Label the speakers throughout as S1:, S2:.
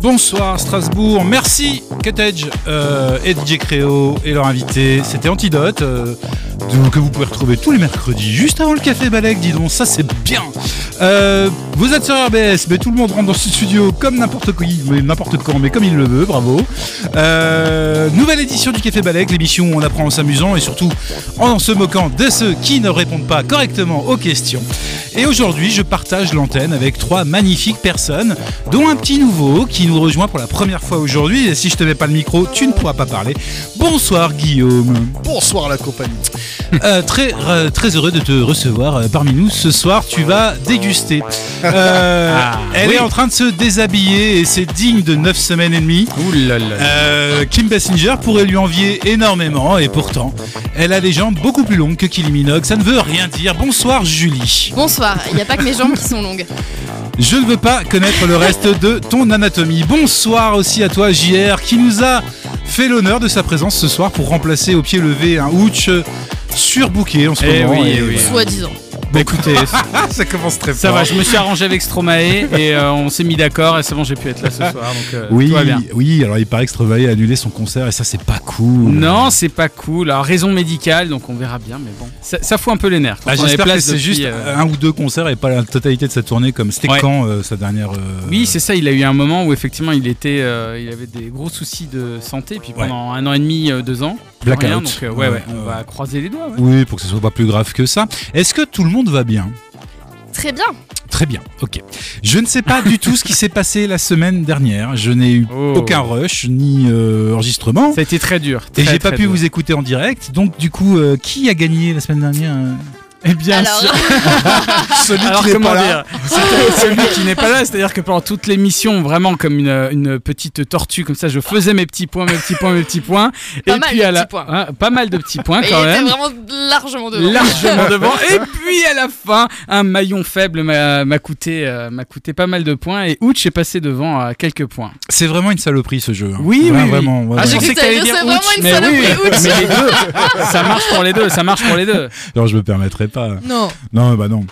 S1: Bonsoir Strasbourg, merci Cottage euh, et DJ Créo et leur invité. C'était Antidote, euh, de- que vous pouvez retrouver tous les mercredis juste avant le café Balek, dis donc, ça c'est bien. Euh, vous êtes sur RBS, mais tout le monde rentre dans ce studio comme n'importe qui, mais n'importe quand, mais comme il le veut, bravo. Euh, nouvelle édition du café Balek, l'émission où on apprend en s'amusant et surtout en se moquant de ceux qui ne répondent pas correctement aux questions. Et aujourd'hui, je partage l'antenne avec trois magnifiques personnes, dont un petit nouveau qui nous rejoint pour la première fois aujourd'hui. Et si je te mets pas le micro, tu ne pourras pas parler. Bonsoir Guillaume.
S2: Bonsoir la compagnie.
S1: Euh, très, euh, très heureux de te recevoir euh, parmi nous ce soir. Tu vas déguster. Euh, elle est en train de se déshabiller et c'est digne de 9 semaines et demie.
S3: Ouh là là.
S1: Euh, Kim Basinger pourrait lui envier énormément et pourtant, elle a des jambes beaucoup plus longues que Kylie Minogue. Ça ne veut rien dire. Bonsoir Julie.
S4: Bonsoir, il n'y a pas que mes jambes qui sont longues.
S1: Je ne veux pas connaître le reste de ton anatomie. Bonsoir aussi à toi JR qui nous a fait l'honneur de sa présence ce soir pour remplacer au pied levé un ouch surbooké en ce
S3: Eh
S1: moment.
S3: oui,
S1: Et
S3: eh oui.
S4: Soi-disant.
S3: Bah écoutez,
S1: Ah, ça commence très
S3: ça
S1: fort.
S3: va, je me suis arrangé avec Stromae et euh, on s'est mis d'accord et c'est bon, j'ai pu être là ce soir. Donc, euh,
S1: Oui,
S3: tout va bien.
S1: oui, alors il paraît que Stromae a annulé son concert et ça c'est pas cool.
S3: Non, c'est pas cool. Alors, raison médicale, donc on verra bien, mais bon. Ça, ça fout un peu les nerfs. quand
S1: Ah,
S3: on les
S1: J'espère que
S3: place
S1: c'est
S3: depuis,
S1: juste
S3: euh,
S1: un ou deux concerts et pas la totalité de sa tournée comme c'était
S3: Ouais.
S1: quand euh, sa dernière. euh,
S3: Oui, c'est ça. Il a eu un moment où effectivement il était, euh, il avait des gros soucis de santé, puis pendant un an et demi, euh, deux ans, plus
S1: Blackout.
S3: rien. Donc euh, ouais, ouais,
S1: Ouais,
S3: on
S1: ouais.
S3: va croiser les doigts. ouais.
S1: Oui, pour que ce soit pas plus grave que ça. Est-ce que tout le monde va bien
S4: Très bien.
S1: Très bien, ok. Je ne sais pas du tout ce qui s'est passé la semaine dernière. Je n'ai eu
S3: Oh.
S1: aucun rush ni euh, enregistrement.
S3: Ça a été très dur.
S1: Et
S3: très,
S1: j'ai pas
S3: très
S1: pu
S3: dur.
S1: vous écouter en direct. Donc du coup, euh, qui a gagné la semaine dernière euh
S3: Eh bien,
S4: Alors,
S3: sûr.
S2: Celui
S3: Alors
S2: qui n'est
S3: comment
S2: pas là.
S3: dire C'était celui qui n'est pas là, c'est-à-dire que pendant toute l'émission, vraiment comme une, une petite tortue comme ça, je faisais mes petits points, mes petits points, mes petits points.
S4: Pas mal de petits points.
S3: hein, pas mal de petits points
S4: et
S3: quand
S4: il était
S3: même.
S4: vraiment largement devant.
S3: Largement devant. Et puis à la fin, un maillon faible m'a m'a coûté, euh, m'a coûté pas mal de points. Et Ouch est passé devant à quelques points.
S1: C'est vraiment une saloperie ce jeu. hein.
S3: Oui, oui,
S1: Ouais,
S3: oui.
S1: Vraiment. ouais,
S3: Ah,
S1: ouais.
S3: j'ai
S4: ouais.
S3: cru que t'allais dire
S4: C'est
S3: Ouch,
S4: vraiment une
S3: mais oui,
S4: saloperie, Ouch.
S3: mais les deux, ça marche pour les deux, ça marche pour les deux.
S1: Non, je me permettrai pas.
S4: Non.
S1: Non, bah non.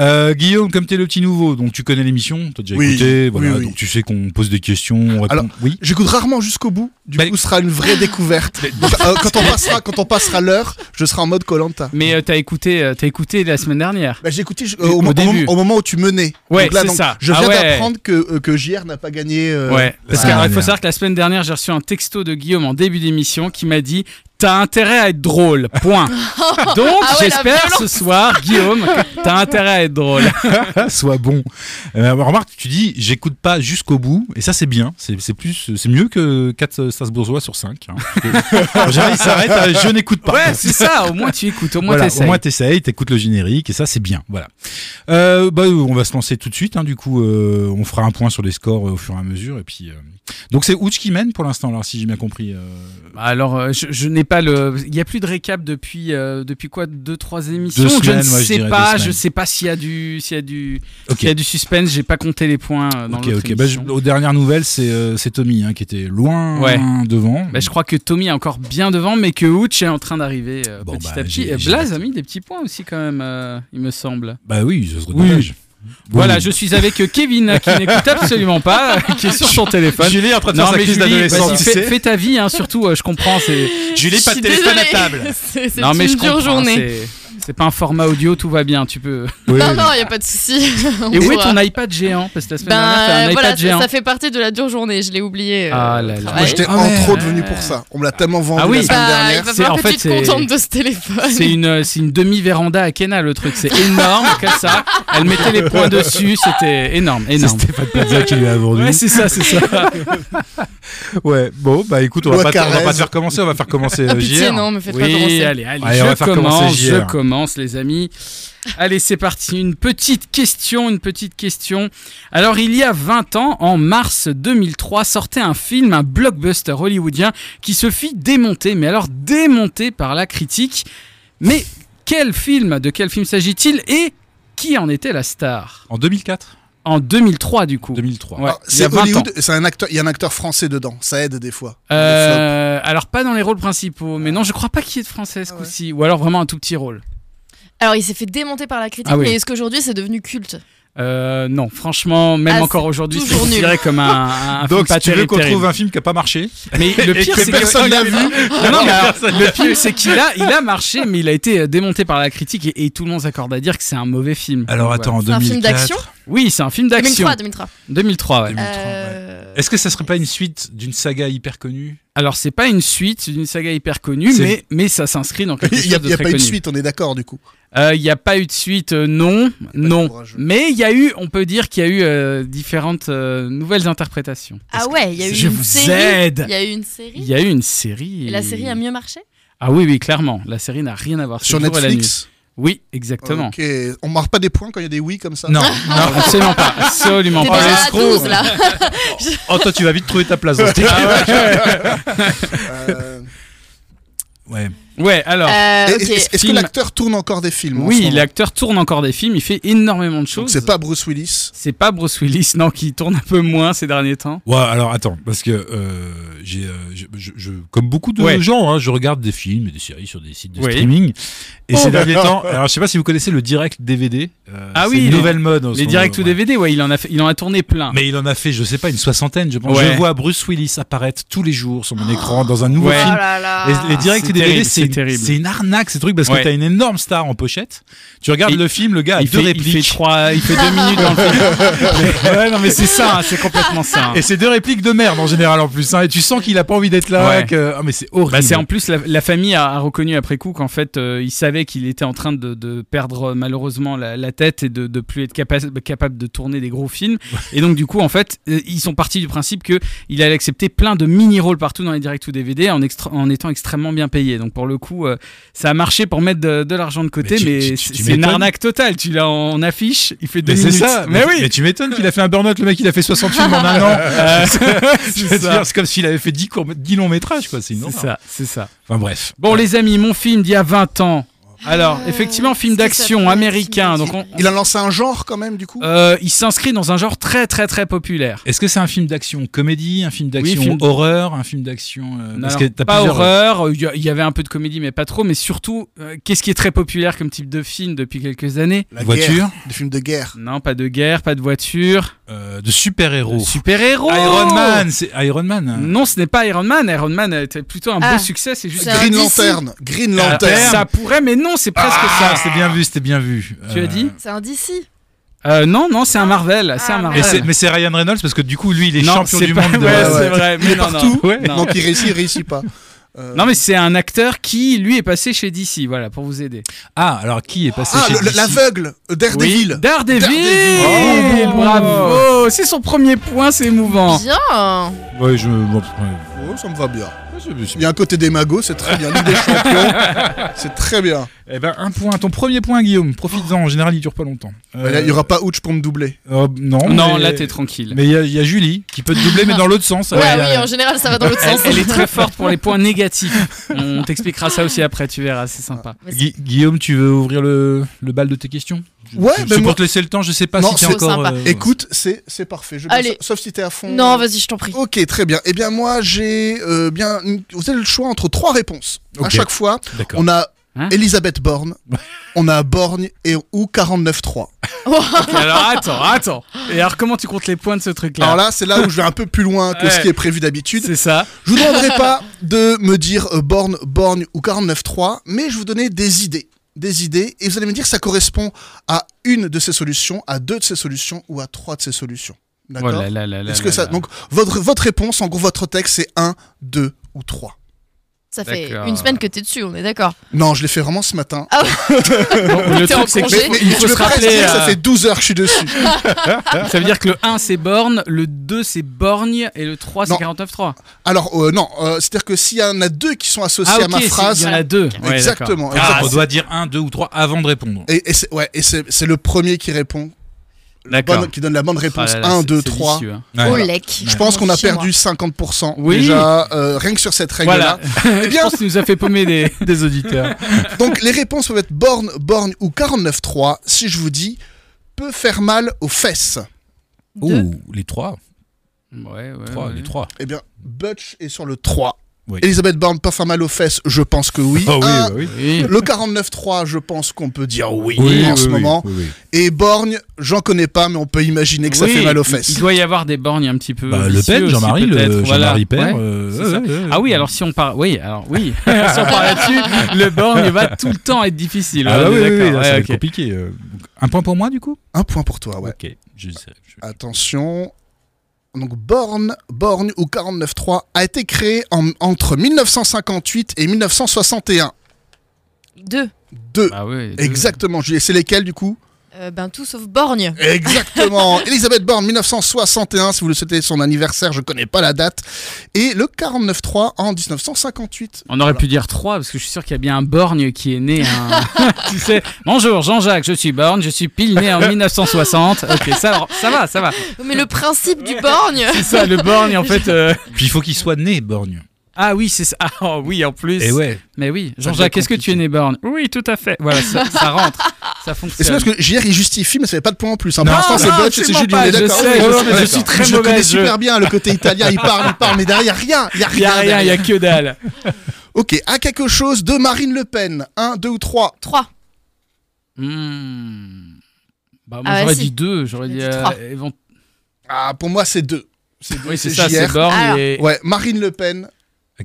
S1: Euh, Guillaume, comme t'es le petit nouveau, donc tu connais l'émission, t'as déjà
S2: Oui,
S1: écouté, voilà,
S2: oui, oui.
S1: donc tu sais qu'on pose des questions, on répond.
S2: Alors-
S1: oui.
S2: J'écoute rarement jusqu'au bout. Du
S1: Bah,
S2: coup, ce sera une vraie découverte. Donc, euh, quand on passera, quand on passera l'heure, je serai en mode Colanta.
S3: Mais euh, t'as écouté, euh, t'as écouté la semaine dernière.
S2: Bah, j'ai écouté euh, au,
S3: Au
S2: mo- au
S3: début.
S2: moment- au moment où tu menais.
S3: Ouais,
S2: Donc là,
S3: c'est
S2: donc,
S3: ça.
S2: Je
S3: Ah
S2: viens
S3: ouais.
S2: d'apprendre que, euh, que JR n'a pas gagné. euh,
S3: ouais,
S1: la
S3: parce qu'il
S1: semaine
S3: faut
S1: dernière.
S3: savoir que la semaine dernière, j'ai reçu un texto de Guillaume en début d'émission qui m'a dit T'as intérêt à être drôle, point. Donc
S4: Ah ouais, la
S3: j'espère ce soir, Guillaume, que t'as intérêt à être drôle.
S1: Sois bon. Euh, remarque, tu dis, j'écoute pas jusqu'au bout, et ça c'est bien, c'est c'est plus, c'est mieux que 4 Strasbourgeois sur 5. En général, ils s'arrêtent à je n'écoute pas.
S3: Ouais, c'est ça, au moins tu écoutes, au moins
S1: Voilà,
S3: t'essayes.
S1: au moins t'essayes, t'écoutes le générique et ça c'est bien. Voilà. Euh, bah, on va se lancer tout de suite. hein, du coup, euh, on fera un point sur les scores euh, au fur et à mesure. Et puis, euh, donc c'est Ouch qui mène pour l'instant, là, si j'ai bien compris. euh.
S3: Bah Alors, euh, je, je n'ai pas le. Il n'y a plus de récap depuis, euh, depuis quoi Deux, trois émissions
S1: Deux semaines,
S3: Je ne
S1: moi, je
S3: sais
S1: dirais
S3: pas,
S1: deux
S3: je
S1: semaines.
S3: sais pas s'il y a du, s'il y a du,
S1: Ok.
S3: s'il y a du suspense. J'ai pas compté les points euh, dans
S1: ok,
S3: l'autre
S1: ok. Bah, je-
S3: émission.
S1: aux dernières nouvelles, c'est euh, c'est Tommy hein, qui était loin
S3: Ouais.
S1: devant.
S3: Bah, je crois que Tommy est encore bien devant, mais que Hooch est en train d'arriver euh,
S1: Bon,
S3: petit
S1: bah,
S3: à petit.
S1: j'ai-
S3: Et
S1: j'ai
S3: Blaze
S1: hâte.
S3: a mis des petits points aussi, quand même, euh, il me semble.
S1: Bah oui, je se
S3: Oui.
S1: redéménage.
S3: Voilà, je suis avec euh, Kevin, qui n'écoute absolument pas, euh, qui est sur son téléphone.
S1: Julie est en train
S3: Non, mais Julie,
S1: d'adolescence,
S3: vas-y,
S1: tu
S3: fais,
S1: sais.
S3: fais ta vie, hein, surtout, euh, je comprends. C'est...
S1: Julie, pas de
S4: Je suis
S1: téléphone
S4: désolée.
S1: à table.
S4: C'est c'est
S3: Non, mais
S4: une
S3: je
S4: dure
S3: comprends.
S4: journée.
S3: c'est- C'est pas un format audio, tout va bien, tu peux.
S1: Oui,
S4: Non,
S1: oui.
S4: non, il n'y a pas de souci. On
S3: Et où est
S4: pourra.
S3: ton iPad géant Parce que la semaine dernière, t'as un
S4: Ben euh,
S3: iPad
S4: voilà, ça,
S3: géant.
S4: ça fait partie de la dure journée, je l'ai oublié. euh,
S3: Ah là là.
S4: au travail.
S2: Moi, j'étais
S1: Ah,
S2: entre
S1: ouais.
S2: autres venu pour ça. On me l'a tellement vendu
S3: Ah oui.
S2: la
S4: Bah,
S2: semaine
S4: il
S2: dernière.
S4: va
S3: C'est- en
S4: falloir que
S3: fait,
S4: tu te
S3: c'est-
S4: contentes de ce téléphone.
S3: C'est une, euh, c'est une demi-véranda à Kena, le truc. C'est énorme, comme ça. Elle mettait les points dessus, c'était énorme,
S1: C'est
S3: énorme.
S1: Stéphane Plaza qui lui a vendu.
S3: Ouais, c'est ça, c'est ça.
S1: Ouais, bon, bah écoute, on
S2: Loi
S1: va, pas, on va pas
S2: Carrez.
S1: te faire commencer, on va faire commencer
S4: Ah,
S1: euh,
S4: pitié,
S1: JR.
S4: non, me faites pas
S3: Oui,
S4: commencer.
S3: allez, allez,
S1: Allez, on va
S3: je
S1: faire commencer
S3: commence, je
S1: JR.
S3: commence, les amis. Allez, c'est parti. Une petite question, une petite question. Alors, il y a 20 ans, en mars 2003, sortait un film, un blockbuster hollywoodien, qui se fit démonter, mais alors démonter par la critique. Mais quel film, de quel film s'agit-il et qui en était la star
S1: En 2004
S3: En 2003, du coup.
S1: 2003.
S3: Ouais,
S2: Alors,
S3: il y a
S2: Ah, C'est
S3: 20 ans.
S2: Hollywood. C'est un acteur. Il y a un acteur français dedans. Ça aide des fois. Le flop.
S3: Euh, alors, pas dans les rôles principaux, mais non, je crois pas qu'il y ait de français ce
S2: Ah ouais.
S3: coup-ci, ou alors vraiment un tout petit rôle.
S4: Alors, il s'est fait démonter par la critique,
S3: Ah oui.
S4: mais est-ce qu'aujourd'hui c'est devenu culte
S3: Euh, non, franchement, même
S4: Ah,
S3: encore
S4: c'est
S3: aujourd'hui, c'est
S4: toujours nul.
S3: considéré comme un, un, un film
S1: Donc,
S3: pas
S1: si tu veux
S3: terrible,
S1: qu'on
S3: terrible.
S1: trouve un film qui a pas marché,
S3: Mais le
S1: et
S3: pire,
S1: que
S3: c'est que
S1: personne l'a vu,
S3: Non, non, mais alors, le pire, c'est qu'il a, il a marché, mais il a été euh, démonté par la critique et, et tout le monde s'accorde à dire que c'est un mauvais film.
S1: alors
S3: Donc,
S1: attends, en
S4: C'est un
S1: 2004,
S4: film d'action
S3: voilà. Oui, c'est un film d'action.
S4: 2003, 2003.
S3: 2003, ouais.
S1: 2003, ouais.
S4: Euh,
S1: Est-ce que ça serait pas une suite d'une saga hyper connue
S3: Alors, c'est pas une suite d'une saga hyper connue,
S1: C'est-
S3: mais, mais ça s'inscrit dans quelque chose
S2: Il n'y a,
S3: de
S2: il y a
S3: très
S2: pas eu de
S3: connu.
S2: suite, on est d'accord du coup.
S3: Euh, Il n'y a pas eu de suite, euh, non, non.
S2: courageux.
S3: Mais il y a eu, on peut dire qu'il y a eu euh, différentes euh, nouvelles interprétations.
S4: Ah ouais, il y a eu
S3: Je
S4: une
S3: vous
S4: série.
S3: aide
S4: Il y a eu une
S3: Il
S4: série.
S3: y a eu une série.
S4: Et la série a mieux marché
S3: Ah oui, oui, clairement. La série n'a rien à voir. c'est
S2: Sur
S3: le jour et la nuit.
S2: Netflix
S3: Oui, exactement.
S2: Ok, on marque pas des points quand il y a des oui comme ça
S1: Non,
S3: Non, absolument pas. Absolument
S4: T'es
S1: Oh,
S3: pas.
S4: déjà à
S1: l'escroc.
S4: 12 là.
S1: oh toi tu vas vite trouver ta place. dans ce truc.
S2: Euh,
S1: ouais.
S3: Ouais, alors.
S1: Ah.
S4: Euh,
S2: est-
S4: ok.
S2: Est-ce est-ce que
S3: Film.
S2: l'acteur tourne encore des films en ce
S3: oui,
S2: moment
S3: l'acteur tourne encore des films. Il fait énormément de
S2: Donc
S3: choses.
S2: c'est pas Bruce Willis.
S3: C'est pas Bruce Willis, non, qui tourne un peu moins ces derniers temps.
S1: Ouais, alors attends, parce que euh, j'ai, euh, je, je- je- comme beaucoup de
S3: Ouais.
S1: gens, hein, je regarde des films et des séries sur des sites de
S3: Oui.
S1: streaming. Et
S2: Oh,
S1: ces
S2: bah
S1: derniers
S2: alors.
S1: temps, alors je sais pas si vous connaissez le direct DVD. euh,
S3: Ah
S1: c'est
S3: oui,
S1: une
S3: les-
S1: nouvelle mode. en ce
S3: Les
S1: moment,
S3: directs ou
S1: ouais.
S3: DVD, ouais, il en a, fait- il en a tourné plein.
S1: Mais il en a fait, je sais pas, une soixantaine, je pense.
S3: Ouais. Oh.
S1: Je vois Bruce Willis apparaître tous les jours sur mon écran dans un nouveau
S3: Ouais. Ah
S1: film.
S4: Oh là
S1: Les, les directs
S3: C'est
S1: ou DVD,
S3: terrible, c'est
S1: c'est une,
S3: terrible.
S1: c'est une arnaque, ces trucs, parce que
S3: Ouais.
S1: t'as une énorme star en pochette. Tu regardes
S3: Et-
S1: le film, le gars a
S3: il,
S1: deux
S3: fait, il
S1: répliques.
S3: fait trois, il fait deux minutes dans le film. ouais, non, mais c'est ça, hein, c'est complètement ça. hein.
S1: Et c'est deux répliques de merde en général en plus. hein. Et tu sens qu'il a pas envie d'être là.
S3: Ouais.
S1: que- Ah, mais c'est horrible.
S3: Bah, c'est en plus la, la famille a, a reconnu après coup qu'en fait euh, il savait qu'il était en train de, de perdre euh, malheureusement la, la tête et de, de plus être capa- capable de tourner des gros films et donc du coup en fait euh, ils sont partis du principe que il allait accepter plein de mini rôles partout dans les directs ou DVD en, extra- en étant extrêmement bien payé donc pour le coup euh, ça a marché pour mettre de, de l'argent de côté
S1: Mais tu-
S3: mais,
S1: tu- tu-
S3: c'est
S1: tu
S3: c'est une
S1: m'étonnes.
S3: arnaque totale tu l'as en affiche il fait deux
S1: Mais c'est
S3: minutes
S1: ça.
S3: mais, oui
S1: Mais tu m'étonnes qu'il a fait un burn-out. Le mec, il a fait 60 films en un an.
S3: Euh,
S1: Je veux
S3: c'est ça.
S1: dire, c'est comme s'il avait fait 10, courts- 10 longs métrages, quoi. C'est une
S3: c'est
S1: horreur.
S3: ça c'est ça
S1: Enfin, bref.
S3: Bon les amis, mon film d'il y a 20 ans. Alors,
S4: Euh,
S3: effectivement, film
S4: est-ce que ça peut
S3: d'action
S4: être
S3: américain.
S4: film
S3: Donc, on-
S2: Il a lancé un genre quand même du coup
S3: euh, il s'inscrit dans un genre très très très populaire.
S1: Est-ce que c'est un film d'action comédie, un film d'action
S3: film-
S1: horreur, un film d'action. euh,
S3: Non,
S1: parce
S3: alors,
S1: que t'as
S3: pas
S1: plusieurs-
S3: horreur, il y a- il y avait un peu de comédie, mais pas trop. Mais surtout, euh, qu'est-ce qui est très populaire comme type de film depuis quelques années
S2: La
S1: voiture.
S2: guerre, des films de guerre.
S3: Non, pas de guerre, pas de voiture.
S1: euh, de super-héros.
S3: Super-héros
S1: Iron Man, c'est Iron Man.
S3: Non, ce n'est pas Iron Man. Iron Man était plutôt un beau
S4: Ah.
S3: succès, c'est juste.
S4: C'est un
S2: Green
S4: DC.
S2: Lantern, Green
S3: Euh,
S1: Ah,
S2: Lantern.
S3: Ça pourrait, mais non, c'est presque
S1: Ah,
S3: ça.
S1: c'était bien vu, c'était bien vu.
S3: Tu as dit
S4: C'est un DC.
S3: Euh, non, non, c'est un Marvel. c'est un
S1: Euh,
S4: Ah,
S1: Et
S3: Marvel.
S4: merde.
S1: c'est- mais c'est Ryan Reynolds parce que du coup, lui, il est
S3: Non,
S1: champion
S3: c'est
S1: du
S3: pas-
S1: monde. euh, de-
S3: ouais,
S2: ouais,
S3: c'est
S2: ouais.
S3: vrai. Mais non, non.
S2: partout.
S3: Ouais. Non.
S2: Donc il réussit, il réussit pas. Euh,
S3: Non mais c'est un acteur qui lui est passé chez DC, voilà pour vous aider.
S1: Ah, alors qui est passé
S2: Ah,
S1: chez
S2: le-
S1: DC?
S2: l'aveugle, euh, Daredevil.
S3: Daredevil,
S2: Daredevil.
S3: Oh, Bravo C'est son premier point, c'est
S1: Oh.
S3: émouvant.
S4: Bien.
S1: Ouais, je. bon, ouais.
S2: Oh, ça me va bien.
S1: Ouais, je- je-
S2: Il y a un côté démago, c'est très bien. Ligue des champions, c'est très bien.
S1: Eh ben, un point, ton premier point, Guillaume. Profites-en, en général, il dure pas longtemps.
S3: Euh.
S2: Mais Euh, là, il y aura pas Ouch pour me doubler.
S1: Euh, non,
S3: Non,
S1: mais-
S3: là t'es tranquille.
S1: Mais il y, a- il y a Julie qui peut te doubler, mais dans l'autre sens. Euh,
S4: Ouais,
S1: Alors, il y
S4: oui,
S1: a-
S4: en général, ça va dans l'autre
S3: Elle,
S4: sens.
S3: elle est très forte pour les points négatifs. On t'expliquera ça aussi après, tu verras, c'est sympa.
S1: Gui- Guillaume, tu veux ouvrir le, le bal de tes questions Je-
S2: Ouais,
S1: c'est-
S2: mais
S1: c'est
S2: moi-
S1: pour te laisser le temps. Je sais pas
S2: Non,
S1: si t'es
S4: c'est
S1: encore. euh,
S3: Euh.
S4: sympa.
S2: Écoute, c'est c'est parfait. Je
S4: Allez.
S2: pense- sauf si t'es à fond.
S4: Non, vas-y, je t'en prie.
S2: Ok, très bien. Eh bien, moi, j'ai euh, bien. une- Vous avez le choix entre trois réponses à
S1: Ok.
S2: chaque fois.
S1: D'accord.
S2: On a
S3: Hein
S2: Elisabeth Borne, on a Borgne et ou 49.3.
S3: Ok, alors attends, attends. Et alors comment tu comptes les points de ce truc
S2: Alors
S3: là
S2: là, c'est là où je vais un peu plus loin que ce
S3: Ouais.
S2: qui est prévu d'habitude.
S3: C'est ça.
S2: Je vous demanderai pas de me dire euh, Borne, Borgne ou 49.3, mais je vais vous donner des idées. Des idées, et vous allez me dire que ça correspond à une de ces solutions, à deux de ces solutions ou à trois de ces solutions. D'accord
S3: Oh là là là là
S2: Est-ce
S3: là
S2: que ça.
S3: là.
S2: Donc, votre, votre réponse, en gros, votre texte, c'est 1, 2 ou 3.
S4: Ça fait
S3: D'accord.
S4: une semaine que t'es dessus, on est d'accord.
S2: Non, je l'ai fait vraiment ce matin.
S3: Bon, le
S4: T'es en
S3: truc c'est que
S4: congé.
S3: il faut- il faut
S2: je
S3: se
S2: me presque
S3: rappeler
S2: dire que ça
S3: euh,
S2: fait 12 heures que je suis dessus.
S3: ça veut dire que le 1 c'est borne, le 2 c'est borgne et le 3 c'est
S2: Non.
S3: 49.3.
S2: Alors, euh, non, euh, c'est-à-dire que s'il y en a deux qui sont associés à
S3: Ah ok,
S2: ma
S3: c'est- il
S2: phrase.
S3: y en a deux. Ouais, d'accord.
S2: exactement.
S1: Ah,
S2: exactement.
S1: on doit dire un, deux ou trois avant de répondre.
S2: Et, et c'est ouais, et c'est- c'est le premier qui répond,
S3: D'accord.
S2: bonne- qui donne la bonne réponse.
S3: Ah là là,
S2: 1,
S3: c'est-
S2: 2,
S3: c'est
S2: 3.
S3: vicieux, hein.
S1: Ouais.
S4: Oh, lec.
S2: Je pense qu'on a
S4: Chez moi.
S2: perdu 50%
S3: Oui.
S2: déjà, euh, rien que sur cette règle-là.
S3: Voilà.
S2: Eh
S3: Je
S2: bien,
S3: pense qu'il nous a fait paumer des, des auditeurs.
S2: donc les réponses peuvent être borne, borne ou 49.3. Si je vous dis, peut faire mal aux fesses.
S4: Deux.
S1: Oh, les trois.
S3: Ouais, ouais.
S1: Mm. Trois,
S3: ouais.
S1: Les trois.
S2: Eh bien, Butch est sur le 3.
S1: Oui.
S2: Elisabeth Borne peut faire mal aux fesses, je pense que oui.
S1: Ah oui,
S2: Un,
S1: bah oui.
S3: Oui.
S2: Le 49.3, je pense qu'on peut dire oui,
S1: Oui,
S2: en
S1: oui,
S2: ce
S1: oui,
S2: moment.
S1: oui,
S3: Euh,
S1: oui.
S2: Et Borgne, j'en connais pas, mais on peut imaginer que ça
S3: Oui,
S2: fait mal aux
S3: il-
S2: fesses.
S3: Il doit y avoir des bornes un petit peu.
S1: Bah, le
S3: vicieux
S1: Pen,
S3: aussi,
S1: Jean-Marie, le
S3: peut-être,
S1: Jean-Marie
S3: voilà.
S1: Père.
S3: Ouais.
S1: euh,
S3: c'est
S1: ouais,
S3: ça.
S1: ouais, ouais.
S3: Ah oui, alors si on part, oui, alors oui, si on part là-dessus, le borgne va tout le temps être difficile.
S1: Ah bah
S3: on est
S1: oui, oui,
S3: d'accord.
S1: oui, là, ça
S3: Ouais,
S1: va
S3: ok.
S1: être compliqué. euh. Un point pour moi, du coup
S2: Un point pour toi, ouais.
S1: Ok, je sais. je-
S2: Attention. Donc Borne, Borne ou 49.3 a été créé en- entre 1958 et 1961.
S4: Deux.
S2: Deux.
S3: Ah oui, deux.
S2: Exactement, Julie. C'est lesquels du coup
S4: Euh, ben tout sauf borgne.
S2: Exactement. Elisabeth Borne, 1961, si vous le souhaitez, son anniversaire, je connais pas la date. Et le 49.3 en 1958.
S3: On aurait pu dire trois, parce que je suis sûr qu'il y a bien un borgne qui est né. un- tu sais, bonjour Jean-Jacques, je suis borgne, je suis pile né en 1960. Ok, ça, alors, ça va, ça va.
S4: Mais le principe du borgne.
S3: C'est ça, le borgne en fait. euh,
S1: Puis il faut qu'il soit né, Borgne.
S3: Ah oui, c'est ça. Ah oh, oui, en plus.
S1: Et ouais.
S3: Mais oui,
S1: Ça
S3: Jean-Jacques,
S1: devient
S3: est-ce que tu es né borgne Oui, tout à fait. Voilà, ça, ça rentre, ça
S2: Et c'est
S3: fonctionne.
S2: parce que JR il justifie, mais ça fait pas de point en plus. hein. Pour
S1: Non,
S2: l'instant, c'est
S3: Euh, non,
S2: Butch et c'est
S3: absolument
S2: Julie.
S3: pas,
S2: on est
S3: je
S2: d'accord
S3: sais,
S2: Ouais, ouais,
S3: je sais,
S2: ouais,
S3: je
S2: d'accord.
S3: suis très
S2: Je le connais
S3: mauvais, je-
S2: super bien, le côté italien, il parle, il parle, mais derrière, rien. Il y a
S3: Il y
S2: rien.
S3: a rien, il y
S2: derrière.
S3: a que dalle.
S2: Ok, à quelque chose de Marine Le Pen. Un, deux ou trois.
S4: Trois.
S3: Hmm. Bah, moi,
S4: Ah,
S3: j'aurais
S4: si.
S3: dit deux, j'aurais
S4: J'aurais
S3: dit.
S4: dit
S3: euh,
S4: trois.
S3: évent-
S2: Ah, pour moi, c'est deux. C'est deux,
S3: Oui, c'est ça, c'est
S2: JR.
S3: borgne
S4: Alors.
S3: et.
S2: Ouais, Marine Le Pen.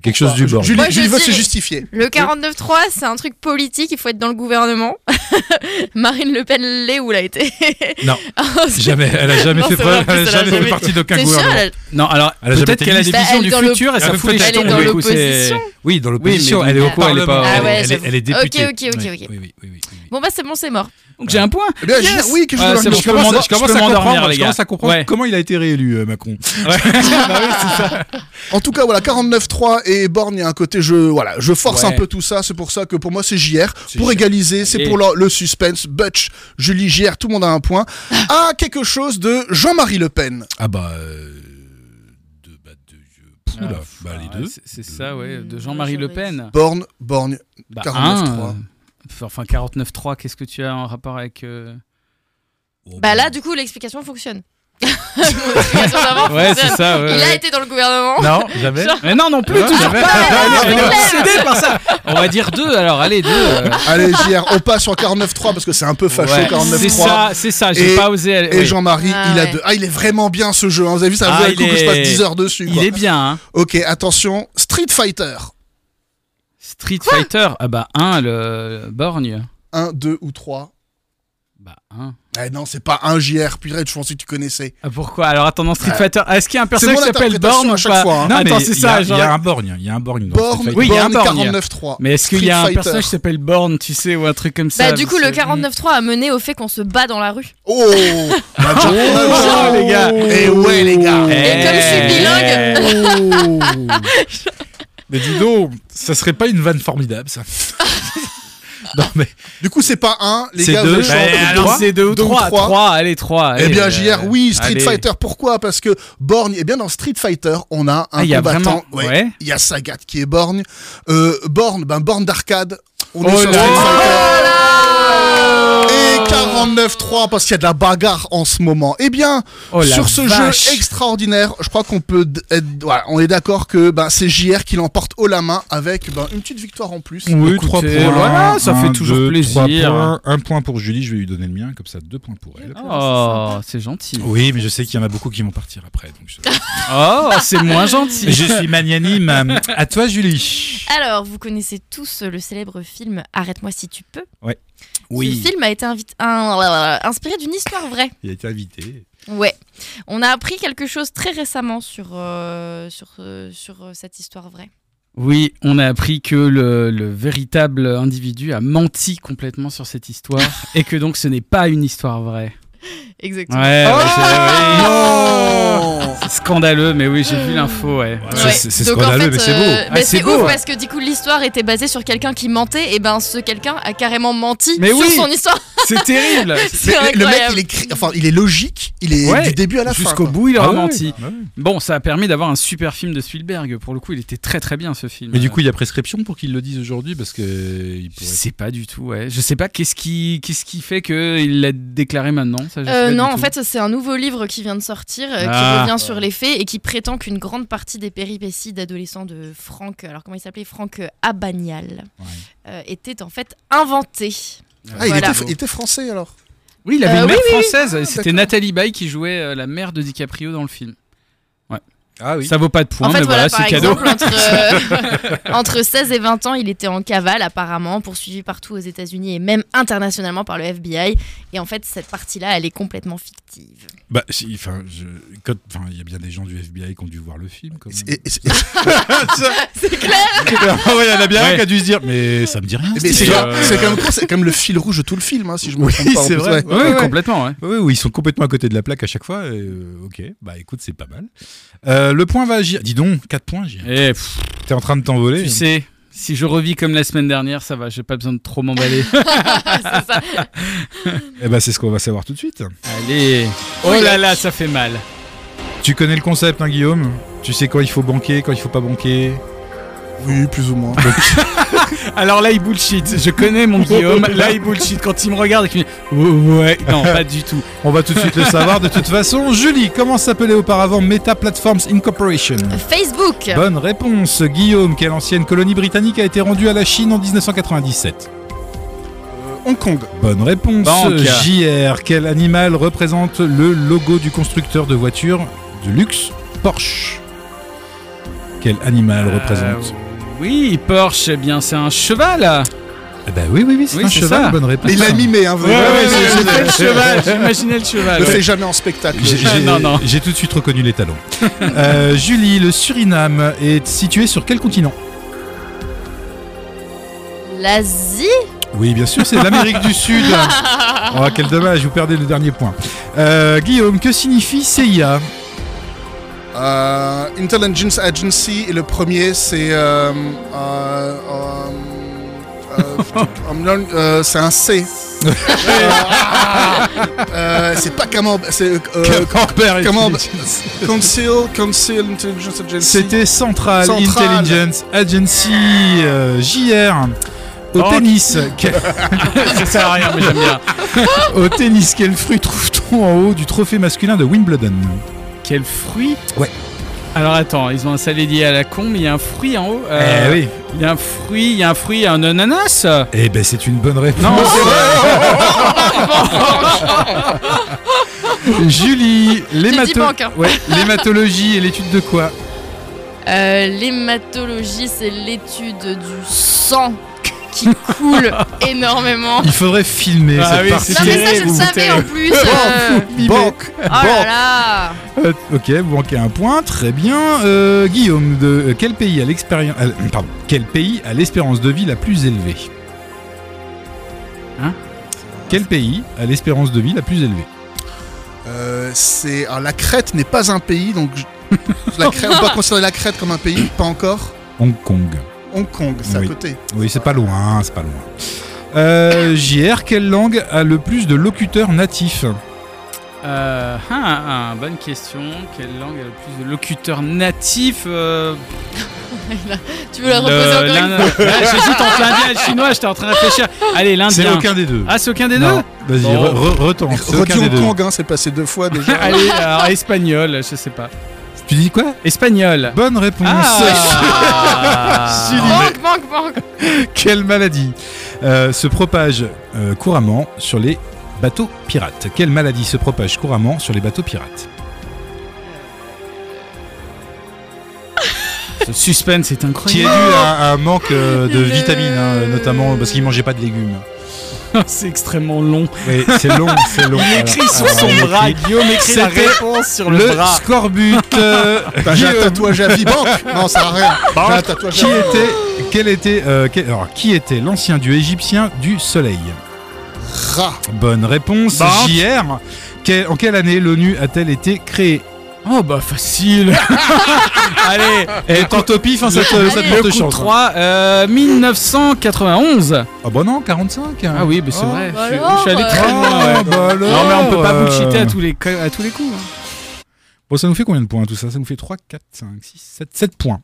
S1: Quelque chose
S2: Ah,
S1: du
S2: Ju-
S1: Borgne.
S2: Julie,
S4: Moi, je
S2: Julie veut
S4: dis-
S2: se justifier.
S4: Le 49.3, c'est un truc politique, il faut être dans le gouvernement. Marine Le Pen l'est ou l'a été
S1: Non.
S4: Ah, c'est-
S1: Jamais, elle a jamais
S4: Non,
S1: fait
S4: c'est vrai,
S1: preuve,
S4: en plus,
S1: elle a jamais fait partie d'aucun
S4: T'es sûr,
S1: gouvernement.
S4: elle,
S3: Non, alors
S1: Elle a jamais
S3: peut-être
S1: été
S3: qu'elle a des
S1: ministre.
S3: visions
S4: Bah,
S3: du
S4: elle est dans
S3: futur et ça
S1: le-
S3: fout les
S1: elle est
S3: jetons.
S1: dans
S3: du coup, c'est-
S4: l'opposition.
S1: Oui, dans l'opposition,
S3: Oui, mais
S1: elle est
S3: donc,
S1: au courant, elle est pas.
S4: Ah ouais,
S1: elle, est, elle est
S4: j'avoue.
S1: députée.
S4: Ok, ok, ok,
S1: Oui,
S4: ok.
S1: Oui, oui, oui, oui, oui.
S4: Bon bah c'est bon, c'est mort.
S3: Donc j'ai un point.
S2: Eh bien, JR,
S3: Yes.
S2: oui, quelque chose
S3: Ouais,
S2: de Marine
S3: c'est bon,
S2: Le
S3: je commence à- je commence à comprendre, les
S1: je
S3: gars.
S1: commence à comprendre
S3: Ouais.
S1: comment il a été réélu, euh, Macron.
S2: Pen. En tout cas, voilà, 49-3 et Borne, il y a un côté, je, voilà, je force
S3: Ouais.
S2: un peu tout ça. C'est pour ça que pour moi, c'est JR.
S1: C'est
S2: Pour
S1: JR.
S2: égaliser, c'est
S3: Allez.
S2: pour le, le suspense. Butch, Julie, JR, tout le monde a un point. À quelque chose de Jean-Marie Le Pen.
S1: Ah bah. euh, Deux, bah, deux. euh, Pouh, là. Bah, les deux.
S3: C'est- C'est ça, ouais, de
S4: Hmm,
S3: Jean-Marie Le
S4: j'aurais dit
S3: Pen.
S2: Borne, Borne.
S3: Bah,
S2: 49.3.
S3: un, euh, Enfin, 49.3, qu'est-ce que tu as en rapport avec. euh,
S1: Oh,
S4: Bah là, du coup, l'explication fonctionne. Mon explication d'avant
S3: Ouais, c'est
S4: fonctionne.
S3: ça, ouais.
S4: Il a
S3: ouais.
S4: été dans le gouvernement.
S1: Non, jamais.
S3: Mais non, non plus,
S1: Ah,
S3: toujours
S1: ouais.
S3: pas.
S1: Ah,
S3: Elle est
S1: ouais.
S3: obsédée par ça. On va dire deux, alors, allez, deux. euh,
S2: Allez, JR, on passe sur 49-3 parce que c'est un peu facho,
S3: ouais.
S2: 49-3.
S3: C'est ça, c'est ça, j'ai
S2: Et-
S3: pas osé. aller-
S2: Et
S3: oui.
S2: Jean-Marie,
S4: Ah
S2: il a
S4: ouais.
S2: deux. Ah, il est vraiment bien ce jeu. hein. Vous avez vu, ça
S3: Ah,
S2: vaut le
S3: il
S2: coup que je passe
S3: est-
S2: 10 heures dessus.
S3: Il
S2: quoi.
S3: est bien, hein.
S2: Ok, attention. Street Fighter.
S3: Street Fighter, ah bah, un, le Borgne.
S2: 1, 2 ou 3.
S3: Bah, un.
S2: Eh non, c'est pas un JR. Purée, je pensais que tu connaissais.
S3: Ah, pourquoi Alors, attends, dans Street Fighter, est-ce qu'il y a un personnage
S2: Euh, mon
S3: qui s'appelle
S2: interprétation
S3: Borgne
S2: à
S3: ou
S2: chaque
S3: pas
S2: fois, hein.
S3: Non,
S1: mais
S3: attends, c'est
S1: il y a-
S3: ça,
S1: Il y a
S3: genre.
S1: un borgne. Il y a un borgne. dans
S2: Borne,
S1: Street
S3: Oui,
S1: Fighter.
S3: il y a un
S2: Borne
S3: Borgne.
S2: 49-3.
S3: Mais est-ce qu'il y
S2: Street
S3: a un
S2: Fighter.
S3: personnage qui s'appelle Borne, tu sais, ou un truc comme ça
S4: Bah du coup, le
S3: parce que-
S4: 49.3 a mené au fait qu'on se bat dans la rue.
S2: Oh On a déjà- on a déjà-
S1: Oh,
S3: les gars.
S2: Eh ouais, les gars
S4: Et comme je
S3: eh,
S4: suis bilingue-
S1: Mais dis donc, ça serait pas une vanne formidable, ça. non, mais.
S2: Du coup, c'est pas un, les
S1: C'est
S2: gars,
S1: deux.
S2: vous avez
S1: Bah,
S2: le choix entre
S1: alors,
S2: trois.
S3: c'est eh. deux ou
S2: Deux ou
S3: trois.
S2: trois.
S3: Trois, allez, trois.
S2: Eh
S3: allez,
S2: bien,
S3: euh,
S2: JR, oui, Street
S3: allez.
S2: Fighter, pourquoi Parce que Borgne, eh bien, dans Street Fighter, on a un
S3: Ah, il y a
S2: combattant.
S3: vraiment- ouais.
S2: Il y a Sagat qui est Borgne. Euh, Borgne, ben, Borne d'arcade. On est
S3: Oh
S2: sur
S3: là
S2: Street Fighter.
S4: Oh
S2: Et 49-3, parce qu'il y a de la bagarre en ce moment. Eh bien,
S3: Oh la
S2: sur ce
S3: vache.
S2: jeu extraordinaire, je crois qu'on peut d- être, voilà, on est d'accord que ben, c'est JR qui l'emporte haut la main avec ben, une petite victoire en plus.
S1: Oui,
S3: Écoutez,
S1: trois points.
S3: voilà, ça fait toujours
S1: deux, trois
S3: plaisir.
S1: points. Un point pour Julie, je vais lui donner le mien, comme ça, deux points pour elle.
S3: Oh, c'est gentil.
S1: Oui, mais je sais qu'il y en a beaucoup qui vont partir après. donc je...
S3: Oh, c'est moins gentil.
S1: Mais je suis magnanime. À toi, Julie.
S4: Alors, vous connaissez tous euh, le célèbre film Arrête-moi si tu peux. Ce film a été invit- un- inspiré d'une histoire vraie.
S1: Il a été invité.
S4: Ouais. On a appris quelque chose très récemment sur, euh, sur, euh, sur euh, cette histoire vraie.
S3: Oui, on a appris que le, le véritable individu a menti complètement sur cette histoire et que donc ce n'est pas une histoire vraie. Ouais,
S4: Exactement.
S2: Ah,
S3: ouais, c'est- oui.
S2: Oh
S3: C'est scandaleux, mais oui, j'ai vu l'info, ouais.
S1: Ouais, c'est- c'est
S4: Donc,
S1: scandaleux, mais c'est beau.
S4: euh,
S3: Ah,
S4: bah,
S3: c'est
S4: c'est
S3: beau,
S4: ouf
S3: ouais.
S4: parce que du coup, l'histoire était basée sur quelqu'un qui mentait. Et ben, ce quelqu'un a carrément menti
S3: Mais
S4: sur
S3: oui.
S4: son histoire.
S3: C'est terrible.
S4: C'est
S2: Mais le- le mec,
S4: incroyable.
S2: il est, cri- enfin, il est logique, il est
S3: Ouais,
S2: du début à la fin.
S3: Jusqu'au
S2: quoi.
S3: bout, il aura
S1: Ah ouais,
S3: menti.
S1: ouais.
S3: Bon, ça a permis d'avoir un super film de Spielberg. Pour le coup, il était très très bien ce film.
S1: Mais du
S3: Euh,
S1: coup, il y a prescription pour qu'ils le disent aujourd'hui parce que il
S3: je
S1: pourrait.
S3: sais pas du tout. Ouais, je sais pas qu'est-ce qui qu'est-ce qui fait que il l'a déclaré maintenant. Ça, je
S4: Euh,
S3: sais
S1: du
S4: non, en
S1: tout.
S4: fait, c'est un nouveau livre qui vient de sortir, euh,
S1: Ah.
S4: qui revient sur les faits et qui prétend qu'une grande partie des péripéties d'adolescents de Franck, alors comment il s'appelait Franck euh, Abagnale,
S1: Ouais.
S4: euh, était en fait inventée.
S2: Ah, il,
S4: Voilà.
S2: était, il était français alors.
S3: Oui, il avait
S4: Euh,
S3: une
S4: oui,
S3: mère
S4: oui,
S3: française. et C'était
S2: d'accord.
S3: Nathalie Baye qui jouait euh, la mère de DiCaprio dans le film.
S1: Ah oui.
S3: Ça vaut pas de points,
S4: en fait,
S3: mais voilà,
S4: par
S3: c'est cadeau.
S4: exemple, entre, euh, entre 16 et 20 ans, il était en cavale apparemment, poursuivi partout aux États-Unis et même internationalement par le FBI. Et en fait, cette partie-là, elle est complètement fictive.
S1: Bah, si, enfin, je- quand- enfin, il y a bien des gens du FBI qui ont dû voir le film. Quand même.
S2: Et- et- et-
S4: C'est clair
S1: Ah ouais, il y en a bien
S3: Ouais.
S1: un qui a dû se dire, mais ça me dit rien.
S2: mais
S1: cette
S2: c'est
S1: histoire.
S2: quand- c'est quand, même con, c'est quand même le fil rouge de tout le film, hein, si je me
S1: Oui,
S2: trompe pas. en
S1: c'est
S2: plus,
S1: vrai.
S2: ouais.
S3: Ouais,
S1: Ouais, ouais.
S3: complètement. ouais.
S1: Oui, oui, ils sont complètement à côté de la plaque à chaque fois. et, euh, ok, bah écoute, c'est pas mal. Euh, le point va agir. Dis donc, 4 points, J.
S3: Et pff,
S1: T'es en train de t'envoler.
S3: tu sais, si je revis comme la semaine dernière, ça va. J'ai pas besoin de trop m'emballer.
S4: C'est ça.
S1: Eh bah, c'est ce qu'on va savoir tout de suite.
S3: Allez. Oh là là, ça fait mal.
S1: Tu connais le concept, hein, Guillaume Tu sais quand il faut banquer, quand il faut pas banquer.
S2: Oui, plus ou moins.
S3: Alors là, il bullshit. Je connais mon Guillaume. Là, il bullshit. Quand il me regarde, et qu'il me dit, ouais, non, pas du tout.
S1: On va tout de suite le savoir de toute façon. Julie, comment s'appelait auparavant Meta Platforms Incorporation
S4: Facebook
S1: Bonne réponse, Guillaume. Quelle ancienne colonie britannique a été rendue à la Chine en 1997
S2: Euh, Hong Kong.
S1: Bonne réponse,
S3: Banque.
S1: JR. Quel animal représente le logo du constructeur de voitures de luxe Porsche Quel animal représente
S3: Euh, oui, Porsche, eh bien, c'est un cheval.
S1: Eh ben oui, oui, oui, c'est
S3: oh. Oui,
S1: un
S3: c'est
S1: cheval.
S3: ça.
S1: Bonne réponse.
S2: Mais il l'a mimé, hein. vraiment.
S3: j'ai fait le cheval. J'imaginais le cheval.
S2: Le fait jamais en spectacle.
S1: J'ai- j'ai-
S3: Non, non.
S1: J'ai tout de suite reconnu les talons. Euh, Julie, le Suriname est situé sur quel continent
S4: L'Asie
S1: Oui, bien sûr, c'est l'Amérique du Sud. Oh, quel dommage, vous perdez le dernier point. Euh, Guillaume, que signifie CIA
S2: Euh, Intelligence Agency et le premier c'est euh, euh, euh, euh, euh, euh, c'est un C. Euh, euh, c'est pas comment c'est euh,
S1: Corber et
S2: comment-
S1: Intelligence.
S2: Council Council Intelligence Agency.
S1: C'était Central,
S2: Central.
S1: Intelligence Agency euh, JR. Au
S3: Oh.
S1: tennis, quel-
S3: ça sert à rien, mais j'aime bien.
S1: au tennis, quel fruit trouve-t-on en haut du trophée masculin de Wimbledon
S3: Quel fruit
S1: Ouais.
S3: Alors attends, ils ont un saladier à la con, mais il y a un fruit en haut. Euh,
S1: Eh oui.
S3: Il y a un fruit, il y a un fruit, il y a un ananas.
S1: Eh ben c'est une bonne réponse.
S3: Non,
S1: Julie, l'hémato-
S4: pas encore.
S1: Ouais, l'hématologie et l'étude de quoi
S4: Euh, L'hématologie, c'est l'étude du sang qui coule énormément.
S1: Il faudrait filmer
S3: Ah
S1: cette
S3: oui,
S1: partie.
S4: Non mais ça je
S3: terrible,
S4: le savais en
S3: terrible.
S4: plus. euh.
S2: Banque.
S4: Oh là là.
S1: Euh, ok, vous manquez un point, très bien. Euh, Guillaume, de euh, quel pays a l'expérience, euh, pardon, quel pays a l'espérance de vie la plus élevée
S3: Hein
S1: Quel pays a l'espérance de vie la plus élevée
S2: Euh, c'est alors, la Crète n'est pas un pays donc je- la Crète, on peut considérer la Crète comme un pays pas encore.
S1: Hong Kong.
S2: Hong Kong c'est
S1: Oui.
S2: à côté.
S1: Oui, c'est pas loin, c'est pas loin. Euh, JR, quelle langue a le plus de locuteurs natifs
S3: Euh, ah, ah, bonne question. Quelle langue a le plus de locuteurs natifs euh,
S4: Tu veux la
S3: le-
S4: reposer encore une
S3: l'Inde- Ah, J'hésite entre l'indien et le chinois, j'étais en train de réfléchir. Allez,
S1: C'est
S3: l'indien.
S1: aucun des deux.
S3: Ah, c'est aucun des
S1: Non,
S3: deux
S1: Vas-y,
S3: Bon.
S1: re- re- retente. c'est aucun des
S2: Redis Hong
S1: deux.
S2: Kong hein, c'est passé deux fois déjà.
S3: Allez, alors, espagnol, je sais pas.
S1: Tu dis quoi
S3: Espagnol.
S1: Bonne réponse.
S3: Ah
S1: Julie.
S4: Banque, banque, banque.
S1: Quelle maladie euh, se propage euh, couramment sur les bateaux pirates Quelle maladie se propage couramment sur les bateaux pirates
S3: Ce suspense est
S1: Qui est dû
S3: incroyable.
S1: à un manque euh, de
S4: Le-
S1: vitamines, hein, notamment parce qu'ils mangeaient pas de légumes.
S3: C'est extrêmement long.
S1: Oui, c'est long, c'est long.
S3: Il
S1: Alors,
S3: écrit sur
S1: alors,
S3: son
S1: on
S3: bras.
S1: écrit
S3: Ah, Guillaume écrit la
S1: C'était
S3: réponse sur le,
S1: Le
S3: bras.
S1: scorbut. euh,
S2: Putain, J'ai un
S1: Guillaume,
S2: tatouage à vie banque. Non ça sert à rien. J'ai un tatouage
S1: qui
S2: à vie.
S1: était, quel était, euh, quel- alors, qui était l'ancien dieu égyptien du soleil
S2: Rat.
S1: Bonne réponse,
S3: Bon.
S1: JR. Que- en quelle année l'ONU a-t-elle été créée
S3: Oh bah facile. Allez,
S1: Et tant au pif, hein, ça te, ça te
S4: Allez,
S1: porte
S3: le coup
S1: chance. hein.
S3: 3, euh, 1991.
S1: Ah bah non, 45 hein.
S3: Ah oui, mais c'est
S1: Oh.
S3: vrai.
S4: bah
S3: je, suis-
S4: alors,
S3: je suis allé
S4: euh.
S3: très loin. ouais.
S1: Ah bah alors,
S3: Non mais on peut pas
S1: euh,
S3: bullshiter à tous les co- à tous les coups. hein.
S1: Bon ça nous fait combien de points tout ça Ça nous fait 3, 4, 5, 6, 7, 7 points.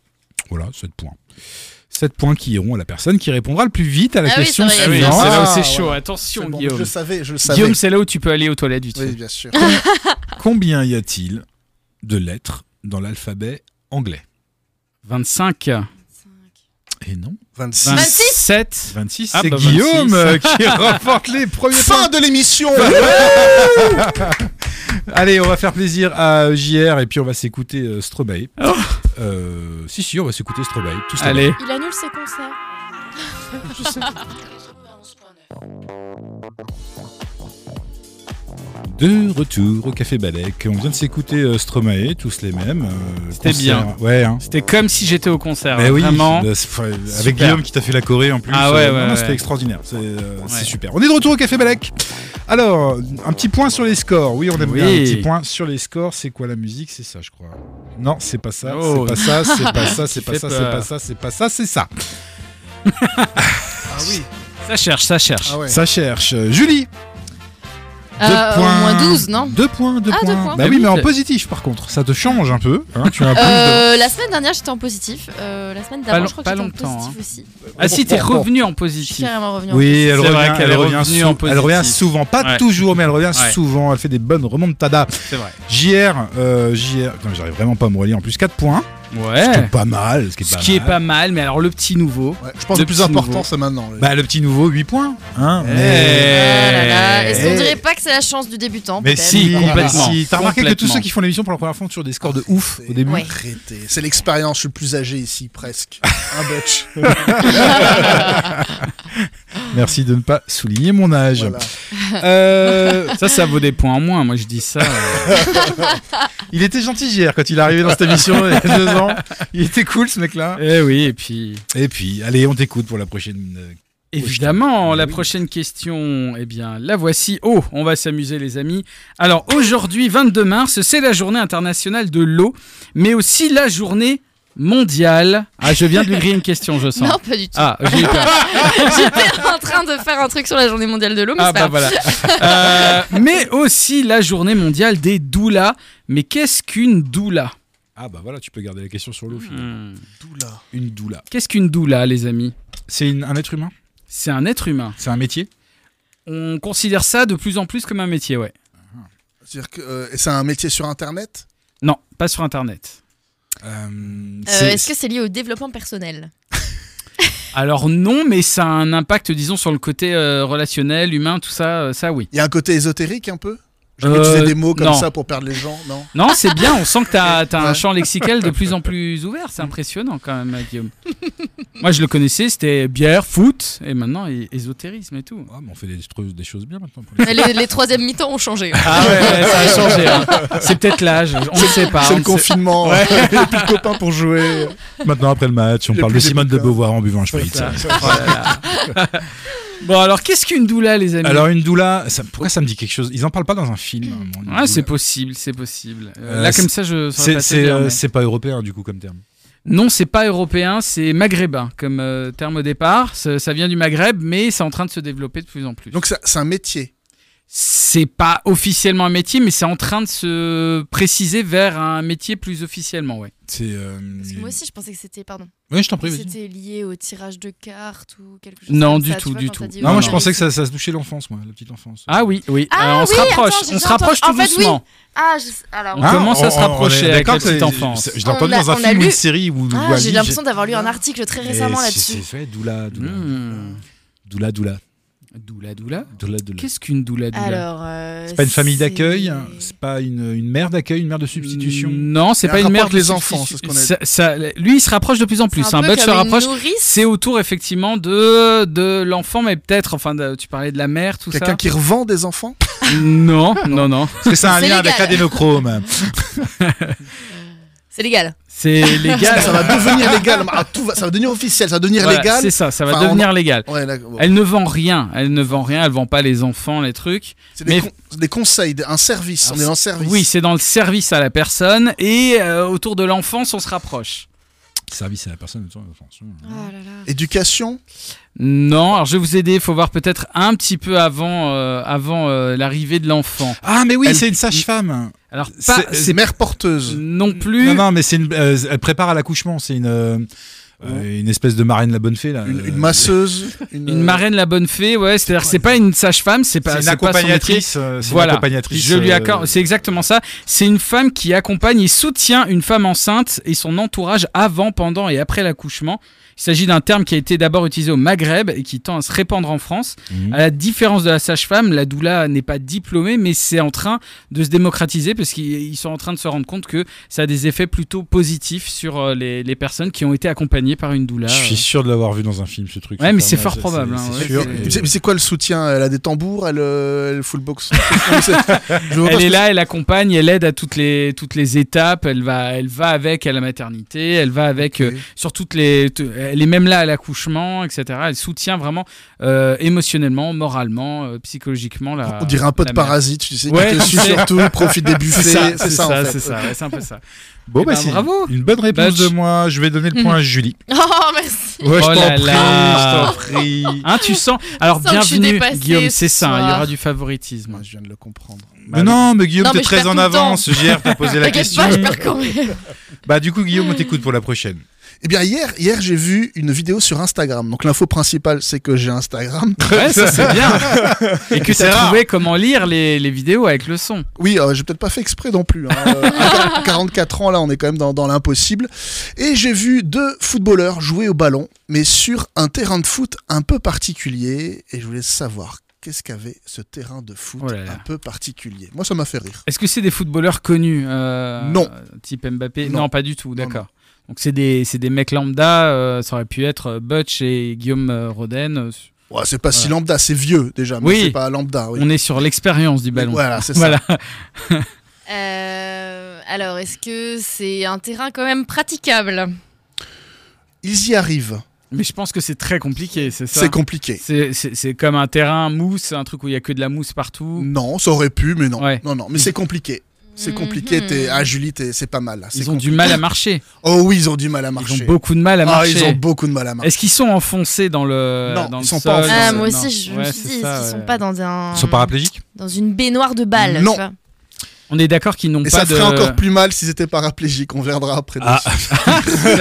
S1: Voilà, 7 points. 7 points qui iront à la personne qui répondra le plus vite à la
S4: Ah oui,
S1: question
S4: c'est vrai,
S3: Ah oui,
S1: suivante.
S3: c'est là où
S2: Ah,
S3: c'est chaud.
S2: voilà.
S3: Attention,
S2: C'est bon, Je
S3: Guillaume.
S2: le savais, je le savais.
S3: Guillaume, c'est là où tu peux aller aux toilettes vite
S2: oui,
S3: fait.
S2: bien sûr.
S1: Combien y a-t-il de lettres dans l'alphabet anglais
S3: 25.
S1: Et non.
S2: 26.
S3: 27.
S1: 26,
S3: Ah
S1: c'est
S3: bah,
S1: Guillaume
S3: 26.
S1: euh, qui remporte les premiers points.
S2: Fin de l'émission
S1: Allez, on va faire plaisir à JR et puis on va s'écouter euh, Stromae.
S3: Oh.
S1: Euh, si, si, on va s'écouter Stromae. Tout Stromae.
S3: Allez.
S4: Il annule ses concerts.
S1: De retour au Café Balek. On vient de s'écouter euh, Stromae, tous les mêmes. euh,
S3: C'était
S1: concert.
S3: bien.
S1: Ouais, hein.
S3: C'était comme si j'étais au concert. hein,
S1: Mais oui,
S3: Vraiment.
S1: bah, c'est- enfin,
S3: Super.
S1: avec Guillaume qui t'a fait la Corée en plus.
S3: Ah ouais,
S1: euh, non,
S3: ouais,
S1: non,
S3: ouais.
S1: C'était extraordinaire. C'est euh, c'est super. On est de retour au Café Balek. Alors, un petit point sur les scores. Oui, on aime
S3: Oui.
S1: bien. Un petit point sur les scores. C'est quoi la musique C'est ça, je crois. Non, c'est pas ça.
S3: Oh.
S1: C'est pas ça. C'est pas ça. C'est
S3: Qui
S1: pas
S3: fait
S1: ça.
S3: peur.
S1: C'est pas ça. C'est pas ça. C'est ça.
S2: Ah oui.
S3: Ça cherche, ça cherche.
S2: Ah ouais.
S1: Ça cherche. Julie.
S4: Euh,
S1: deux
S4: au
S1: points.
S4: moins 12, non
S1: Deux points, deux
S4: Ah,
S1: points.
S4: deux points.
S1: Bah
S3: Ah
S1: oui,
S3: oui,
S1: mais en
S3: c'est-
S1: positif par contre. Ça te change un peu. hein, tu as un plus de-
S4: Euh, la semaine dernière, j'étais en positif. Euh, la semaine
S3: Pas
S4: d'avant, je crois que
S3: long-
S4: j'étais en
S3: pas longtemps,
S4: positif aussi.
S3: Ah si, t'es
S1: Bon, bon, bon.
S3: revenu en
S4: Je suis
S3: positif.
S4: carrément revenue en
S1: Oui, elle
S3: C'est vrai
S1: revient,
S3: qu'elle
S1: elle,
S3: est
S1: revient
S3: revenue
S1: sou-
S3: en positif.
S1: elle revient souvent, pas
S3: Ouais.
S1: toujours, mais elle revient
S3: Ouais.
S1: souvent. Elle fait des bonnes remontadas.
S3: C'est vrai.
S1: JR, euh, JR, non, j'arrive vraiment pas à me relier. En plus, 4 points, ce qui est
S3: Ouais.
S1: pas mal. Ce qui est
S3: Eh. Ce
S1: pas
S3: qui est
S1: mal.
S3: pas mal, mais alors le petit nouveau.
S2: Ouais, je pense que
S3: Le
S2: le plus
S3: petit
S2: important,
S3: nouveau.
S2: c'est maintenant.
S1: Bah, le petit nouveau, 8 points. Hein, mais...
S3: Eh.
S4: Ah là là,
S1: Eh.
S4: Est-ce qu'on dirait pas que c'est la chance du débutant
S1: mais
S4: peut-être
S1: si,
S3: Complètement.
S1: mais si. T'as remarqué que tous
S3: Complètement.
S1: ceux qui font l'émission pour la première fois ont toujours des scores de ouf au début.
S4: Ouais.
S2: Arrêtez. C'est l'expérience, je suis le plus âgé ici, presque. Un botch.
S1: Merci de ne pas souligner mon âge.
S2: Voilà.
S1: Euh,
S3: Ça, ça vaut des points en moins. Moi, je dis ça. euh.
S1: il était gentil hier quand il est arrivé dans cette émission il y a deux ans. Il était cool ce mec-là.
S3: eh oui, et puis.
S1: Et puis, allez, on t'écoute pour la prochaine. euh,
S3: Évidemment,
S1: Eh Oui.
S3: la prochaine question, eh bien, la voici. Oh, on va s'amuser, les amis. Alors, aujourd'hui, 22 mars, c'est la journée internationale de l'eau, mais aussi la journée mondiale. Ah, je viens de lui griller une question, je sens.
S4: Non, pas du tout.
S3: Ah, j'ai eu peur.
S4: J'étais en train de faire un truc sur la journée mondiale de l'eau, mais
S3: Ah,
S4: c'est pas
S3: bah
S4: grave.
S3: voilà. Euh, mais aussi la journée mondiale des doulas. Mais qu'est-ce qu'une doula
S1: Ah bah voilà, tu peux garder la question sur l'eau. finalement.
S3: Hmm.
S2: Doula.
S1: Une doula.
S3: Qu'est-ce qu'une doula, les amis
S1: C'est une- un être humain
S3: C'est un être humain.
S1: C'est un métier
S3: On considère ça de plus en plus comme un métier, ouais.
S2: C'est-à-dire que euh, et c'est un métier sur Internet
S3: Non, pas sur Internet.
S1: Euh,
S4: Euh,
S1: c'est-
S4: Est-ce que c'est lié au développement personnel
S3: Alors non, mais ça a un impact, disons, sur le côté euh, relationnel, humain, tout ça, euh, ça oui.
S2: Il y a un côté ésotérique un peu Je
S3: Euh,
S2: vais utiliser des mots comme
S3: non.
S2: ça pour perdre les gens, non
S3: Non, c'est bien, on sent que t'as as un
S2: Ouais.
S3: champ lexical de plus en plus ouvert, c'est impressionnant quand même, Guillaume. Moi je le connaissais, c'était bière, foot, et maintenant é- ésotérisme et tout.
S1: Ah, mais on fait des, tru- des choses bien maintenant. pour les-
S4: Mais Les, les troisièmes mi-temps ont changé.
S3: Ah ouais, ouais, ça a changé. hein. C'est peut-être l'âge, on ne sait pas.
S2: C'est
S3: on
S2: le
S3: ne sait-
S2: confinement.
S3: Ouais.
S2: Il n'y a plus de copains pour jouer.
S1: maintenant, après le match, on
S2: Il y a
S1: parle de
S2: plus de
S1: Simone de
S2: bouquins.
S1: Beauvoir en buvant un
S3: C'est
S1: spritz.
S3: ça. Voilà. Bon alors qu'est-ce qu'une doula les amis
S1: Alors, une doula, ça, pourquoi ça me dit quelque chose Ils en parlent pas dans un film. hein, une doula.
S3: Ouais, c'est possible, c'est possible. Euh,
S1: Euh,
S3: Là
S1: c'est-
S3: comme ça je saurais
S1: C'est-
S3: pas te
S1: c'est
S3: dire,
S1: euh,
S3: mais-
S1: c'est pas européen du coup comme terme.
S3: Non, c'est pas européen, c'est maghrébin comme euh, terme au départ. Ça, ça vient du Maghreb, mais c'est en train de se développer de plus en plus.
S2: Donc c'est c'est un métier.
S3: c'est pas officiellement un métier, mais c'est en train de se préciser vers un métier plus officiellement, ouais.
S1: C'est. euh,
S4: Parce que moi aussi, je pensais que c'était, pardon,
S1: Oui, je t'en prie. vas-y.
S4: c'était lié au tirage de cartes ou quelque chose.
S3: Non,
S4: comme
S3: du
S4: ça,
S3: tout,
S4: tu vois,
S3: du
S4: quand
S3: tout.
S4: t'as dit,
S1: Non,
S4: ouais,
S1: moi je
S4: mais
S1: pensais que ça,
S4: c'est-
S1: ça se touchait l'enfance, moi, la petite enfance.
S3: Ah oui, oui.
S4: Ah
S3: Alors, on se
S4: oui,
S3: rapproche,
S4: attends,
S3: on
S4: j'ai
S3: se
S4: déjà
S3: rapproche tout
S4: entendu. En fait, oui.
S3: doucement.
S4: Ah, je- alors.
S1: Hein?
S3: On commence à se
S1: est
S3: rapprocher avec
S1: d'accord,
S3: la petite
S1: c'est-
S3: enfance.
S1: Je l'ai entendu
S4: On
S1: dans
S4: a-
S1: un
S4: on a
S1: film ou
S4: lu-
S1: une série ou. ou
S4: Ah,
S1: un
S4: j'ai
S1: livre.
S4: l'impression d'avoir lu un article très
S1: Et
S4: récemment
S1: c'est-
S4: là-dessus.
S1: C'est fait, doula, doula.
S3: Hmm.
S1: Doula, doula.
S3: Doula, doula.
S1: Doula, doula.
S3: Qu'est-ce qu'une doula, doula
S4: Alors. euh,
S1: C'est pas une famille
S4: c'est-
S1: d'accueil, hein, c'est pas une, une mère d'accueil, une mère de substitution.
S3: Mmh, Non,
S2: Il
S3: c'est
S2: y a
S3: pas
S2: un
S3: une
S2: rapport
S3: mère
S2: avec
S3: de
S2: les enfants,
S3: substitu-
S2: c'est ce qu'on a dit.
S3: ça, ça- Lui, il se rapproche de plus en plus.
S4: C'est
S3: Un
S4: un peu
S3: bug se
S4: comme une
S3: rapproche.
S4: nourrice.
S3: C'est autour effectivement de de l'enfant, mais peut-être. Enfin, de- tu parlais de la mère, tout ça.
S2: Quelqu'un qui revend des enfants
S3: Non, non, non.
S1: Parce que c'est un
S4: C'est
S1: lien
S4: légal.
S1: avec l'adénochrome.
S4: C'est légal.
S3: C'est légal.
S2: Ça va devenir légal. Ah, tout va- ça va devenir officiel, ça va devenir
S3: Voilà,
S2: légal.
S3: C'est ça, ça va
S2: Enfin, on-
S3: devenir légal.
S2: Ouais, là, bon.
S3: Elle ne vend rien, elle ne vend rien, elle vend pas les enfants, les trucs.
S2: C'est des,
S3: mais-
S2: con- c'est des conseils, des- un service.
S3: Alors,
S2: Ah, on est en service.
S3: Oui, c'est dans le service à la personne et euh, autour de l'enfance, on se rapproche.
S1: Service à la personne autour de l'enfance.
S4: Oh
S2: Éducation.
S3: Non, alors je vais vous aider, il faut voir peut-être un petit peu avant, euh, avant euh, l'arrivée de l'enfant.
S1: Ah, mais oui,
S3: Elle-
S1: c'est une sage-femme.
S3: Alors pas,
S1: C'est-
S2: C'est
S3: c'est
S2: mère porteuse.
S3: non plus.
S1: Non, non, mais c'est une, euh, elle prépare à l'accouchement. C'est une. euh, Euh, une espèce de marraine la bonne fée là.
S2: Une, une
S1: Euh,
S2: masseuse.
S3: Une marraine la bonne fée, ouais, c'est-à-dire que c'est pas une sage-femme, c'est pas
S1: C'est une
S3: c'est pas son métier.
S1: accompagnatrice. euh, c'est une
S3: Voilà.
S1: accompagnatrice,
S3: Je lui
S1: euh,
S3: accorde, c'est exactement ça. C'est une femme qui accompagne et soutient une femme enceinte et son entourage avant, pendant et après l'accouchement. Il s'agit d'un terme qui a été d'abord utilisé au Maghreb et qui tend à se répandre en France.
S1: Mhm.
S3: À la différence de la sage-femme, la doula n'est pas diplômée, mais c'est en train de se démocratiser parce qu'ils ils sont en train de se rendre compte que ça a des effets plutôt positifs sur euh, les, les personnes qui ont été accompagnées par une doula.
S1: Je suis sûr de l'avoir vu dans un film ce truc.
S3: Ouais, mais c'est
S1: pas
S3: fort
S1: mal,
S3: probable, hein,
S1: C'est
S3: ouais,
S1: sûr.
S3: c'est-
S1: Et-
S2: Mais c'est- mais c'est quoi le soutien Elle a des tambours Elle, euh, elle full box Je vois pas ce
S3: Elle
S2: que
S3: est là, elle accompagne, elle aide à toutes les, toutes les étapes, elle va, elle va avec à la maternité, elle va avec
S2: c'est.
S3: euh, sur toutes les... t- Elle est même là à l'accouchement, etc. Elle soutient vraiment euh, émotionnellement, moralement, euh, psychologiquement la
S2: On dirait un peu de
S3: la mère.
S2: parasite, tu sais,
S3: Ouais,
S2: qui te
S3: tu
S2: suit
S3: sais.
S2: surtout, profite des buffets.
S3: C'est ça, c'est
S2: en
S3: ça,
S2: fait.
S3: c'est ça, ouais, c'est un peu ça.
S1: Bon,
S3: Eh
S1: bah,
S3: ben,
S1: c'est
S3: bravo.
S1: une bonne réponse
S3: Bah,
S1: de moi. Je vais donner le
S4: Mhm.
S1: point à Julie.
S4: Oh, merci.
S1: Ouais, je
S3: Oh
S1: t'en
S3: là
S1: prie,
S3: là.
S1: je t'en prie.
S3: Hein, tu sens Alors
S4: Je sens que je suis
S3: bienvenue
S4: dépassée
S3: Guillaume, c'est
S4: ce
S3: ça, hein, il y aura
S4: soir.
S3: du favoritisme.
S2: Moi, je viens de le comprendre.
S1: Mais non, mais Guillaume,
S4: Non, mais
S1: t'es
S4: je
S1: très
S4: perds
S1: en
S4: tout le temps.
S1: avance. JR t'a posé la
S4: T'inquiète
S1: question.
S4: pas, je perds quand même.
S1: Bah, du coup, Guillaume, on t'écoute pour la prochaine.
S2: Eh bien, hier, hier j'ai vu une vidéo sur Instagram. Donc, l'info principale, c'est que j'ai Instagram.
S3: Ouais, ça c'est bien. Et que
S1: C'est
S3: t'as
S1: rare.
S3: trouvé comment lire les, les vidéos avec le son.
S2: Oui, euh, j'ai peut-être pas fait exprès non plus. hein. Euh, à 44 ans, là, on est quand même dans, dans l'impossible. Et j'ai vu deux footballeurs jouer au ballon, mais sur un terrain de foot un peu particulier. Et je voulais savoir qu'est-ce qu'avait ce terrain de foot
S3: Oh là là.
S2: un peu particulier. Moi, ça m'a fait rire.
S3: Est-ce que c'est des footballeurs connus euh,
S2: Non.
S3: Type Mbappé
S2: Non.
S3: Non, pas du tout, d'accord. Donc c'est des, c'est des mecs lambda, euh, ça aurait pu être euh, Butch et Guillaume euh, Roden. euh,
S2: Ouais, c'est pas si
S3: Voilà.
S2: lambda, c'est vieux déjà, mais
S3: Oui.
S2: c'est pas lambda. Oui.
S3: On est sur l'expérience du ballon.
S2: Voilà, c'est ça.
S3: Voilà.
S4: Euh, alors, est-ce que c'est un terrain quand même praticable
S2: Ils y arrivent.
S3: Mais je pense que c'est très compliqué, c'est ça
S2: C'est compliqué.
S3: C'est- c'est- c'est comme un terrain mousse, un truc où il y a que de la mousse partout.
S2: Non, ça aurait pu, mais non.
S3: Ouais.
S2: Non, non, mais c'est compliqué. C'est compliqué.
S4: Mhm.
S2: T'es... Ah, Julie, t'es- c'est pas mal. là. C'est
S3: Ils ont
S2: compli-
S3: du mal à marcher.
S2: Oh oui, ils ont du mal à marcher.
S3: Ils ont beaucoup de mal à
S2: Ah,
S3: marcher.
S2: ils ont beaucoup de mal à marcher.
S3: Est-ce qu'ils sont enfoncés dans le
S2: Non,
S3: dans
S2: ils
S3: le
S2: sont
S3: sol,
S2: pas
S3: dans
S4: Ah,
S3: le-
S4: moi
S3: non.
S4: aussi, je me
S3: Ouais,
S4: suis
S3: c'est
S4: dit, est-ce
S3: ça,
S4: qu'ils sont
S3: ouais.
S4: pas dans, un...
S1: Ils sont paraplégiques
S4: dans une baignoire de balles
S2: Non.
S4: tu vois
S3: On est d'accord qu'ils n'ont
S2: Et
S3: pas
S2: ça
S3: de.
S2: ferait encore plus mal s'ils étaient paraplégiques. On reviendra après.
S1: Ah.
S2: dessus.
S3: Eh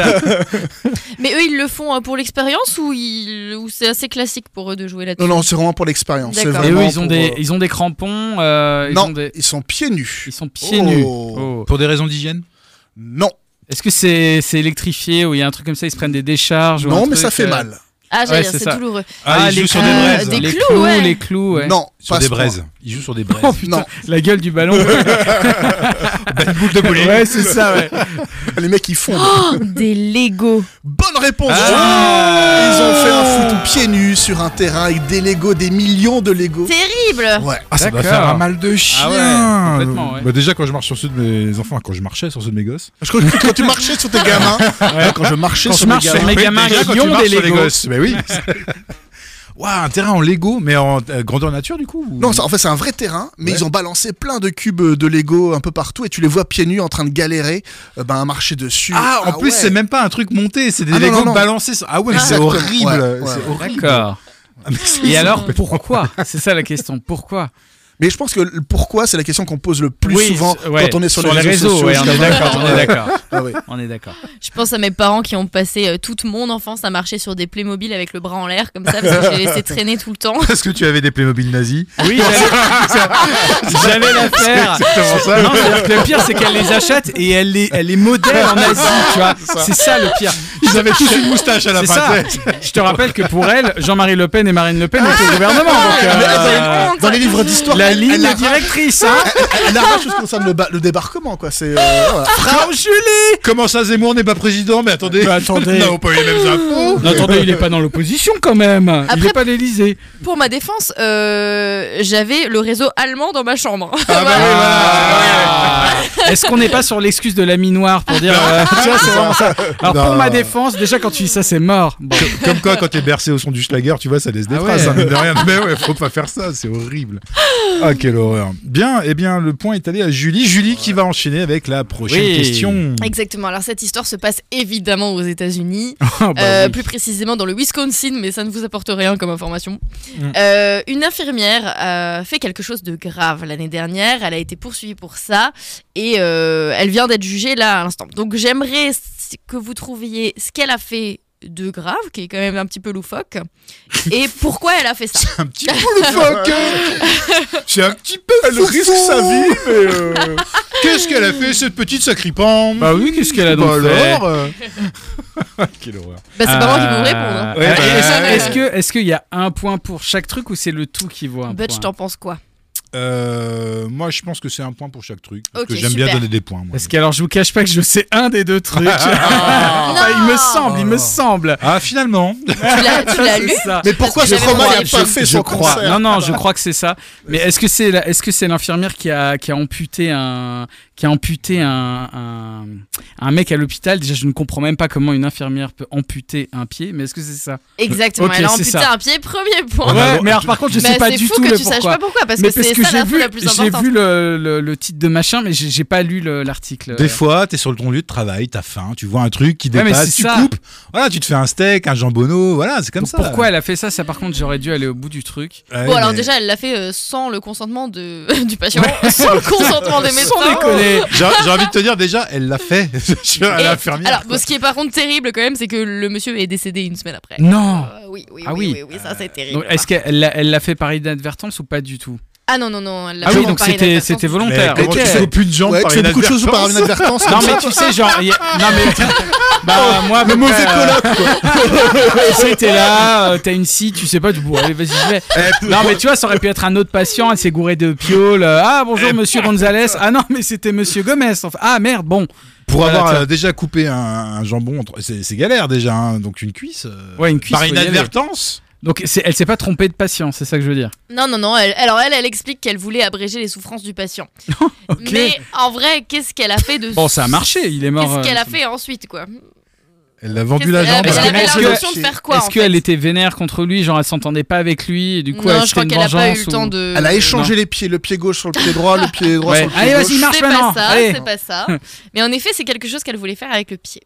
S4: Mais eux, ils le font euh, pour l'expérience ou, ils... ou c'est assez classique pour eux de jouer là-dessus
S2: Non, non, c'est vraiment pour l'expérience. C'est
S4: D'accord.
S3: Et
S2: vraiment
S3: eux, ils ont
S2: pour,
S3: des
S2: euh,
S3: ils ont des crampons. euh, ils
S2: Non,
S3: ont des-
S2: ils sont pieds nus.
S3: Ils sont pieds
S2: Oh.
S3: nus. Oh.
S1: Pour des raisons d'hygiène
S2: Non,
S3: Est-ce que c'est c'est électrifié ou il y a un truc comme ça Ils se prennent des décharges ou un
S2: non, mais
S3: truc,
S2: ça fait
S3: euh,
S2: mal.
S4: Ah, j'allais
S3: Ouais,
S4: dire,
S3: c'est
S4: c'est
S3: ça.
S4: douloureux.
S1: Ah, ils
S3: les-
S1: jouent sur des
S4: euh,
S1: braises.
S4: des
S3: les
S4: clous,
S3: clous,
S4: ouais.
S3: les clous. ouais.
S2: Non,
S1: Sur
S2: pas
S1: des
S2: ce point.
S1: braises. Ils jouent sur des braises.
S3: Oh putain,
S2: Non.
S3: la gueule du ballon.
S1: Bah, une boule de bowling.
S3: ouais, c'est ça. Ouais.
S2: Les mecs, ils font.
S4: Oh, des Lego.
S2: Bonne réponse.
S3: Ah.
S2: Ils ont fait un foot pieds nus sur un terrain avec des Lego, des millions de Lego.
S4: Terrible.
S2: Ouais.
S1: Ah, ça doit
S3: D'accord.
S1: faire un mal de chien.
S3: Ah ouais, complètement, ouais.
S1: Bah, déjà, quand je marche sur ceux de mes enfants, quand je marchais sur ceux de mes gosses.
S2: Je crois que quand tu marchais sur tes gamins, hein, quand je marchais
S3: Quand
S2: sur
S3: je
S2: mes
S3: marche sur
S2: gamins,
S3: mes gamins,
S1: Déjà, quand
S3: ils
S1: tu
S3: ont
S1: marches
S3: des
S1: sur les
S3: Lego.
S1: gosses. Mais oui. Waouh, un terrain en Lego, mais en euh, grandeur nature du coup ou-
S2: Non, ça- en fait, c'est un vrai terrain, mais
S1: Ouais.
S2: ils ont balancé plein de cubes euh, de Lego un peu partout et tu les vois pieds nus en train de galérer, euh, ben, à marcher dessus.
S1: Ah, en plus,
S2: ouais.
S1: c'est même pas un truc monté, c'est des
S2: Ah, non,
S1: Lego
S2: non, non.
S1: balancés. sur- Ah ouais, mais c'est
S2: Exactement.
S1: horrible.
S2: Ouais, ouais,
S1: c'est
S2: ouais.
S1: horrible.
S3: D'accord.
S1: Ah, mais c'est-
S3: Et alors, pourquoi C'est ça la question. Pourquoi
S2: Mais je pense que le pourquoi, c'est la question qu'on pose le plus
S3: Oui,
S2: souvent
S3: c'est- ouais,
S2: quand on est sur, les réseaux, sociaux.
S3: ouais, on est
S2: justement.
S3: d'accord, on est d'accord,
S2: Ah ouais.
S3: on est d'accord.
S4: Je pense à mes parents qui ont passé euh, toute mon enfance à marcher sur des Playmobil avec le bras en l'air comme ça parce que j'ai laissé traîner tout le temps.
S1: Parce que tu avais des Playmobil nazis.
S3: Oui, j'allais- j'allais la
S1: Ah.
S3: faire.
S1: Exactement ça.
S3: Non, c'est-à-dire que le pire, c'est qu'elle les achète et elle les, elle les modèle en Asie, tu vois. C'est ça le pire.
S1: Ils avaient tous une moustache à la
S3: C'est
S1: fin.
S3: ça. Je te rappelle que pour elle, Jean-Marie Le Pen et Marine Le Pen étaient au gouvernement. donc, euh,
S4: Ah,
S2: ah, Dans les livres d'histoire,
S3: la
S2: elle- elle
S3: ligne
S2: la-
S3: directrice, hein
S2: elle arrache tout ce qui concerne le, ba- le débarquement, quoi. C'est euh, voilà.
S1: Ah,
S3: Frau Julie
S1: Comment ça, Zemmour n'est pas président Mais attendez.
S3: Mais Bah, attendez.
S1: Non, pas eu les mêmes infos.
S3: Non, attendez, il est pas dans l'opposition quand même. il
S4: Après-
S3: est pas à l'Élysée.
S4: Pour ma défense, euh, j'avais le réseau allemand dans ma chambre.
S1: Ah bah oui,
S3: Ah. Est-ce qu'on n'est pas sur l'excuse de l'ami noir pour dire euh, tu vois, c'est vraiment ça. Alors
S1: Non. Euh,
S3: pour ma défense, déjà quand tu dis ça, c'est mort. Bon.
S1: voilà. Comme quoi, quand t'es bercé au son du Schlager, tu vois, ça laisse des
S3: Ah
S1: traces,
S3: ouais.
S1: hein, mine de rien. Mais ouais, faut pas faire ça, c'est horrible. Ah, quelle horreur. Bien, eh bien, le point est allé à Julie. Julie qui va enchaîner avec la prochaine
S3: Oui.
S1: question.
S4: Exactement. Alors cette histoire se passe évidemment aux États-Unis.
S3: Ah, bah
S4: Euh,
S3: oui.
S4: plus précisément dans le Wisconsin, mais ça ne vous apporte rien comme information.
S3: Mm.
S4: Euh, une infirmière euh, fait quelque chose de grave l'année dernière. Elle a été poursuivie pour ça et euh, elle vient d'être jugée là à l'instant. Donc j'aimerais s- que vous trouviez ce qu'elle a fait de grave, qui est quand même un petit peu loufoque. Et pourquoi elle a fait ça
S1: Un petit peu loufoque C'est un petit peu
S2: Elle risque sa vie, mais. euh,
S1: Qu'est-ce qu'elle a fait, cette petite sacripant
S3: Bah oui, qu'est-ce qu'elle a
S2: bah
S3: donc fait
S2: alors, euh,
S1: Quelle horreur.
S4: bah, C'est pas moi qui vais vous répondre. hein.
S3: Euh,
S1: Ouais,
S3: euh,
S1: bah,
S3: est-ce-
S1: ouais.
S3: Est-ce que est-ce qu'il y a un point pour chaque truc ou c'est le tout qui vaut un
S4: Butch,
S3: point
S4: Bah, t'en penses quoi
S1: Euh, moi, je pense que c'est un point pour chaque truc. Parce
S4: Ok,
S1: que j'aime
S4: super.
S1: bien donner des points. moi.
S3: Parce que alors je vous cache pas que je sais un des deux trucs.
S4: Ah.
S3: il me semble, il me
S1: Non.
S3: semble.
S1: Ah, finalement
S3: Euh.
S4: Tu l'as tu
S3: Ça,
S4: l'as
S3: c'est
S4: lu
S3: ça.
S2: Mais pourquoi
S4: Parce
S2: ce
S4: que j'avais
S2: Roma n'a
S4: regardé.
S2: pas fait
S1: Je
S2: son
S1: crois.
S2: concert
S3: Non, non, je crois que c'est ça. Mais est-ce que c'est la- est-ce que c'est l'infirmière qui a qui a amputé un qui a amputé un un, un mec à l'hôpital Déjà, je ne comprends même pas comment une infirmière peut amputer un pied. Mais est-ce que c'est ça
S4: Exactement,
S3: Ok,
S4: elle a
S3: c'est
S4: amputé
S3: ça.
S4: un pied, premier point.
S1: Ouais, mais
S3: Ouais.
S1: bon,
S3: Mais alors, par contre, je
S4: Bah,
S3: sais pas
S4: c'est
S3: du
S4: fou
S3: tout
S4: que
S3: le
S4: tu saches
S3: pourquoi.
S4: pas pourquoi, parce
S3: mais
S4: que c'est
S3: parce que
S4: ça
S3: j'ai
S4: la
S3: vu,
S4: la plus
S3: j'ai
S4: importante.
S3: vu le, le, le titre de machin, mais j'ai j'ai pas lu le- l'article.
S1: Des fois, t'es sur ton lieu de travail, t'as faim, tu vois un truc qui
S3: Ouais, mais
S1: dépasse, tu
S3: c'est ça.
S1: coupes, voilà, tu te fais un steak, un jambonneau, voilà, c'est comme
S3: Donc
S1: ça.
S3: Pourquoi elle a fait ça Ça, par contre, j'aurais dû aller au bout du truc.
S1: Ouais,
S4: Bon, alors
S1: mais-
S4: déjà, elle l'a fait euh, sans le consentement de, du patient, sans le consentement des médecins.
S3: Sans déconner.
S1: J'ai j'ai envie de te dire déjà, elle l'a fait. Je suis à
S4: Et-
S1: l'infirmière.
S4: Alors, bon, ce qui est par contre terrible quand même, c'est que le monsieur est décédé une semaine après.
S3: Non.
S4: Euh, oui, oui,
S3: Ah
S4: oui,
S3: oui.
S4: oui, oui, ça c'est terrible.
S3: Donc, Est-ce qu'elle l'a- elle l'a fait par inadvertance ou pas du tout
S4: Ah non, non, non. elle l'a
S3: Ah
S4: fait
S3: oui,
S4: en
S3: donc
S4: Paris
S3: c'était
S4: Inadvertance.
S3: c'était
S1: Mais
S3: volontaire.
S1: comment
S3: ok.
S1: tu coupes une jambe
S2: Ouais,
S1: par
S2: tu fais beaucoup de choses par
S1: inadvertance
S2: inadvertance.
S3: Non
S2: comme
S3: mais
S2: ça.
S3: tu sais genre y a- non mais bah moi
S2: Le mauvais
S3: euh, c'était là euh, t'as une scie tu sais pas du coup allez vas-y je vais non mais tu vois ça aurait pu être un autre patient elle s'est gourée de piole ah bonjour monsieur Gonzalez ah non mais c'était monsieur Gomez enfin ah merde bon
S1: Pour
S3: Voilà,
S1: avoir
S3: tiens.
S1: euh, déjà coupé un, un jambon, entre- c'est c'est galère déjà, hein, donc une cuisse. euh,
S3: Ouais, une cuisse,
S1: Par
S3: faut y aller.
S1: inadvertance
S3: donc c'est- elle s'est pas trompée de patient c'est ça que je veux dire
S4: Non, non, non. elle- alors, elle, elle explique qu'elle voulait abréger les souffrances du patient.
S3: ok
S4: Mais en vrai, qu'est-ce qu'elle a fait de.
S3: bon ça a marché il est mort
S4: Qu'est-ce
S3: euh,
S4: qu'elle a fait ensuite, quoi
S1: Elle a vendu
S4: Qu'est-ce
S1: la
S4: Ah, qu'elle
S1: jambe.
S4: a- Elle
S3: Est-ce
S4: a-
S3: que-
S4: elle a
S3: est-ce que-
S4: l'intention de faire quoi
S3: est-ce
S4: en
S3: qu'elle
S4: fait
S3: était vénère contre lui genre elle s'entendait pas avec lui et du coup elle
S4: Non, je
S3: c'était
S4: crois
S3: une
S4: qu'elle a
S3: vengeance
S4: pas eu le temps
S3: ou-
S4: de.
S2: Elle a échangé les pieds, le pied gauche sur le pied droit, le pied droit
S3: Ouais.
S2: sur le pied
S3: Allez,
S2: gauche.
S3: vas-y, marche
S4: C'est
S3: maintenant
S4: pas ça,
S3: allez
S4: c'est pas ça. Mais en effet, c'est quelque chose qu'elle voulait faire avec le pied.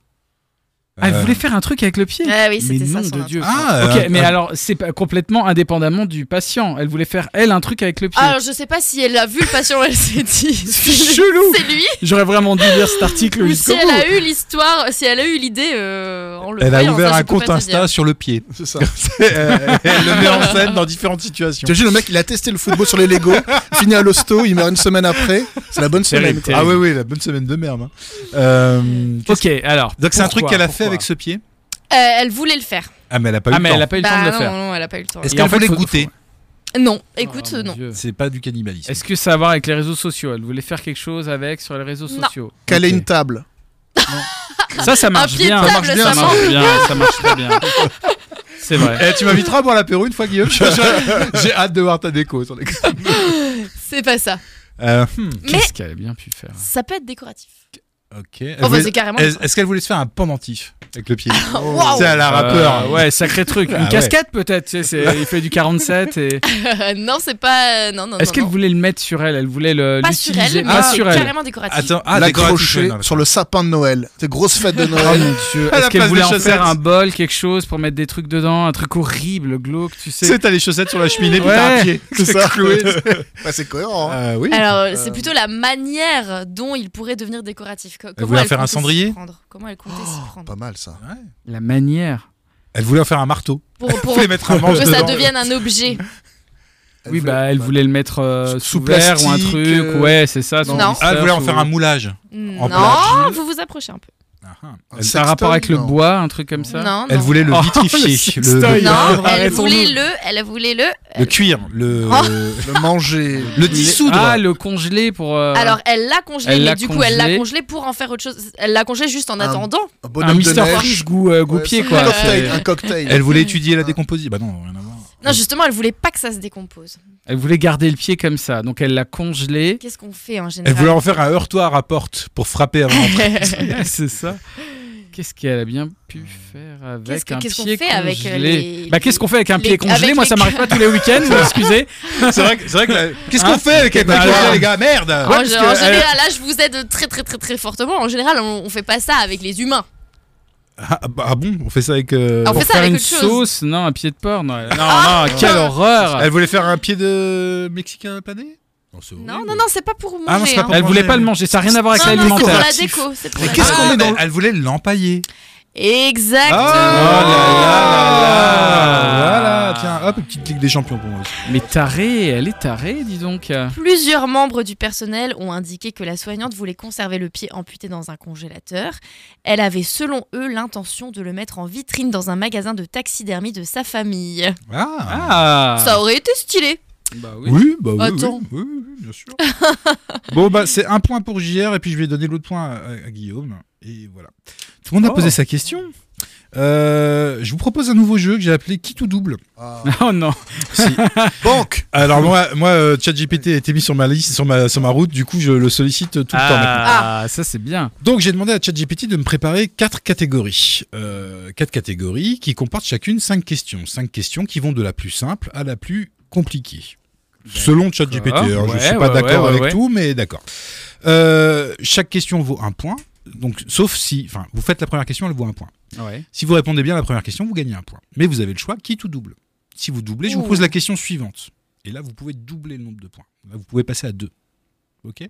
S3: Ah, elle
S1: Euh,
S3: voulait faire un truc avec le pied
S4: Ah oui,
S3: Mais
S4: c'était ça
S3: nom
S4: son
S3: de
S4: intention.
S3: Dieu.
S1: Ah,
S3: ok,
S1: euh,
S3: mais
S1: euh,
S3: alors c'est pas complètement indépendamment du patient. Elle voulait faire elle un truc avec le pied.
S4: Alors, je sais pas si elle a vu le patient, elle s'est dit.
S3: C'est chelou.
S4: C'est lui
S3: J'aurais vraiment dû lire cet article
S4: Ou
S3: jusqu'au
S4: si
S3: bout.
S4: elle a eu l'histoire, si elle a eu l'idée euh, en le
S1: Elle a
S4: voyant,
S1: ouvert
S4: ça, je
S1: un
S4: peux pas
S1: compte
S4: te dire.
S1: Insta sur le pied.
S2: C'est ça.
S1: elle le met en scène dans différentes situations.
S2: T'imagines, le mec, il a testé le football sur les Lego, fini à l'hosto, il meurt une semaine après. C'est la bonne semaine.
S3: Terrible,
S2: quoi.
S1: Ah oui, oui, la bonne semaine de merde. hein. Euh, qu'est-ce-
S3: Ok, alors.
S1: donc c'est un truc
S3: pourquoi,
S1: qu'elle a fait
S3: pourquoi
S1: avec ce pied
S4: Euh, elle voulait le faire.
S1: Ah mais elle a pas eu
S3: Ah
S1: le
S3: mais
S1: temps.
S3: elle a pas eu le temps
S4: bah
S3: de le
S4: non,
S3: faire.
S4: non, elle a pas eu le temps.
S1: Est-ce
S3: Et
S1: qu'elle
S3: en fait,
S1: voulait
S3: faut-
S1: goûter
S4: Non, écoute,
S3: Oh, mon
S4: non.
S3: Dieu.
S1: C'est pas du cannibalisme.
S3: Est-ce que ça a à voir avec les réseaux sociaux Elle voulait faire quelque chose avec sur les réseaux
S4: Non.
S3: sociaux.
S2: Caler
S3: Ok.
S2: une table.
S3: Ça, ça marche
S4: pied de
S3: bien.
S4: Ça marche table, bien, ça
S3: ça marche bien. Ça marche très bien. C'est vrai.
S1: Eh, tu m'inviteras à boire l'apéro une fois, Guillaume. J'ai hâte de voir ta déco. Sur les...
S4: C'est pas ça.
S1: Euh, hmm,
S4: Mais
S3: Qu'est-ce qu'elle a bien pu faire
S4: ça peut être décoratif.
S1: ok. Elle
S4: Enfin,
S1: voulait-
S4: c'est carrément.
S1: Est- Est-ce qu'elle voulait se faire un pendentif avec le pied
S4: Waouh.
S1: C'est à la rappeur.
S3: Euh, ouais, sacré truc. Une
S1: Ah ouais.
S3: casquette peut-être. tu sais, c'est- il fait du 47 et.
S4: non, c'est pas. Non, non.
S3: Est-ce
S4: non,
S3: qu'elle
S4: non.
S3: voulait le mettre sur elle Elle voulait le
S4: Pas sur
S3: l'utiliser-
S4: elle, mais
S3: Ah,
S4: c'est
S3: sur elle.
S4: carrément décoratif.
S1: Attends, ah,
S2: L'accrocher
S1: décoratif, ouais,
S2: sur le sapin de Noël. C'est grosse fête de
S3: Oh
S2: Noël.
S3: mon dieu,
S1: À la
S3: est-ce qu'elle
S1: place
S3: voulait
S1: des
S3: en
S1: chaussettes.
S3: faire un bol, quelque chose pour mettre des trucs dedans, un truc horrible, glauque, tu
S1: Tu
S3: sais.
S1: sais, t'as les chaussettes sur la cheminée, puis
S3: Ouais.
S1: t'as un pied.
S2: C'est ça.
S1: cloué.
S2: Bah, c'est cohérent. hein.
S1: Euh, oui.
S4: Alors, c'est plutôt la manière dont il pourrait devenir décoratif. Co- Comment
S1: voulait en
S4: elle
S1: faire un
S4: comptait s'y
S1: cendrier Oh,
S4: prendre Comment elle comptait s'y
S3: euh,
S4: prendre
S2: Pas mal ça.
S3: La manière.
S1: Elle voulait en faire un marteau.
S4: Pour,
S1: Elle
S4: pour
S1: voulait mettre un
S4: pour
S1: manche
S4: que ça
S1: dedans.
S4: devienne un objet.
S2: Elle
S3: oui,
S2: voulait-
S3: bah elle voulait le mettre euh,
S2: Sous-
S3: sous
S2: sous
S3: verre ou un
S2: plastique,
S3: truc,
S2: euh,
S3: ouais, c'est ça.
S4: Non.
S1: Ah, elle voulait en faire un moulage. En
S4: Non,
S1: platine.
S4: vous vous approchez un peu.
S1: Ah, ah.
S2: Un
S1: Elle,
S3: C'est un rapport
S2: sextoy,
S3: avec le
S2: non.
S3: bois, un truc comme ça.
S4: Non,
S1: elle
S4: non.
S1: voulait le
S3: Oh,
S1: vitrifier.
S3: le
S1: le,
S3: sextoy.
S1: le-
S4: Non, elle
S3: Arrêtons-nous.
S4: voulait le, elle voulait le.
S1: le cuir. Le,
S4: Oh.
S2: Le manger.
S1: le dissoudre.
S3: Ah, le congeler pour.
S1: Ah.
S3: euh,
S4: Alors, elle l'a congelé,
S3: Elle
S4: mais
S3: l'a
S4: du coup, elle l'a
S3: congelé.
S4: congelé pour en faire autre chose. Elle l'a congelé juste en
S1: Ah.
S2: Un
S4: attendant.
S2: Un
S3: un
S2: bonhomme de
S3: Mr.
S2: neige.
S3: Fish goût, euh, goût
S2: Ouais,
S3: pied,
S2: c'est
S3: quoi.
S2: Un cocktail.
S3: C'est-
S2: Un cocktail.
S1: Elle voulait étudier la décomposition. Bah non, rien à voir.
S4: Non, justement, elle voulait pas que ça se décompose.
S3: Elle voulait garder le pied comme ça, donc elle l'a congelé.
S4: Qu'est-ce qu'on fait en
S1: Elle
S4: général
S1: voulait en faire un heurtoir à porte pour frapper avant l'entrée.
S3: c'est ça. Qu'est-ce qu'elle a bien pu faire avec
S4: Qu'est-ce que-
S3: un
S4: qu'est-ce qu'on
S3: pied
S4: fait avec, euh,
S3: congelé
S4: les-
S3: Bah qu'est-ce qu'on fait avec un
S4: les-
S3: pied congelé
S4: avec
S3: Moi,
S4: les-
S3: ça m'arrive pas tous les week-ends, excusez.
S1: C'est vrai que. c'est vrai que la- Ah. Qu'est-ce qu'on
S3: Hein
S1: fait avec un
S3: Bah,
S1: cocktail,
S3: alors.
S1: les gars Merde
S4: En,
S3: parce
S4: gé-
S3: que
S4: en
S3: elle-
S4: général, là, je vous aide très, très, très, très fortement. En général, on, on fait pas ça avec les humains.
S1: ah, bah, ah bon On fait ça avec. euh,
S4: Ah, On fait
S3: Pour
S4: ça
S3: faire
S4: avec
S3: une
S4: autre chose.
S3: sauce, non, un pied de porc, non. Non,
S4: Ah,
S3: non, quelle
S4: putain.
S3: horreur
S1: Elle voulait faire un pied de Mexicain pané Non, c'est
S4: Non,
S1: horrible.
S4: non, non, c'est pas pour manger.
S1: Ah non, c'est pas
S4: hein.
S1: pour
S3: Elle voulait
S1: manger.
S3: pas le manger, ça n'a rien à voir avec
S4: Non, non, c'est pour
S3: l'alimentaire.
S4: la
S2: Décoratif.
S4: déco. c'est pour
S2: Mais
S4: la
S2: qu'est-ce
S4: déco.
S2: qu'on met dans-
S1: Elle voulait l'empailler.
S4: Exactement.
S1: Oh Ah là là là là là. Voilà, tiens, hop, une petite Ligue des Champions pour moi aussi.
S3: Mais tarée, elle est tarée, dis donc.
S4: Plusieurs membres du personnel ont indiqué que la soignante voulait conserver le pied amputé dans un congélateur. Elle avait, selon eux, l'intention de le mettre en vitrine dans un magasin de taxidermie de sa famille.
S1: Ah,
S3: Ah
S4: Ça aurait été stylé.
S3: Bah oui.
S1: oui, bah oui,
S4: Attends.
S1: oui, oui, oui, bien sûr. bon, bah c'est un point pour JR et puis je vais donner l'autre point à, à Guillaume. Et voilà. Tout le monde a
S3: Oh.
S1: posé sa question. Euh, je vous propose un nouveau jeu que j'ai appelé Qui tout double.
S2: Ah.
S3: Oh non.
S2: Banque
S1: Alors moi, moi euh, ChatGPT a été mis sur ma liste, sur ma, sur ma route, du coup je le sollicite tout le temps. maintenant.
S3: Ah, ça c'est bien.
S1: Donc j'ai demandé à ChatGPT de me préparer quatre catégories. Euh, quatre catégories qui comportent chacune cinq questions. Cinq questions qui vont de la plus simple à la plus compliquée. Selon ChatGPT, hein, je
S3: Ouais,
S1: suis pas
S3: ouais,
S1: d'accord
S3: ouais,
S1: avec
S3: ouais.
S1: tout, mais d'accord. Euh, chaque question vaut un point. Donc, sauf si, enfin, vous faites la première question, elle vaut un point.
S3: Ouais.
S1: Si vous répondez bien à la première question, vous gagnez un point. Mais vous avez le choix, quitte ou double. Si vous doublez, je vous
S4: Ouh.
S1: pose la question suivante. Et là, vous pouvez doubler le nombre de points. Là, vous pouvez passer à deux. Ok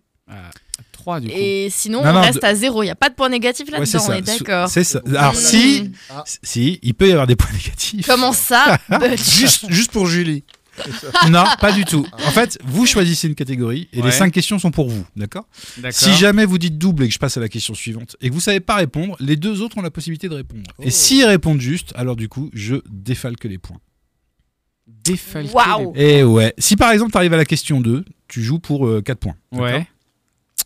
S3: 3 du coup.
S4: Et sinon,
S1: Non,
S4: on
S1: non,
S4: reste
S1: de-
S4: à zéro. Il n'y a pas de point négatif
S1: Ouais,
S4: là-dedans, on est d'accord.
S1: C'est ça. Alors,
S4: Mmh.
S1: si,
S2: Ah.
S1: si, il peut y avoir des points négatifs.
S4: Comment ça Butch
S2: juste, juste pour Julie.
S1: Non, pas du tout. En fait, vous choisissez une catégorie et
S3: Ouais.
S1: les cinq questions sont pour vous, d'accord
S3: D'accord.
S1: Si jamais vous dites double et que je passe à la question suivante et que vous savez pas répondre, les deux autres ont la possibilité de répondre.
S2: Oh.
S1: Et s'ils répondent juste, alors du coup, je défalque les points.
S3: Défalquer
S4: Waouh.
S1: Et ouais, si par exemple tu arrives à la question 2, tu joues pour 4 points.
S3: les-
S1: d'accord
S3: Ouais.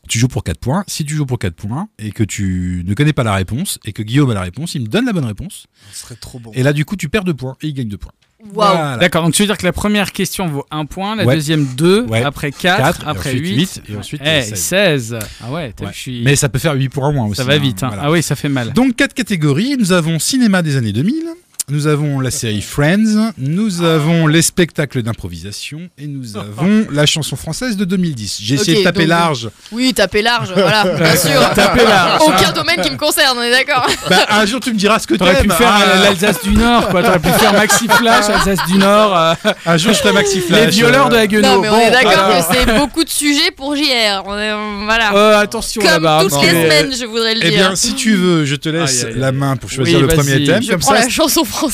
S1: Tu joues pour 4 points. Si tu joues pour 4 points et que tu ne connais pas la réponse et que Guillaume a la réponse, il me donne la bonne réponse.
S2: Ce serait trop bon.
S1: Et là du coup, tu perds 2 points et il gagne 2 points.
S4: Waouh
S1: Voilà.
S3: D'accord, donc tu veux dire que la première question vaut 1 point, la
S1: Ouais.
S3: deuxième 2,
S1: Ouais.
S3: après 4,
S1: Quatre, et
S3: après
S1: ensuite
S3: 8.
S1: huit, et ensuite,
S3: Eh,
S1: euh, seize.
S3: 16. Ah ouais, t'as
S1: Ouais.
S3: vu, je suis...
S1: Mais ça peut faire 8 points en moins aussi.
S3: ça va vite. hein.
S1: voilà.
S3: Ah oui, ça fait mal.
S1: Donc quatre catégories, nous avons cinéma des années 2000, nous avons la série Friends, nous
S3: Ah.
S1: avons les spectacles d'improvisation et nous avons la chanson française de 2010. J'ai essayé
S4: Ok,
S1: de taper
S4: donc- euh,
S1: large.
S4: Oui, taper large, voilà, bien sûr.
S3: Tapez là.
S4: Aucun domaine qui me concerne, on est d'accord.
S1: Bah, un jour tu me diras ce que Ah, tu
S3: T'aurais pu faire euh, l'Alsace du Nord, quoi. T'aurais pu faire Maxi Flash, Alsace du Nord, euh,
S1: Un jour je ferai Maxi Flash. euh.
S3: les violeurs de la Guenon.
S4: Non, mais on est d'accord
S3: alors.
S4: que c'est beaucoup de sujets pour JR. On est, euh, voilà.
S1: Oh,
S3: Euh, attention
S4: Comme
S3: là-bas.
S4: toutes
S3: parce
S4: les
S3: que-
S4: semaines, je voudrais le
S1: Eh
S4: dire.
S1: bien, si tu veux, je te laisse
S3: Aïe, aïe, aïe.
S1: la main pour choisir
S3: Oui,
S1: le premier
S3: vas-y.
S1: thème.
S4: je
S1: comme
S4: prends
S1: ça,
S4: la chanson française.
S2: Ouais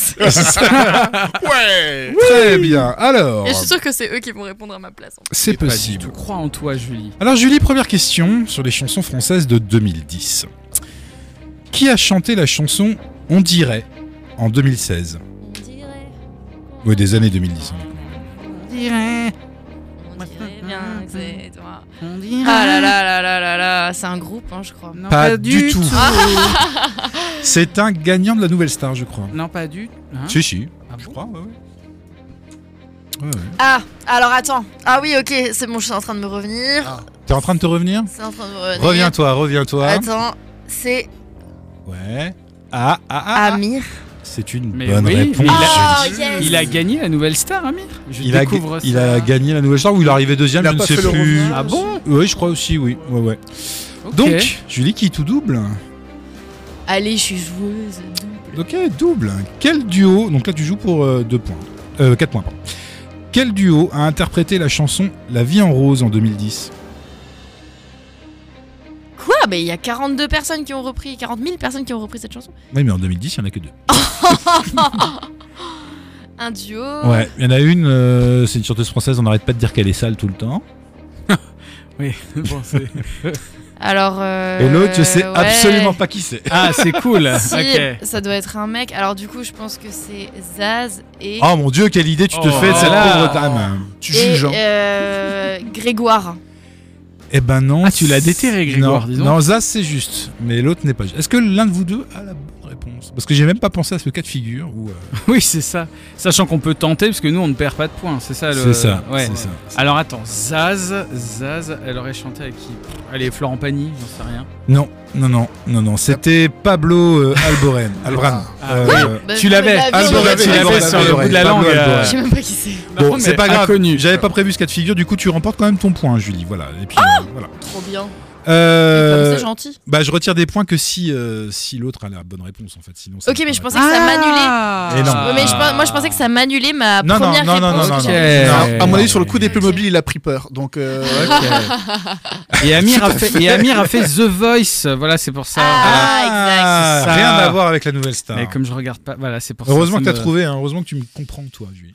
S1: très bien. Alors,
S4: Et je suis sûre que c'est eux qui vont répondre à ma place. hein. en
S1: c'est
S3: Pas du
S1: possible.
S3: tout. Crois en toi, Julie.
S1: Alors Julie, première question sur les chansons françaises de 2010. Qui a chanté la chanson On dirait en 2016
S4: fait. On dirait.
S1: Oui, des années 2010. hein.
S4: On dirait bien que c'est toi.
S3: On
S4: Ah là là là là là là, c'est un groupe, hein, je crois.
S3: Non,
S1: Pas du tout. C'est un gagnant de la Nouvelle Star, je crois.
S3: Non, pas du. Hein
S1: si, si.
S3: Ah
S1: Je
S3: bon
S1: crois, ouais, ouais. Ouais, ouais.
S4: Ah, alors attends. Ah oui, ok, c'est bon, je suis en train de me revenir.
S3: Ah.
S1: T'es en train de te revenir
S4: C'est en train de me revenir.
S1: Reviens-toi, reviens-toi.
S4: Attends, c'est
S1: Ouais. Ah, ah, ah. ah.
S4: Amir.
S1: C'est une
S3: Mais
S1: bonne
S3: oui, mais
S1: réponse.
S3: il
S4: a-
S1: Julie.
S4: Oh, yes
S3: Il a gagné la nouvelle star, Amir. Je
S1: Il a,
S3: découvre ça.
S1: il a gagné la Nouvelle Star ou il est arrivé deuxième,
S2: Il a
S1: je ne
S2: pas
S1: sais
S2: fait le
S1: plus.
S2: revenir.
S3: Ah bon
S1: Oui, je crois aussi, oui. Ouais, ouais.
S3: Ok.
S1: Donc, Julie qui tout double.
S4: Allez, je suis joueuse.
S1: Ok, double. hein. Quel duo Donc là, tu joues pour 2 points. Euh, 4 points, pardon. Quel duo a interprété la chanson La vie en rose en 2010
S4: Quoi Mais il y a 42 personnes qui ont repris, 40 000 personnes qui ont repris cette chanson.
S1: Oui, mais en 2010, il n'y en a que deux.
S4: Un duo.
S1: Ouais, il y en a une, euh, c'est une chanteuse française, on n'arrête pas de dire qu'elle est sale tout le temps.
S3: Bon, c'est-
S4: Alors. euh,
S1: Et l'autre, je sais
S4: ouais.
S1: absolument pas qui c'est.
S3: ah, c'est cool.
S4: Si,
S3: Ok.
S4: ça doit être un mec. Alors du coup, je pense que c'est Zaz et.
S1: Oh mon dieu, quelle idée tu te
S3: Oh
S1: fais de cette
S3: là.
S1: pauvre dame
S2: Tu
S4: et,
S2: juges, hein.
S4: euh, Grégoire.
S1: Eh ben non.
S3: Ah, tu l'as déterré, Grégoire,
S1: non,
S3: dis donc.
S1: Non, ça c'est juste, mais l'autre n'est pas juste. Est-ce que l'un de vous deux a la bonne réponse Parce que j'ai même pas pensé à ce cas de figure où. euh,
S3: Oui, c'est ça. Sachant qu'on peut tenter parce que nous, on ne perd pas de points. C'est ça. Ah, Le...
S1: C'est ça,
S3: Ouais.
S1: c'est ça.
S3: Alors attends, Zaz, Zaz, elle aurait chanté avec qui Allez, Florent Pagny, j'en sais rien.
S1: Non, non, non, non, non. C'était Pablo euh, Alboren. Alboran.
S3: Ah.
S1: Euh,
S4: Bah,
S3: tu
S4: non, mais
S3: l'avais,
S4: la vie,
S1: Alboran,
S4: on l'a
S1: tu
S4: fait.
S1: l'avais
S2: Alboran,
S1: sur le bout de la
S3: Alboran,
S1: langue.
S3: Alboran.
S1: euh,
S4: Je sais même pas qui c'est.
S1: Bon, c'est pas grave.
S3: Inconnu.
S1: J'avais pas prévu ce cas de figure, du coup, tu remportes quand même ton point, Julie. Voilà. Et puis, euh, voilà.
S4: Trop bien.
S1: Euh,
S4: Comme c'est gentil.
S1: bah, je retire des points que si, euh, si l'autre a la bonne réponse, en fait. Sinon, ça
S4: Ok,
S1: me
S4: mais je
S1: paraît-
S4: pensais que ça m'annulait.
S3: Ah.
S1: Et non.
S4: Ouais, mais je pense- moi, je pensais que ça m'annulait ma
S1: Non, non,
S4: première
S1: non, non,
S4: réponse.
S1: non, non,
S4: que
S1: non.
S4: j'avais.
S1: Non.
S3: Euh,
S2: À mon avis, sur le coup des
S4: Ok.
S2: plus mobiles, il a pris peur. Donc, euh,
S3: Ah, Et Amir, a fait, et Amir a fait The Voice, voilà, c'est pour ça. Voilà.
S4: Ah,
S1: Ah,
S3: exact. C'est ça.
S1: Rien à voir avec la nouvelle star.
S3: Mais comme je regarde pas, voilà, c'est pour
S1: Heureusement
S3: ça.
S1: que
S3: ça
S1: t'as
S3: me-
S1: trouvé, hein, heureusement que tu me comprends, toi, Julie.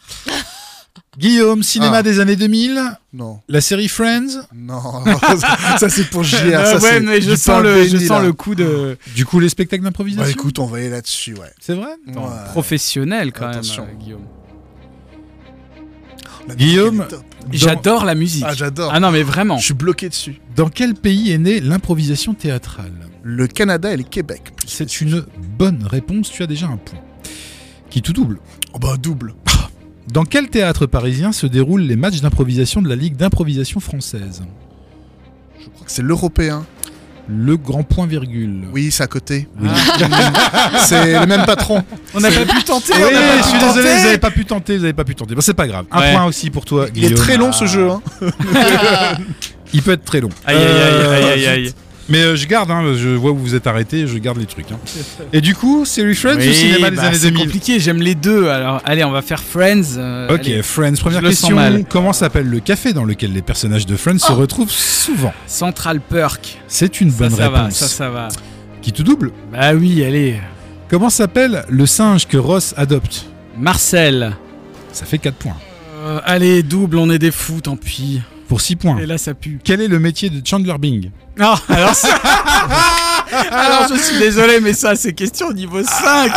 S1: Guillaume, cinéma
S2: Ah.
S1: des années 2000,
S2: non,
S1: la série Friends.
S2: non. ça, ça, c'est pour JR.
S3: Ah
S2: ça,
S3: ouais,
S2: c'est
S3: mais je
S2: du
S3: sens,
S2: pain
S3: le, je
S2: béni,
S3: sens
S2: là.
S3: le coup de
S1: Du coup, les spectacles d'improvisation.
S2: Bah écoute, on va aller là-dessus, ouais.
S1: c'est vrai.
S2: Ouais.
S3: euh, professionnel quand
S2: Attention.
S3: même, euh, Guillaume.
S2: La musique,
S1: Guillaume,
S2: elle est top.
S3: J'adore la musique.
S2: Ah, j'adore.
S3: Ah non, mais vraiment.
S2: Je suis bloqué dessus.
S1: Dans quel pays est née l'improvisation théâtrale
S2: Le Canada et le Québec.
S1: C'est une bonne réponse. Tu as déjà un point qui tout double.
S2: Oh bah double.
S1: Dans quel théâtre parisien se déroulent les matchs d'improvisation de la Ligue d'improvisation française
S2: Je crois que c'est l'européen.
S1: Le grand point virgule.
S2: Oui, c'est à côté.
S1: Oui.
S2: c'est le même patron.
S3: On n'a pas pu tenter.
S1: Oui,
S3: on n'a pas
S1: je suis
S3: pu
S1: désolé,
S3: tenter.
S1: vous avez pas pu tenter, vous avez pas pu tenter. Bon, c'est pas grave. Un
S3: Ouais.
S1: point aussi pour toi,
S2: Il est
S1: Guillaume.
S2: très
S3: euh,
S2: long ce jeu. Hein.
S1: Il peut être très long.
S3: Aïe, aïe,
S1: Euh,
S3: aïe, aïe, aïe, aïe.
S1: Mais euh, je garde, hein, je vois où vous êtes arrêté, je garde les trucs. hein. Et du coup, série Friends ou
S3: Oui,
S1: cinéma des
S3: bah,
S1: années
S3: c'est
S1: 2000
S3: compliqué, j'aime les deux. Alors, allez, on va faire Friends. euh,
S1: Ok,
S3: allez,
S1: Friends, première
S3: Je le
S1: question.
S3: sens mal.
S1: Comment s'appelle le café dans lequel les personnages de Friends se
S4: Oh.
S1: retrouvent souvent
S3: Central Perk.
S1: C'est une bonne
S3: ça, ça va,
S1: réponse.
S3: ça, ça va.
S1: Qui te double
S3: Bah oui, allez.
S1: Comment s'appelle le singe que Ross adopte
S3: Marcel.
S1: Ça fait 4 points.
S3: Euh, allez, double, on est des fous, tant pis.
S1: Pour 6 points.
S3: Et là, ça pue.
S1: Quel est le métier de Chandler Bing
S3: Ah, alors ça- alors, je suis désolé, mais ça, c'est question niveau 5.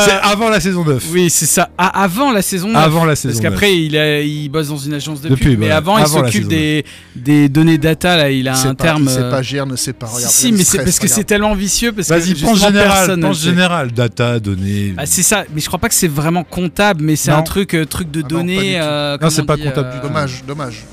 S1: C'est avant la saison 9.
S3: Euh, Oui, c'est ça. Ah, avant la saison. neuf.
S1: Avant la
S3: Parce
S1: saison 9.
S3: qu'après, il, a- il bosse dans une agence de,
S1: De
S3: pub,
S1: pub,
S3: mais
S1: ouais.
S3: avant,
S1: Avant
S3: il
S1: la
S3: s'occupe
S1: saison
S3: des, des données data. Là, il a
S2: C'est
S3: un
S2: pas,
S3: terme.
S2: C'est
S3: euh,
S2: pas JR, ne sait pas. Regarde,
S3: si,
S2: il
S3: mais
S2: me
S3: c'est
S2: stresse,
S3: parce que c'est
S2: regarde.
S3: tellement ambitieux. parce que
S1: Vas-y,
S3: justement,
S1: pense général.
S3: personne ne
S1: Pense
S3: le sait.
S1: général. Data, données.
S3: Ah, c'est ça, mais je crois pas que c'est vraiment comptable, mais c'est
S1: Non.
S3: un truc, euh, truc de
S2: Ah non, pas du
S3: données.
S2: tout.
S3: euh,
S1: Non,
S3: comment
S1: c'est
S3: on
S1: pas
S3: dit,
S1: comptable
S3: euh,
S1: du tout.
S2: Dommage, dommage.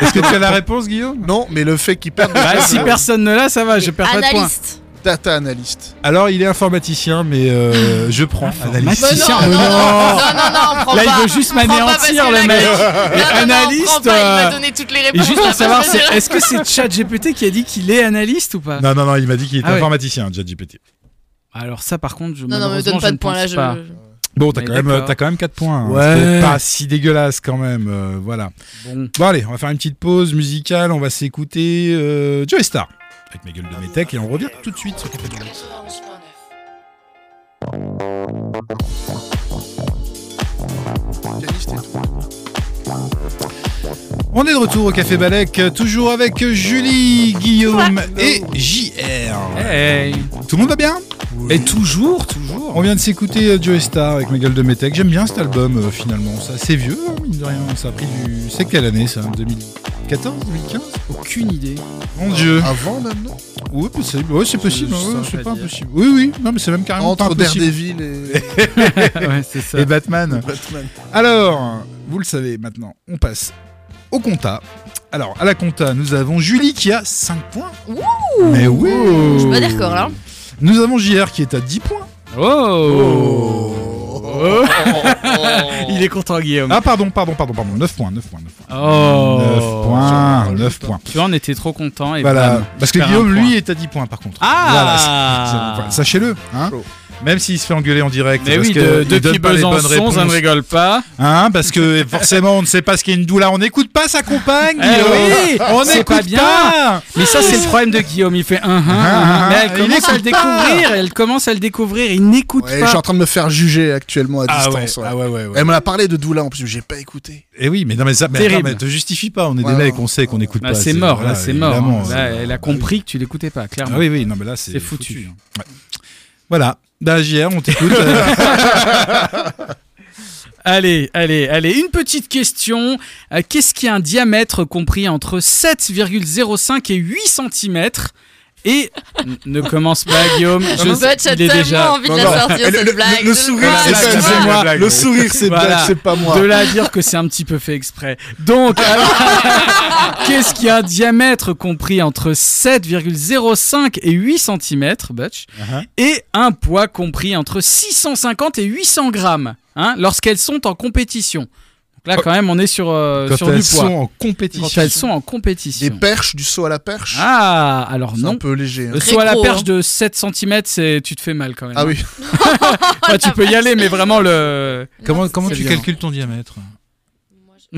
S1: Est-ce que tu as la réponse, Guillaume
S2: Non, mais le fait qu'il perde.
S3: Bah, si personne ne l'a, ça
S1: Ah,
S3: va, je perds pas de points.
S4: Analyste.
S2: Data analyst.
S1: Alors, il est informaticien, mais euh, je prends. Analyste.
S3: Informaticien,
S4: Bah non,
S3: mais non.
S4: non, Non, non, non, on prend
S3: Là,
S4: pas.
S3: il veut juste
S4: prend pas parce
S3: m'anéantir,
S4: que
S3: le
S4: la
S3: mec.
S4: Non, non, non,
S3: analyste,
S4: prends pas, il
S3: euh,
S4: m'a donné toutes les
S3: Et
S4: réponses. hein,
S3: juste pour
S4: là,
S3: savoir,
S4: parce que-
S3: c'est- est-ce que c'est ChatGPT qui a dit qu'il est analyste ou pas
S1: Non, non, non, il m'a dit qu'il était
S3: Ah ouais.
S1: informaticien, JetGPT.
S3: Alors ça, par contre, je
S4: Non, non, me
S3: malheureusement,
S4: donne pas
S3: je
S4: de
S3: ne
S4: points là.
S3: pense
S4: Je...
S3: pas.
S1: Bon, t'as
S3: Mais
S1: quand, même,
S3: d'accord.
S1: t'as quand même 4 points. hein.
S3: Ouais.
S1: C'était pas si dégueulasse quand même. euh, voilà.
S3: Bon.
S1: Bon, allez, on va faire une petite pause musicale. On va s'écouter euh, Joey Star avec mes gueules de métèque et on revient tout de suite sur Café Bello.
S2: Pianiste et tout.
S1: On est de retour au Café Balek, toujours avec Julie, Guillaume et JR.
S3: Hey.
S1: Tout le monde va bien
S3: Et toujours, toujours.
S1: On vient de s'écouter euh, Joey Star avec mes gueules de métèque. J'aime bien cet album euh, finalement. Ça, c'est vieux, hein, mine de rien. Ça a pris du. C'est quelle année ça 2014 2015
S3: Aucune idée.
S1: Mon dieu.
S2: Avant même, non
S1: Oui, possible. Ouais, c'est possible.
S3: C'est
S1: Ouais,
S3: simple
S1: c'est
S3: à
S1: pas
S3: dire.
S1: impossible. Oui, oui. Non, mais c'est même carrément pas
S2: Entre
S1: impossible.
S2: Daredevil et
S3: Ah ouais, c'est ça.
S1: Et ben- Batman.
S2: Batman.
S1: Alors, vous le savez maintenant, on passe au compta. Alors, à la compta, nous avons Julie qui a 5 points. Mais oui
S4: Je suis pas d'accord là.
S1: Nous avons JR qui est à 10 points.
S3: Oh. Oh. Il est content, Guillaume.
S1: Ah, pardon, pardon, pardon, pardon. 9 points, 9 points, 9 points.
S3: Oh.
S1: 9 Ah. points, 9 points.
S3: Tu vois, on était trop content. Et
S1: Voilà.
S3: bam,
S1: Parce
S3: je
S1: que
S3: perds un
S1: Guillaume,
S3: point.
S1: lui, est à 10 points par contre. Voilà, c'est-
S3: Ah.
S1: Enfin, Sachez-le, hein.
S2: Chaud.
S1: Même s'il se fait engueuler en direct.
S3: Mais
S1: parce
S3: oui,
S1: que
S3: de-
S1: il
S3: depuis
S1: donne pas les bonnes
S3: Besançon, ça ne
S1: réponses.
S3: rigole pas.
S1: Hein, parce que forcément, on ne sait pas ce qu'est une doula. On n'écoute pas sa compagne.
S3: Eh oui,
S1: Guillaume. on
S3: c'est pas
S1: n'écoute
S3: bien.
S1: pas.
S3: Mais ça, c'est le problème de Guillaume. Il fait un, un,
S1: un, un.
S3: Mais elle
S1: Il
S3: commence à le
S1: n'écoute pas.
S3: découvrir. Elle commence à le découvrir. Il n'écoute
S2: Ouais, je suis
S3: pas.
S2: en train de me faire juger actuellement à distance. ouais.
S1: ah ouais, ouais, ouais.
S2: Elle m'en a parlé de Doula en plus, j'ai pas écouté.
S1: Et Eh oui, mais non, mais ça, mais
S3: Terrible.
S1: attends, mais te justifie pas. On est
S2: Ouais,
S1: des mecs,
S2: ouais.
S1: on sait qu'on n'écoute
S3: Là,
S1: pas.
S3: Bah, c'est mort.
S1: voilà,
S3: Là, c'est mort.
S1: évidemment,
S3: Là,
S1: c'est-
S3: elle a compris que tu l'écoutais pas,
S1: Ah
S3: clairement.
S1: oui, oui, non, mais là, c'est
S3: C'est foutu.
S1: hein. Ouais. Voilà. Bah, JR, on t'écoute. Euh,
S3: Allez, allez, allez, une petite question. Euh, Qu'est-ce qui a un diamètre compris entre 7,05 et 8 cm Et N- ne commence pas, Guillaume. Je
S4: Je
S3: sais,
S4: Butch a
S3: il est
S4: tellement
S3: déjà
S4: envie de la
S2: Non, non.
S4: sortir
S2: Et le-
S4: cette
S2: le-
S4: blague.
S2: le- le sourire,
S4: blague,
S1: c'est
S4: cette
S1: ça,
S4: blague.
S1: excusez-moi. blague,
S2: le
S1: ouais.
S2: sourire, c'est
S3: Voilà.
S2: Doug, c'est pas moi.
S3: de là à dire que c'est un petit peu fait exprès. Donc, alors, qu'est-ce qui a un diamètre compris entre 7,05 et 8 cm, Butch et un poids compris entre 650 et 800 grammes hein, lorsqu'elles sont en compétition. Donc là, quand même, on est sur, euh,
S1: Oh. Quand
S3: sur
S1: elles
S3: du poids.
S1: sont en compétition.
S3: Quand elles sont en
S2: Des
S3: compétition.
S2: perches, du saut à la perche.
S3: Ah, alors
S2: c'est un
S3: non.
S2: peu léger. hein.
S3: Le
S4: Très
S3: saut à la
S4: gros,
S3: perche
S4: hein.
S3: de 7 cm, c'est tu te fais mal quand même.
S2: Ah oui.
S3: Enfin,
S4: Oh,
S3: tu peux y aller, mais vraiment le.
S1: Comment, comment
S3: c'est
S1: tu
S3: violent.
S1: calcules ton diamètre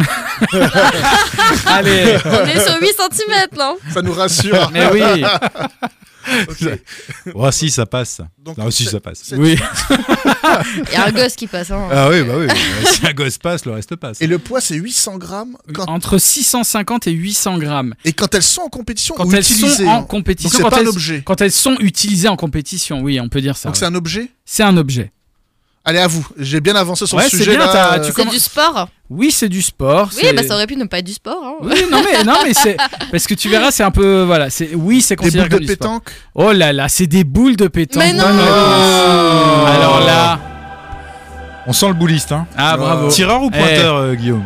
S3: Allez.
S4: On est sur 8 cm, non
S2: Ça nous rassure.
S3: Mais oui,
S1: Oh si, ça passe.
S2: Donc,
S1: Ah si,
S2: c'est-
S1: ça passe.
S2: c'est-
S3: oui.
S4: Il y a un gosse qui passe. Hein.
S1: Ah oui, bah oui. si un gosse passe, le reste passe.
S2: Et le poids, c'est 800 grammes. Quand-
S3: Entre 650 et 800 grammes.
S2: Et quand elles sont en compétition,
S3: Quand
S2: ou
S3: elles
S2: utilisées,
S3: sont en
S2: hein. Donc
S3: compétition.
S2: c'est
S3: quand,
S2: pas un
S3: elles,
S2: objet.
S3: quand elles sont utilisées en compétition, oui, on peut dire ça.
S2: Donc c'est
S3: ouais.
S2: un objet
S3: C'est un objet.
S2: Allez, à vous. J'ai bien avancé sur
S3: Ouais,
S2: le
S3: c'est
S2: sujet
S3: bien,
S2: là.
S3: t'as- tu
S2: Euh,
S4: C'est
S3: comment-
S4: du sport
S3: Oui, c'est du sport.
S4: Oui,
S3: c'est-
S4: bah, ça aurait pu ne pas être du sport. hein.
S3: Oui, non mais non mais c'est parce que tu verras, c'est un peu voilà, c'est oui, c'est
S2: Des
S3: considéré
S2: boules de
S3: comme du sport.
S2: pétanque.
S3: Oh là là, c'est des boules de pétanque.
S4: Mais non
S1: Oh.
S2: Oh.
S3: Bonne réponse. Alors là,
S1: On sent le bouliste. Hein.
S3: ah bravo.
S1: Tireur ou
S3: Eh.
S1: pointeur, euh, Guillaume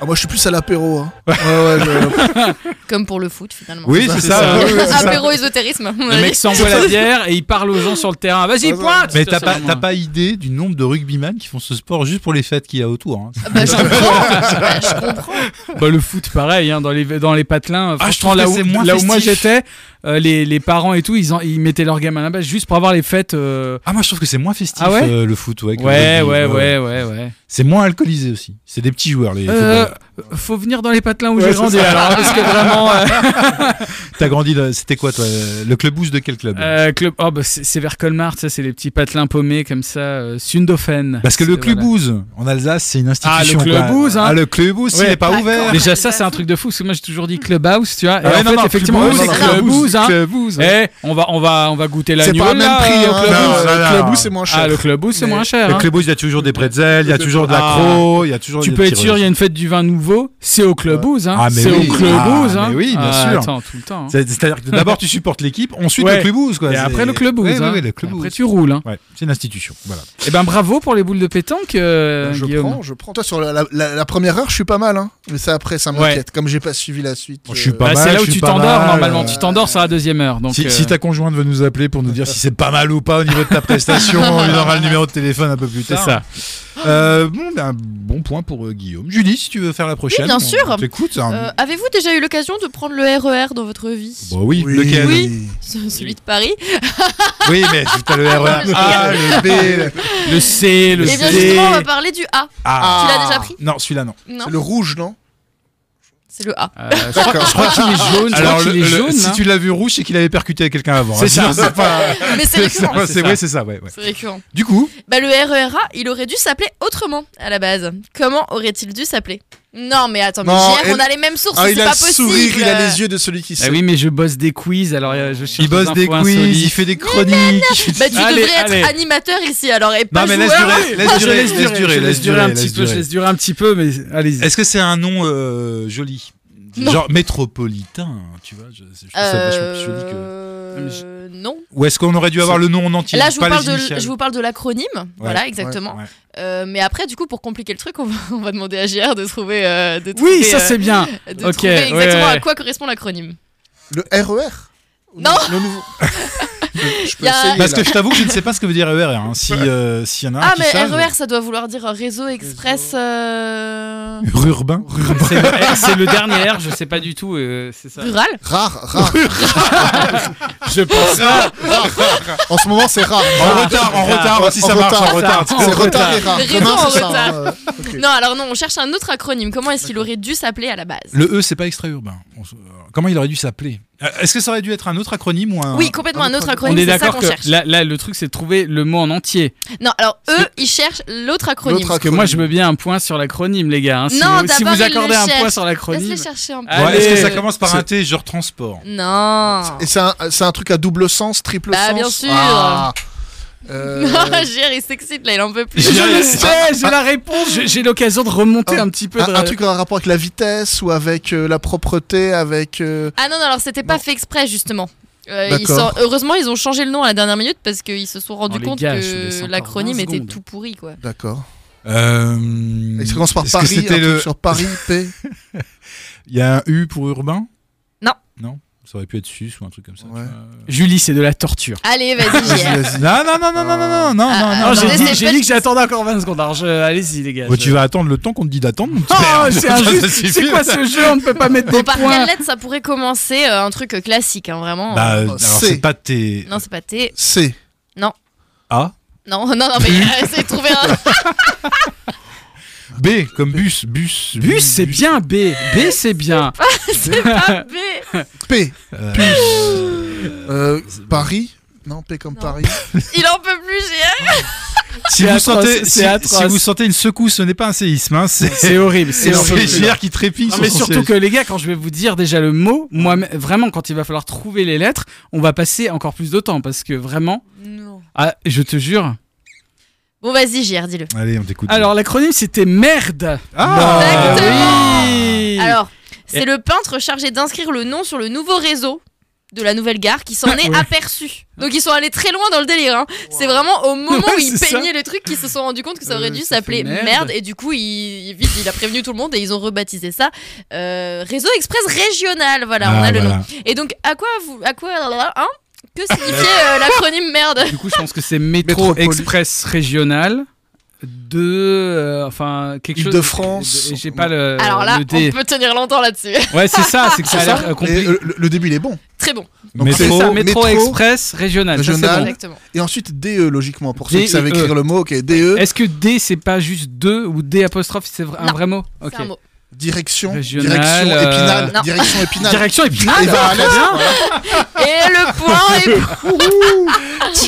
S2: Ah, moi, je suis plus à l'apéro. hein. Ouais, ouais, je-
S4: Comme pour le foot, finalement.
S1: Oui, c'est
S2: c'est
S1: ça. Ah
S2: ça.
S1: oui, oui, c'est ça.
S4: Apéro ésotérisme.
S3: Le mec s'envoie la bière et il parle aux gens sur le terrain. Vas-y,
S2: Ah, ouais.
S3: pointe
S1: Mais
S3: Ça,
S1: t'as
S3: c'est
S1: pas,
S3: vraiment-
S1: t'as pas idée du nombre de rugbyman qui font ce sport juste pour les fêtes qu'il y a autour. hein.
S3: Ah
S4: Bah, je comprends. Bah, je comprends.
S3: Bah, le foot, pareil, hein, dans, les, dans les patelins.
S1: Ah, je
S3: franchement,
S1: trouve
S3: là
S1: que
S3: où,
S1: c'est moins
S3: là où moi
S1: festif.
S3: j'étais, euh, les, les parents et tout, ils, en- ils mettaient leur gamin là-bas juste pour avoir les fêtes. euh,
S1: Ah moi je trouve que c'est moins festif
S3: Ah ouais
S1: euh, le foot ouais. que le
S3: Ouais,
S1: rugby,
S3: ouais, ouais, ouais, ouais.
S1: C'est moins alcoolisé aussi. C'est des petits joueurs les.
S3: Euh,
S1: footballeurs.
S3: faut venir dans les patelins où
S2: Ouais,
S3: j'ai
S2: c'est
S3: grandi,
S2: ça.
S3: alors, hein, parce que vraiment. euh,
S1: T'as grandi dans- c'était quoi toi euh, le club boost de quel club
S3: euh, club- oh, bah, c'est c'est vers Colmar, ça, c'est les petits patelins paumés comme ça, euh, Sundofen.
S1: Parce que le
S3: C'est- voilà.
S1: clubouze en Alsace c'est une institution.
S3: Ah, le
S1: quoi.
S3: clubouze, hein.
S1: Ah le clubouze s'il
S3: Ouais.
S1: est pas
S4: D'accord.
S1: ouvert.
S3: Déjà, ça, c'est un truc de fou, parce que moi, j'ai toujours dit clubhouse, tu vois. Et
S1: Ah ouais,
S3: en
S1: non,
S3: fait,
S1: non,
S3: effectivement,
S1: clubhouse,
S3: c'est
S1: non,
S3: clubhouse, hein.
S1: Clubouze.
S3: Eh, on va, on va, on va goûter Ah, la
S2: C'est pas le même prix. hein.
S1: clubhouse.
S2: Non,
S1: Voilà.
S2: Le clubhouse, c'est moins cher.
S3: Ah, le clubhouse, c'est
S2: Mais-
S3: moins cher.
S1: Le
S3: hein.
S1: clubouze il y a toujours des pretzels, il y a toujours de la
S3: Ah.
S1: croc, il y a toujours.
S3: Tu
S1: des
S3: peux être
S1: petits
S3: sûr, il y a
S1: restes.
S3: une fête du vin nouveau, c'est au clubhouse, hein.
S1: Ah, mais
S3: c'est
S1: oui.
S3: au clubhouse,
S1: Ah,
S3: hein.
S1: mais oui, bien
S3: Ah,
S1: sûr.
S3: Attends, tout le temps. hein.
S1: C'est- C'est-à-dire que d'abord tu supportes l'équipe, ensuite
S3: Ouais.
S1: le clubouze quoi.
S3: Et
S1: C'est-
S3: après le clubhouse,
S1: Ouais, ouais,
S3: hein.
S1: ouais, le
S3: Et
S1: clubouze.
S3: Après tu roules, hein.
S1: Ouais, c'est une institution. Voilà.
S3: Eh ben bravo pour les boules de pétanque,
S1: Ben,
S3: euh,
S2: Je
S3: Guillaume.
S2: prends, je prends. Toi, sur la, la- la- la première heure, je suis pas mal, hein. Mais ça, après, ça m'inquiète. Comme j'ai pas suivi la suite.
S1: Je suis
S2: euh,
S1: pas
S3: Bah, c'est
S1: mal,
S3: là où
S1: je suis
S3: tu
S1: pas
S3: t'endors
S1: mal,
S3: normalement.
S1: euh.
S3: Tu t'endors sur la deuxième heure. Donc
S1: si,
S3: euh,
S1: si ta conjointe veut nous appeler pour nous dire si c'est pas mal ou pas au niveau de ta prestation, on lui donnera le numéro de téléphone un peu plus
S3: c'est
S1: tard.
S3: ça.
S1: Euh, bon, ben, bon point pour euh, Guillaume. Julie, si tu veux faire la prochaine.
S4: bien
S1: on-
S4: sûr.
S1: on t'écoute. hein.
S4: Euh, Avez-vous déjà eu l'occasion de prendre le RER dans votre vie
S1: Bah oui,
S2: Oui.
S1: lequel oui.
S4: Oui. Celui de Paris
S1: mais t'as le RER
S4: Je
S1: A, le B. le-
S3: Le C, le
S4: Eh bien
S3: C.
S4: justement, on va parler du A.
S1: Ah.
S4: Tu l'as déjà pris
S1: Non, celui-là, non.
S4: Non,
S2: C'est le rouge, non
S4: c'est le A.
S3: Euh,
S1: Ah,
S3: je crois, je crois qu'il est jaune. je crois
S1: le-
S3: qu'il est
S1: le-
S3: jaune.
S1: si
S3: hein.
S1: tu l'as vu rouge, c'est qu'il avait percuté quelqu'un avant.
S3: C'est
S1: hein.
S3: ça.
S1: Sinon, C'est pas-
S4: Mais
S1: c'est-
S4: c'est
S1: c'est-
S4: récurrent.
S3: Ah, c'est
S1: c'est
S3: ça.
S1: vrai, c'est ça, ouais, ouais.
S4: C'est récurrent.
S1: Du coup,
S4: Bah, le RERA, il aurait dû s'appeler autrement à la base. Comment aurait-il dû s'appeler Non, mais attends, mais
S2: Non,
S4: JR,
S2: elle-
S4: on a les mêmes sources,
S2: Ah,
S4: c'est
S2: il a
S4: pas
S2: le
S4: possible.
S2: sourire, il a les yeux de celui qui
S3: Ah
S2: sait.
S3: oui, mais je bosse des quiz. Alors euh, je cherche
S1: il bosse des
S3: infos
S1: quiz, il
S3: insolites.
S1: fait des chroniques.
S4: Bah, tu
S3: Allez,
S4: devrais
S3: allez.
S4: être animateur ici alors et pas
S1: Non, mais laisse
S4: joueur.
S1: durer,
S3: Ah,
S1: laisse
S3: je
S1: durer, laisse
S3: laisse durer,
S1: durer,
S3: je
S1: laisse
S3: laisse durer
S1: durer,
S3: un petit
S1: laisse
S3: peu, je
S1: durer.
S3: laisse durer un petit peu, mais allez-y.
S1: Est-ce que c'est un nom euh, joli
S4: Non.
S1: Genre métropolitain, tu vois je, je trouve ça vachement plus joli que...
S4: Euh... Non.
S1: Ou est-ce qu'on aurait dû avoir le nom en entier
S4: Là, je vous,
S1: pas
S4: parle
S1: les
S4: de,
S1: initiales
S4: je vous parle de l'acronyme. voilà, exactement.
S1: ouais.
S4: Euh, mais après, du coup, pour compliquer le truc, on va, on va demander à JR de trouver. euh, de
S3: Oui,
S4: trouver,
S3: ça
S4: euh,
S3: c'est bien.
S4: de
S3: Ok,
S4: trouver
S3: ouais,
S4: exactement
S3: ouais.
S4: à quoi correspond l'acronyme.
S2: Le RER
S4: Non.
S2: Le nouveau. Je peux
S4: Y a-
S2: essayer,
S1: Parce
S2: là.
S1: que je t'avoue que je ne sais pas ce que veut dire RER. hein. Si, euh, s'il y en a un
S4: Ah,
S1: qui
S4: mais
S1: savent-
S4: RER, ça doit vouloir dire réseau express. euh,
S1: Urbain.
S3: C'est le, eh, c'est le dernier R, je sais pas du tout. euh, c'est ça.
S4: Rural
S2: Rare, rare.
S3: Je pense.
S2: En ce moment, c'est rare.
S1: En
S4: Ah,
S1: retard, en retard. Si ça marche, en retard.
S2: C'est retard et rare.
S4: Raison
S2: Demain,
S4: en
S2: c'est ça,
S4: retard.
S2: hein, euh, ok.
S4: Non, alors non, on cherche un autre acronyme. Comment est-ce qu'il aurait dû s'appeler à la base
S1: Le E, c'est pas extra-urbain. On se- euh, Comment il aurait dû s'appeler Euh, Est-ce que ça aurait dû être un autre acronyme ou un.
S4: Oui, complètement un autre
S3: On
S4: acronyme,
S3: est
S4: c'est ça
S3: d'accord
S4: qu'on
S3: que
S4: cherche.
S3: là, là, le truc, c'est de trouver le mot en entier.
S4: Non, alors eux, ils cherchent l'autre acronyme.
S2: L'autre
S3: Parce que moi, je veux bien un point sur l'acronyme, les gars. hein. Si,
S4: Non,
S3: vous, si
S4: d'abord,
S3: vous
S4: ils
S3: accordez
S4: le
S3: un point
S4: cherchent.
S3: sur
S4: Laisse-les
S3: l'acronyme.
S4: chercher un peu.
S1: Ouais, Est-ce que ça
S3: Allez.
S1: commence par un T, genre transport
S4: Non.
S1: Ah.
S2: Et c'est un, c'est un truc à double sens, triple
S4: Bah,
S2: sens
S4: bien sûr.
S2: Ah. Euh,
S4: Non, JR, il s'excite là, il en peut plus.
S1: J'ai-
S3: Je le sais, j'ai la réponse. J'ai- J'ai l'occasion de remonter
S2: Ah,
S3: un petit peu.
S2: un,
S3: de-
S2: un truc en rapport avec la vitesse ou avec euh, la propreté, avec. euh,
S4: Ah non, non, alors c'était pas fait exprès justement. Euh, ils
S2: D'accord.
S4: sont- Heureusement, ils ont changé le nom à la dernière minute parce qu'ils se sont rendus
S3: Oh, les
S4: compte
S3: gars, je vous laisse
S4: que
S3: encore
S4: l'acronyme
S3: 20
S4: était
S3: secondes.
S4: tout pourri quoi.
S2: D'accord.
S1: Euh,
S2: Et ça commence par
S1: est-ce que
S2: Paris, un
S1: c'était
S2: truc
S1: le-
S2: sur Paris, P.
S1: Il y a un U pour urbain
S4: Non.
S1: Non Ça aurait pu être Sus ou un truc comme ça. tu
S2: Ouais.
S1: vois.
S3: Julie, c'est de la torture.
S4: Allez, vas-y,
S2: Vas-y,
S4: JR.
S2: vas-y.
S1: Non, non, non, non, non, non, non, non,
S4: Ah,
S1: non,
S4: ah,
S1: non,
S3: Non,
S4: attendez,
S3: j'ai
S1: non.
S3: dit,
S4: c'est
S3: j'ai
S4: pas-
S3: dit que j'attendais encore 20 secondes. Alors, je- allez-y, les gars.
S1: Bon,
S3: je-
S1: Oh, tu vas attendre le temps qu'on te dit d'attendre, mon petit
S3: Oh,
S1: père.
S3: c'est
S1: Ça
S3: injuste.
S1: suffit.
S3: C'est quoi ce jeu On ne peut pas mettre
S4: Bon,
S3: des
S4: par
S3: points.
S4: quelle lettre ça pourrait commencer euh, un truc euh, classique, hein, vraiment euh.
S3: Oh,
S1: Bah, euh, alors
S2: C'est-
S1: c'est pas tes
S4: Non, c'est pas T.
S2: C.
S1: A,
S4: Non, non, non, mais euh, essayez de trouver un.
S1: B comme bus, bus,
S3: Bus, c'est bien. B, B, c'est bien.
S4: c'est pas B.
S2: P.
S1: Euh,
S2: Euh, Paris. Non, P comme
S4: Non.
S2: Paris.
S4: Il en peut plus, JR.
S1: Si
S3: C'est
S1: vous,
S3: atroce,
S1: sentez, si,
S3: c'est atroce.
S1: si vous sentez une secousse, ce n'est pas un séisme. hein, c'est
S3: C'est horrible.
S1: c'est
S3: C'est horrible.
S1: JR qui trépille.
S3: Non,
S1: sur
S3: mais
S1: son
S3: surtout
S1: siège.
S3: que les gars, quand je vais vous dire déjà le mot, moi vraiment, quand il va falloir trouver les lettres, on va passer encore plus de temps parce que vraiment,
S4: Non.
S3: ah, je te jure.
S4: Bon, vas-y, JR, dis-le.
S1: Allez, on t'écoute.
S3: Alors l'acronyme c'était merde. Bah
S1: Ah,
S4: Exactement.
S3: Oui.
S4: Alors, c'est le peintre chargé d'inscrire le nom sur le nouveau réseau de la nouvelle gare qui s'en est
S3: Ouais.
S4: aperçu. Donc ils sont allés très loin dans le délire. hein. C'est vraiment au moment
S3: Ouais,
S4: où ils
S3: c'est ça.
S4: peignaient le truc qu'ils se sont rendus compte que ça aurait
S3: Euh,
S4: dû
S3: ça
S4: s'appeler
S3: fait
S4: merde.
S3: merde.
S4: Et du coup, il, il- vite, il a prévenu tout le monde et ils ont rebaptisé ça euh, réseau express régional. Voilà, on
S1: Ah,
S4: a le
S1: voilà.
S4: nom. Et donc, à quoi vous, à quoi, hein Que signifiait euh, l'acronyme merde
S3: Du coup, je pense que c'est métro
S2: Métropole.
S3: express régional de euh, enfin quelque chose
S2: Île-de-France.
S3: Et J'ai pas le
S4: Alors là,
S3: Euh, le D.
S4: on peut tenir longtemps là-dessus.
S3: Ouais, c'est ça, c'est que ça a
S2: C'est
S3: l'air
S2: ça
S3: euh,
S2: Et,
S3: compli-
S2: euh, le, le début, il est bon.
S4: très bon,
S2: Donc,
S3: C'est
S1: Métro,
S3: ça, métro,
S2: métro,
S3: express régional. ça, c'est
S2: régional.
S3: bon.
S4: exactement.
S2: Et ensuite, DE, logiquement, pour ceux
S3: D,
S2: qui savent
S3: E.
S2: écrire le mot. Ok, DE,
S3: Est-ce que D c'est pas juste 2 ou D apostrophe c'est vra- un
S4: Non,
S3: vrai mot Ok.
S4: C'est un mot.
S2: direction,
S3: Régional,
S2: direction,
S3: euh,
S2: épinal,
S4: Non.
S2: direction épinal.
S3: Direction et puis
S2: Et
S3: nada.
S2: va à l'est.
S4: Et le point est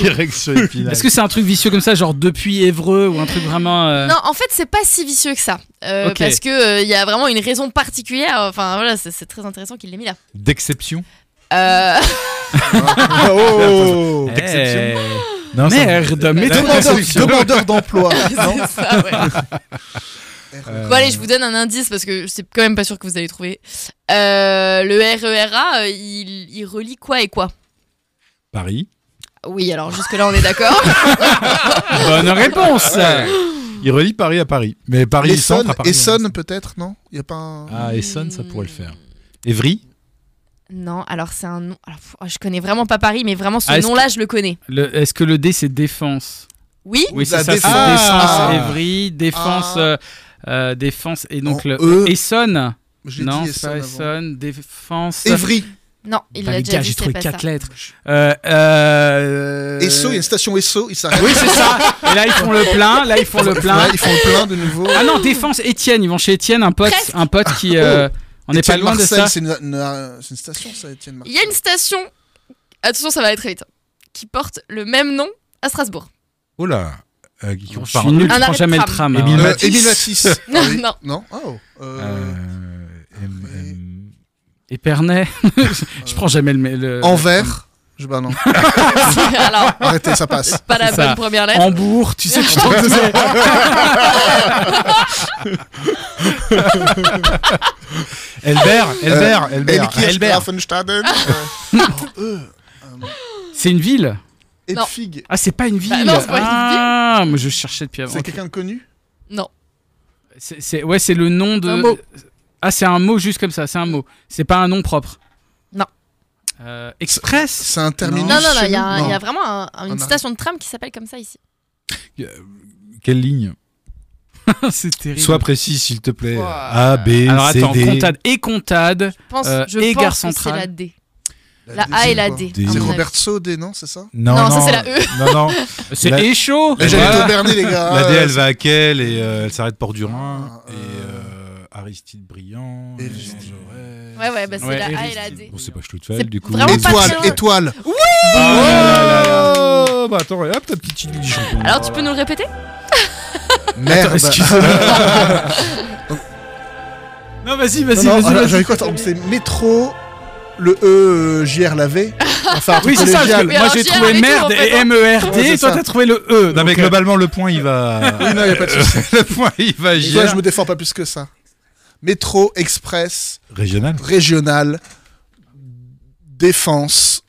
S1: direction épinale.
S3: Est-ce que c'est un truc vicieux comme ça, genre depuis Évreux ou un truc vraiment euh,
S4: Non, en fait, c'est pas si vicieux que ça. Euh,
S3: Ok.
S4: Parce que euh, il y a vraiment une raison particulière. Enfin, voilà, c'est c'est très intéressant qu'il l'ait mis là.
S1: D'exception.
S4: Euh,
S2: Ah, Oh.
S1: Eh,
S3: eh,
S1: Non, ça-
S3: Merde, mais
S1: Là,
S3: toi-
S2: Demandeur,
S1: D'exception.
S2: demandeur d'emploi. non
S4: c'est ça, ouais.
S1: Euh,
S4: Bon, allez, je vous donne un indice parce que c'est quand même pas sûr que vous allez trouver. Euh, le RERA, euh, il, il relie quoi et quoi
S1: Paris.
S4: Oui, alors jusque-là, on est d'accord.
S3: Bonne réponse.
S2: Ah
S1: Il relie Paris à Paris. Mais Paris
S2: Essonne,
S1: centre à Paris. hein.
S2: Essonne hein. peut-être, non Il y a pas un...
S1: Ah, Essonne, ça pourrait le faire. Evry.
S4: Non, alors c'est un nom. alors, pff, je connais vraiment pas Paris, mais vraiment ce
S3: Ah, est-ce
S4: nom-là, je le connais.
S3: Le- Est-ce que le D c'est défense
S4: Oui
S3: Oui,
S2: La
S3: c'est ça. c'est
S2: défense.
S1: Ah.
S3: Défense, Évry, défense,
S2: Ah.
S3: euh, euh, défense et donc
S2: En
S3: le
S2: E.
S3: Essonne.
S2: J'ai
S3: Non,
S2: dit
S3: c'est pas
S2: Essonne avant.
S3: Essonne, défense.
S2: Évry.
S4: Non, il
S3: Bah,
S4: l'a
S3: les
S4: déjà
S3: gars,
S4: dit,
S3: j'ai
S4: c'est
S3: trouvé
S4: pas
S3: quatre
S4: ça.
S3: lettres. Euh, euh,
S2: Esso, il y a une station Esso, il s'arrête.
S3: Oui, c'est ça. Et là ils font le plein, là ils font le plein.
S2: Ouais, ils font le plein de nouveau.
S3: Ah non, défense Étienne, ils vont chez Étienne, un pote,
S4: Presque.
S3: un pote qui euh, on n'est pas
S2: Étienne
S3: loin
S2: Marcel,
S3: de ça.
S2: C'est une, une- euh, c'est une station, ça, Étienne Marcel.
S4: Il y a une station, attention ça va aller très vite, hein, qui porte le même nom à Strasbourg.
S1: Oh là. Euh, qui
S3: Je
S1: parle-
S3: suis nul, je
S4: Un
S3: prends
S4: arrêt de
S3: jamais le
S4: tram.
S3: tram.
S1: Émile
S3: hein.
S2: Euh,
S1: Matisse.
S2: Émile Matisse. Ah
S4: Non,
S2: oui.
S4: non.
S2: Non Oh. euh,
S1: Euh, M- M-
S3: Épernay. je prends jamais le. le
S2: Anvers. Je, bah non.
S4: Alors,
S2: Arrêtez, ça passe.
S4: pas la
S3: C'est ça.
S4: bonne première lettre.
S3: Hambourg, tu sais, tu t'en faisais.
S1: Elbert, Elbert,
S2: Elle
S1: Elbert.
S2: qui est Grafenstaden Euh,
S3: C'est une ville
S2: Et
S4: Non.
S2: Fig.
S3: Ah, c'est pas une ville
S4: Bah non, c'est pas une
S3: Ah, moi je cherchais depuis avant.
S2: C'est quelqu'un de connu
S4: Non.
S3: C'est- c'est- ouais, c'est le nom de.
S2: Un mot.
S3: Ah, c'est un mot juste comme ça, c'est un mot. C'est pas un nom propre.
S4: Non.
S3: Euh, Express
S2: C'est un terminus.
S4: Non, non, non,
S2: chez
S4: il y, a
S2: nous
S4: un-
S2: Non.
S4: il y a vraiment un-
S3: Ah,
S4: un-
S2: Un
S4: une
S2: arrêt.
S4: station de tram qui s'appelle comme ça ici.
S1: Quelle ligne
S3: C'est terrible.
S1: Sois précis, s'il te plaît.
S4: Ouah.
S1: A, B,
S3: Alors attends,
S1: C, D.
S3: Comtade et Comtade.
S4: Je pense,
S3: Euh,
S4: je
S3: et
S4: pense
S3: Gare
S4: que c'est
S3: Centrale.
S4: la D.
S2: La
S4: La
S2: D,
S4: A
S2: c'est
S4: et la
S2: quoi
S4: D.
S1: D.
S4: à
S2: C'est
S4: mon avis.
S2: Robert Sodé, non C'est ça
S1: Non,
S4: Non, ça, c'est la E.
S1: Non, non.
S3: C'est
S1: La-
S3: Échaud
S1: La-
S2: J'allais
S1: Ouais.
S2: tout berner, les gars.
S1: La D,
S2: Euh,
S1: elle va à quelle et euh, elle s'arrête Port du Rhin.
S2: Ah,
S1: et euh, Aristide Briand.
S2: et
S1: et
S2: Jean
S1: Jean Jaurès.
S4: Ouais, ouais, bah c'est
S3: Ouais,
S4: la A et
S3: Éric.
S4: la D.
S1: Bon, c'est pas
S4: C'est
S1: Schluttfeld, du coup.
S4: vraiment pas
S2: Étoile,
S4: très loin.
S2: étoile.
S1: Ah, Bah attends, hop, ta petite idée du champion.
S4: Alors, tu peux nous le répéter
S2: Merde.
S3: Non, vas-y,
S2: Non, non,
S3: vas-y, vas-y.
S2: alors,
S3: vas-y.
S2: ah, j'avais quoi attends, C'est métro, le E, euh, JR la V. Enfin, un
S3: Oui,
S2: truc
S3: c'est ça.
S2: collégial.
S4: Oui,
S3: Moi,
S4: alors,
S3: j'ai
S4: j'y
S3: trouvé
S4: arrivais tout,
S3: merde
S4: en fait,
S3: et
S4: hein.
S3: M-E-R-D.
S2: Ouais,
S3: et
S2: c'est
S3: toi,
S2: ça.
S3: t'as trouvé le E.
S1: Non, mais
S3: donc, euh,
S1: globalement, le point, il va.
S2: Oui, non, y a pas de souci.
S1: le point, il va
S2: Et Toi,
S1: JR.
S2: je me défends pas plus que ça. Métro, express,
S1: Régional.
S2: régional, défense,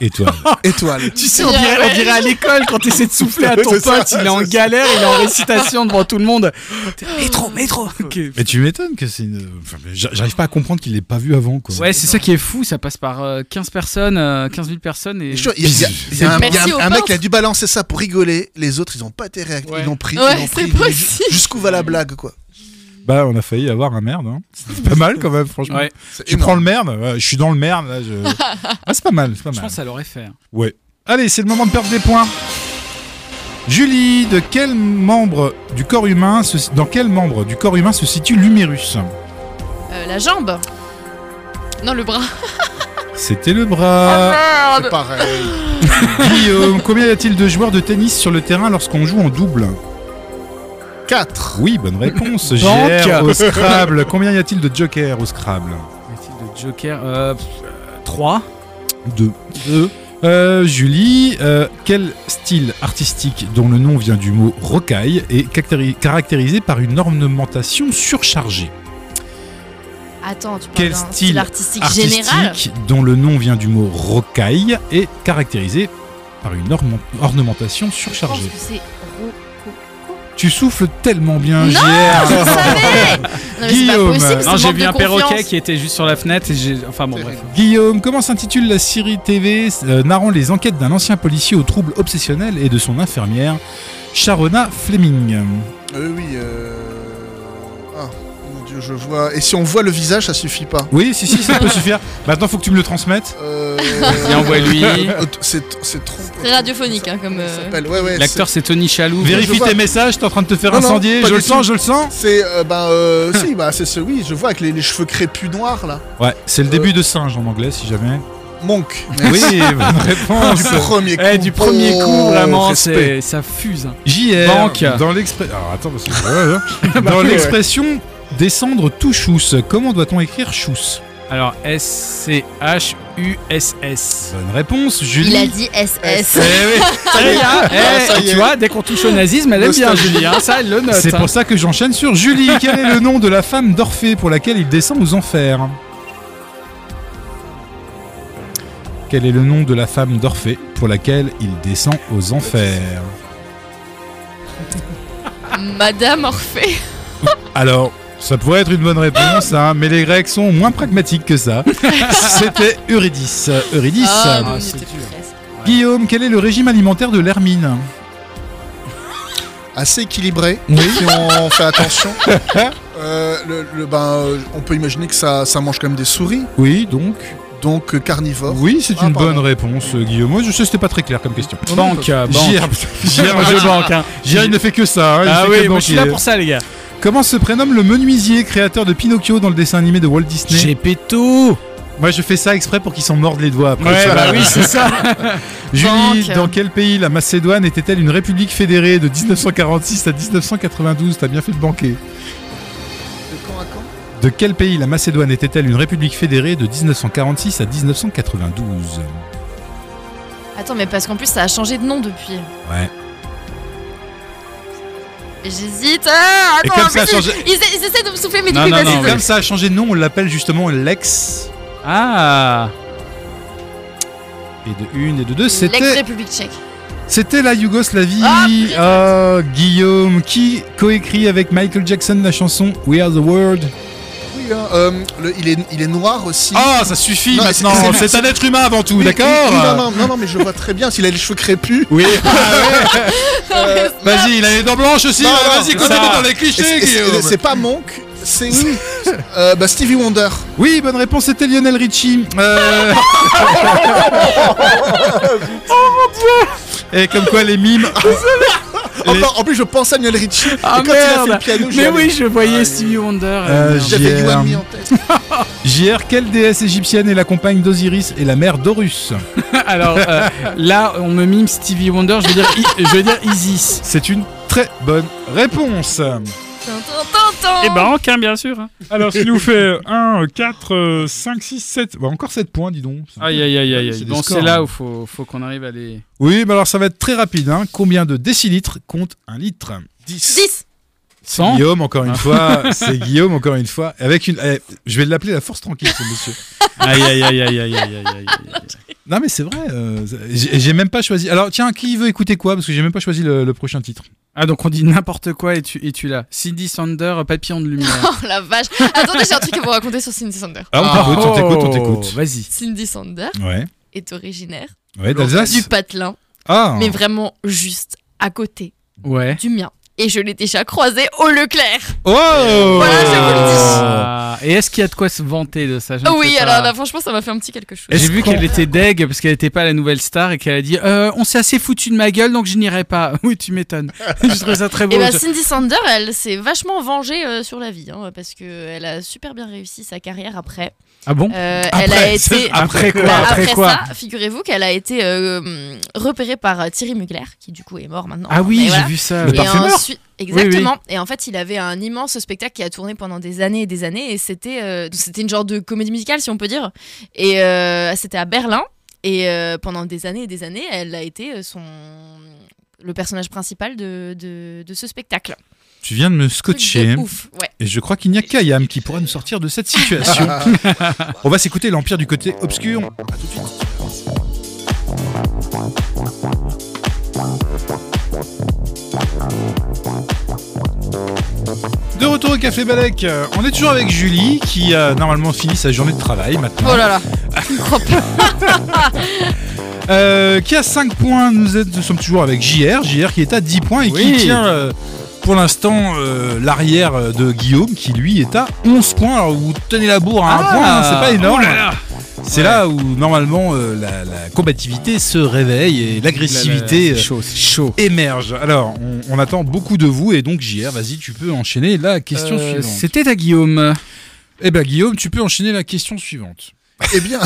S1: Étoile.
S2: Étoile.
S3: Tu sais, on dirait, on dirait à l'école quand t'essaies de souffler à ton
S2: C'est ça,
S3: pote, il est en
S2: c'est ça.
S3: galère, il est en récitation devant tout le monde. T'es- Métro, métro. Ok.
S1: Mais tu m'étonnes que c'est une. enfin, j'a- J'arrive pas à comprendre qu'il l'ait pas vu avant, quoi.
S3: Ouais, c'est ça qui est fou, ça passe par euh, 15 personnes, euh, 15 000 personnes et.
S2: Je te jure, Il y a- il y a- il y a un,
S4: Merci
S2: il y a un-
S4: au
S2: un mec
S4: peintre.
S2: qui a dû balancer ça pour rigoler. Les autres, ils ont pas été réactifs.
S3: Ouais.
S2: Ils l'ont pris. ils
S4: Ouais,
S2: l'ont
S4: c'est
S2: pris, ils l'ont-
S4: possible.
S2: Jusqu'où va la blague, quoi.
S1: Bah, on a failli avoir un merde. Hein. C'est pas mal quand même, franchement.
S3: Ouais,
S2: C'est
S1: Tu
S2: énorme.
S1: prends le merde, ouais, je suis dans le merde. Là, je... Ah, c'est pas mal, c'est pas
S3: je
S1: mal.
S3: pense que ça l'aurait fait. hein.
S1: Ouais. Allez, c'est le moment de perdre des points. Julie, de quel membre du corps humain se- dans quel membre du corps humain se situe l'humérus
S4: Euh, la jambe. Non, le bras.
S1: C'était le bras.
S4: Ah,
S2: C'est pareil.
S1: Guillaume, euh, combien y a-t-il de joueurs de tennis sur le terrain lorsqu'on joue en double
S2: 4.
S1: Oui, bonne réponse.
S3: Banque.
S1: JR au Scrabble. Combien y a-t-il de jokers au Scrabble
S3: Le Joker, euh, 3.
S1: Deux. Euh, Julie, euh, quel style artistique dont le nom vient du mot rocaille est caractéri- caractérisé par une ornementation surchargée
S4: Attends, tu parles
S1: Quel
S4: d'un
S1: style
S4: artistique,
S1: artistique
S4: général
S1: dont le nom vient du mot rocaille est caractérisé par une ornement- ornementation
S4: Je pense
S1: surchargée.
S4: que c'est rococo.
S1: Tu souffles tellement bien, JR.
S4: Je le savais Non, mais c'est pas
S1: Guillaume.
S4: possible, ce
S3: Ah. Non, j'ai
S4: manque
S3: vu
S4: de
S3: un perroquet
S4: confiance.
S3: qui était juste sur la fenêtre et j'ai. Enfin bon, bref.
S1: Guillaume, comment s'intitule la série TV euh, narrant les enquêtes d'un ancien policier aux troubles obsessionnels et de son infirmière, Sharona Fleming
S2: Euh, oui. Euh... Ah, mon dieu, je vois. Et si on voit le visage, ça suffit pas.
S1: Oui, si, si, ça peut suffire. Maintenant, faut que tu me le transmettes.
S2: Euh...
S3: Viens, envoie-lui.
S2: Euh, C'est c'est trop.
S4: Très radiophonique, hein, comme.
S2: Comment il
S4: euh,
S2: s'appelle Ouais, ouais.
S3: L'acteur, c'est Tony Chaloux.
S2: Vérifie.
S1: Vérifie
S2: vois.
S1: tes messages, t'es en train de te faire
S2: Non, non,
S1: incendier.
S2: pas
S1: je
S2: du
S1: le
S2: tout.
S1: sens, je le sens.
S2: C'est euh, ben euh, si bah c'est ce oui je vois avec les, les cheveux crépus noirs là
S1: Ouais, c'est le
S2: Euh.
S1: début de singe en anglais, si jamais.
S2: Monk
S1: Oui, bonne réponse.
S2: du premier coup
S3: Eh, du premier coup,
S2: Oh,
S3: vraiment,
S2: respect.
S3: c'est- ça fuse. hein.
S1: JR,
S3: Banque.
S1: dans l'expression. attends, parce que- ouais, ouais. dans l'expression descendre tout chousse, comment doit-on écrire chousse
S3: Alors, S-C-H-U-S-S.
S1: Bonne réponse, Julie.
S4: Il a dit SS.
S1: Eh oui.
S3: Ça y est, hein, eh,
S2: ça y est.
S3: tu vois, dès qu'on touche au nazisme, elle aime bien, Julie. hein, ça, elle le note.
S1: C'est
S3: hein.
S1: pour ça que j'enchaîne sur Julie. Quel est le nom de la femme d'Orphée pour laquelle il descend aux enfers Quel est le nom de la femme d'Orphée pour laquelle il descend aux enfers
S4: Madame Orphée.
S1: Alors, ça pourrait être une bonne réponse, hein, mais les Grecs sont moins pragmatiques que ça. C'était Eurydice. Eurydice.
S4: Ah,
S3: Ah,
S4: on
S3: c'est
S4: était
S3: dur.
S4: presque.
S1: Guillaume, quel est le régime alimentaire de l'hermine
S2: assez équilibré
S1: Oui.
S2: si on fait attention Euh, le, le- ben euh, on peut imaginer que ça ça mange quand même des souris
S1: Oui, donc.
S2: donc euh, carnivore
S1: Oui, c'est
S2: Ah,
S1: une
S2: pardon.
S1: bonne réponse, euh, Guillaume. Moi, je sais, c'était pas très clair comme question.
S3: Banque, euh, banque.
S1: JR, JR,
S3: Moi, je
S1: je-
S3: banque. hein.
S1: JR, il ne fait que ça. hein, il
S3: Ah
S1: fait que
S3: oui, moi, je suis là
S1: banquier.
S3: pour ça, les gars.
S1: Comment se prénomme le menuisier créateur de Pinocchio dans le dessin animé de Walt Disney
S3: péto
S1: Moi, je fais ça exprès pour qu'ils s'en mordent les doigts après.
S3: Ouais,
S1: tu vois.
S3: bah oui, c'est ça.
S1: Julie,
S4: Banque.
S1: dans quel pays la Macédoine était-elle une république fédérée de 1946 à 1992 T'as bien fait de banquer.
S2: de camp à camp
S1: De quel pays la Macédoine était-elle une république fédérée de 1946 à 1992
S4: Attends, mais parce qu'en plus, ça a changé de nom depuis.
S1: Ouais.
S4: Et J'hésite. Ah,
S1: Et
S4: attends,
S1: comme
S4: en
S1: ça a
S4: plus,
S1: changé-
S4: ils, ils- ils essaient de me souffler, mais du
S3: Non,
S4: coup,
S3: non,
S4: ils
S3: non,
S4: passent-
S1: Comme ça a changé de nom, on l'appelle justement l'ex.
S3: Ah
S1: Et de une et de deux, c'était
S4: L'ex-République tchèque.
S1: C'était la Yougoslavie.
S4: Ah,
S1: Ah, Guillaume, qui coécrit avec Michael Jackson la chanson We Are the World
S2: oui hein, euh, le- il est il est noir aussi
S1: Ah, ça suffit
S2: Non,
S1: maintenant.
S2: c'est- c'est-
S1: C'est un être humain avant tout,
S2: Oui,
S1: d'accord
S2: oui, non, non, non, non, mais je vois très bien s'il a les cheveux crépus
S1: Oui. Vas-y, il a les dents blanches aussi.
S2: Non,
S1: là,
S2: non,
S1: Vas-y,
S2: c'est
S1: continue
S3: ça.
S1: dans les
S2: Et c'est-
S1: clichés,
S2: et c'est
S1: Guillaume.
S2: c'est pas Monk c'est oui Euh, bah, Stevie Wonder
S1: Oui, bonne réponse, c'était Lionel Richie. Euh, Oh, Et comme quoi les mimes.
S2: en,
S1: Les-
S2: en plus je pense à Lionel Richie
S3: Ah,
S2: et quand il a
S3: merde.
S2: fait le piano j'y
S3: Mais
S2: allais.
S3: Ah, oui, je voyais
S2: Allez.
S3: Stevie Wonder.
S1: Euh,
S3: merde.
S1: j'ai-
S2: j'avais
S1: JR.
S2: You and Me en tête
S1: JR, quelle déesse égyptienne est la compagne d'Osiris et la mère d'Horus
S3: Alors euh, là, on me mime Stevie Wonder, je veux dire, I- je veux dire Isis.
S1: C'est une très bonne réponse. Eh
S4: Et
S1: ben,
S3: aucun, hein, bien sûr.
S1: Alors, ce qui nous fait euh, 1, 4, 5, 6, 7. encore 7 points, dis donc.
S3: Aïe, aïe, aïe, aïe.
S1: C'est des
S3: aïe. Bon,
S1: scores,
S3: c'est là
S1: hein.
S3: où faut, faut qu'on arrive à les.
S1: Oui, mais alors ça va être très rapide. Hein. Combien de décilitres compte un litre
S2: 10
S4: 10.
S3: 100
S1: Guillaume, encore une
S3: Ah.
S1: fois. C'est Guillaume, encore une fois. Avec une... eh, je vais l'appeler la force tranquille, ce monsieur.
S3: Aïe, aïe, aïe, aïe, aïe, aïe, aïe, aïe, aïe.
S1: Non mais c'est vrai, euh, j'ai j'ai même pas choisi. Alors tiens, qui veut écouter quoi Parce que j'ai même pas choisi le, le prochain titre.
S3: Ah, donc on dit n'importe quoi et tu, et tu l'as. Cindy Sander, papillon de lumière.
S4: Oh la vache. Attendez, j'ai un truc à vous raconter sur Cindy Sander.
S1: Ah, on t'écoute, on t'écoute, on t'écoute.
S3: Vas-y.
S4: Cindy Sander
S1: Ah, oh. Ouais,
S4: est originaire
S1: ouais, d'Alsace.
S4: du patelin,
S1: Ah,
S4: mais vraiment juste à côté
S3: Ouais.
S4: du mien. Et je l'ai déjà croisé au Leclerc.
S1: oh
S4: Voilà, je vous le dis.
S3: Ah, et est-ce qu'il y a de quoi se vanter de ça Je ne sais
S4: oui,
S3: pas.
S4: alors là, franchement, ça m'a fait un petit quelque chose.
S3: J'ai vu qu'elle était deg parce qu'elle n'était pas la nouvelle star et qu'elle a dit euh, On s'est assez foutu de ma gueule donc je n'irai pas. Oui, tu m'étonnes. je trouve ça très beau.
S4: Et bah Cindy Sander, elle s'est vachement vengée euh, sur la vie, hein, parce que elle a super bien réussi sa carrière après.
S3: Ah bon
S4: Euh,
S1: Après,
S4: elle a
S1: c'est-
S4: été
S1: Après quoi
S4: Bah,
S3: après
S4: après,
S3: quoi
S4: ça, figurez-vous qu'elle a été euh, hum, repérée par euh, Thierry Mugler, qui du coup est mort maintenant.
S3: Ah oui,
S4: Mais
S3: j'ai
S4: voilà.
S3: vu ça.
S1: Le
S3: oui.
S4: Et
S1: parfumeur.
S4: ensuite, exactement. Et en fait, il avait un immense spectacle qui a tourné pendant des années et des années. Et c'était, euh, c'était une genre de comédie musicale, si on peut dire. Et euh, c'était à Berlin. Et euh, pendant des années et des années, elle a été euh, son le personnage principal de, de, de ce spectacle.
S1: Tu viens de me
S4: Truc de
S1: scotcher.
S4: Ouf, ouais.
S1: Et je crois qu'il n'y a qu'Ayam qui pourra nous sortir de cette situation. On va s'écouter l'Empire du côté obscur. À tout de suite. De retour au Café Balek, Euh, on est toujours avec Julie qui a normalement fini sa journée de travail maintenant.
S4: Oh là là, je ne crois pas.
S1: Euh, qui a 5 points, nous, êtes- nous sommes toujours avec JR, JR qui est à 10 points et
S3: Oui.
S1: qui tient euh, pour l'instant euh, l'arrière euh, de Guillaume qui lui est à 11 points. Alors vous tenez la bourre à un
S3: Ah,
S1: point, hein, c'est pas énorme.
S3: oh là là.
S1: C'est là où normalement euh, la, la combativité se réveille et l'agressivité
S3: C'est
S1: euh,
S3: chaud, c'est chaud.
S1: émerge. Alors on, on attend beaucoup de vous et donc JR, vas-y, tu peux enchaîner la question
S3: Euh,
S1: suivante.
S3: C'était à Guillaume.
S1: Eh ben Guillaume, tu peux enchaîner la question suivante.
S2: Eh bien,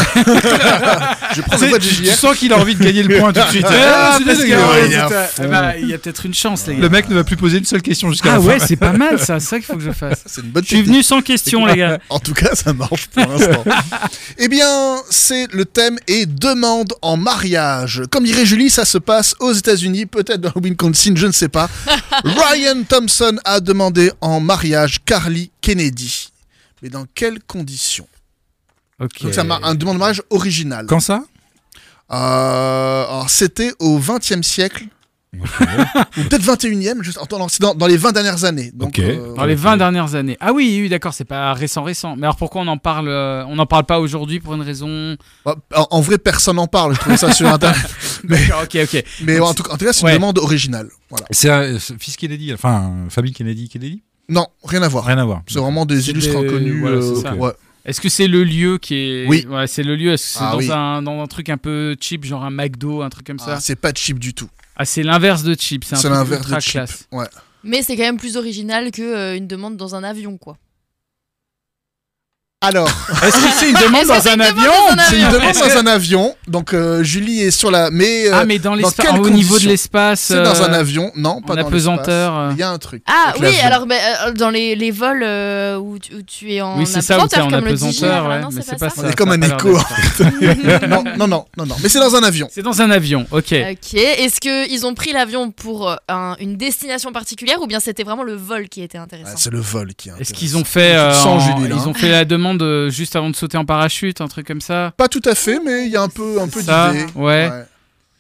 S2: je prends le
S1: C'est-
S2: vote de
S1: tu,
S2: JR.
S1: sens qu'il a envie de gagner le point tout de suite.
S3: Ah,
S1: Eh, c'est
S3: parce que-
S1: dégueulasse.
S2: ouais, il y a
S3: Ah,
S2: un
S3: bah, bah, il y a peut-être une chance, les
S1: Le
S3: gars.
S1: mec ne va plus poser une seule question jusqu'à
S3: Ah
S1: la fin.
S3: ouais, c'est pas mal ça, c'est ça qu'il faut que je fasse.
S2: C'est une bonne
S3: Je suis
S2: technique.
S3: venu sans question, les gars.
S2: En tout cas, ça marche pour l'instant. eh bien, c'est le thème et demande en mariage. Comme dirait Julie, ça se passe aux États-Unis, peut-être dans le Wisconsin, je ne sais pas. Ryan Thompson a demandé en mariage Carly Kennedy. Mais dans quelles conditions
S3: Ok.
S2: Donc, ça m'a un demande en mariage original.
S1: Quand ça
S2: Euh, alors, c'était au XXe siècle. Ou peut-être 21e, juste, attends, non, c'est dans, dans les 20 dernières années. Donc,
S1: Ok.
S2: euh,
S3: Dans les 20 dernières années. Ah oui, oui, d'accord, c'est pas récent, récent. Mais alors pourquoi on en parle euh, On n'en parle pas aujourd'hui pour une raison.
S2: bah, en, en vrai, personne n'en parle, je trouve ça sur Internet. Mais-
S3: D'accord, ok, ok.
S2: Mais en tout, en tout cas, c'est une
S3: Ouais.
S2: demande originale. Voilà.
S1: C'est euh, c'est Fils Kennedy, enfin euh, Famille Kennedy, Kennedy
S2: Non, rien à voir.
S1: Rien à voir.
S2: C'est vraiment des
S3: C'est
S2: illustres
S3: des-
S2: inconnus.
S3: voilà,
S2: euh,
S3: c'est ça.
S2: ouais.
S3: Est-ce que c'est le lieu qui est.
S2: Oui.
S3: Ouais, c'est le lieu. Est-ce que c'est
S2: Ah
S3: dans,
S2: oui.
S3: un, dans un truc un peu cheap, genre un McDo, un truc comme ça
S2: Ah, c'est pas cheap du tout.
S3: Ah, c'est l'inverse de cheap. C'est un
S2: C'est
S3: truc
S2: l'inverse
S3: ultra
S2: de cheap.
S3: classe.
S2: Ouais.
S4: Mais c'est quand même plus original que euh, une demande dans un avion, quoi.
S2: Alors,
S3: Est-ce que c'est une demande
S4: Est-ce que
S3: dans
S4: c'est
S3: un
S4: une demande
S3: avion
S4: dans un
S2: c'est une
S4: avion
S2: demande
S3: Ah, Est-ce que-
S2: dans un avion. Donc euh, Julie est sur la. Mais, euh,
S3: Ah, mais dans
S2: quelles
S3: l'espace. Au niveau de
S2: conditions
S3: l'espace.
S2: c'est dans un
S3: euh,
S2: avion. Non, pas
S3: en
S2: dans
S3: apesanteur,
S2: l'espace.
S3: euh.
S2: Il y a un truc.
S4: Ah
S2: avec
S4: oui,
S2: l'avion.
S4: alors ben, euh, dans les, les vols euh, où, tu, où tu es en
S3: Oui, c'est ça, où t'es
S4: apesanteur,
S3: en
S4: comme le dit
S3: apesanteur,
S4: Gérard, ah
S3: ouais.
S4: non,
S3: mais
S4: c'est pas ça.
S2: On est comme
S3: ça a
S2: un
S3: pas l'air
S2: écho.
S3: d'être ça.
S2: non, non, non, non, non. Mais c'est dans un avion.
S3: C'est dans un avion, ok.
S4: Ok, est-ce qu'ils ont pris l'avion pour euh, un- une destination particulière ou bien c'était vraiment le vol qui était
S2: Ah,
S4: intéressant
S2: c'est le vol qui
S3: Est-ce
S2: intéresse.
S3: qu'ils ont fait.
S2: Tu te
S3: euh,
S2: sens,
S3: en-
S2: Julie, là, hein.
S3: Ils ont fait la demande euh, juste avant de sauter en parachute, un truc comme ça
S2: Pas tout à fait, mais il y a un peu, un peu
S3: Ça,
S2: d'idée.
S3: ouais.
S2: Ouais.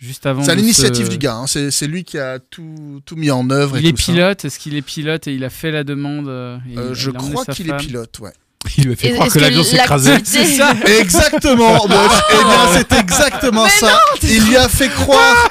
S3: Juste avant.
S2: C'est à
S3: de se-
S2: l'initiative du gars. hein. C'est c'est lui qui a tout, tout mis en œuvre. et
S3: Il est
S2: tout ça.
S3: pilote, est-ce qu'il est pilote et il a fait la demande euh, et il-
S2: Euh, je
S3: il a emmené
S2: crois
S3: sa
S2: qu'il est
S3: femme
S2: pilote, ouais.
S1: Il lui a fait
S4: Est-ce
S1: croire que l'avion s'écrasait.
S4: l'activité-
S2: Exactement. Bosch. Eh bien, c'est exactement
S4: Mais
S2: ça. il lui a fait croire.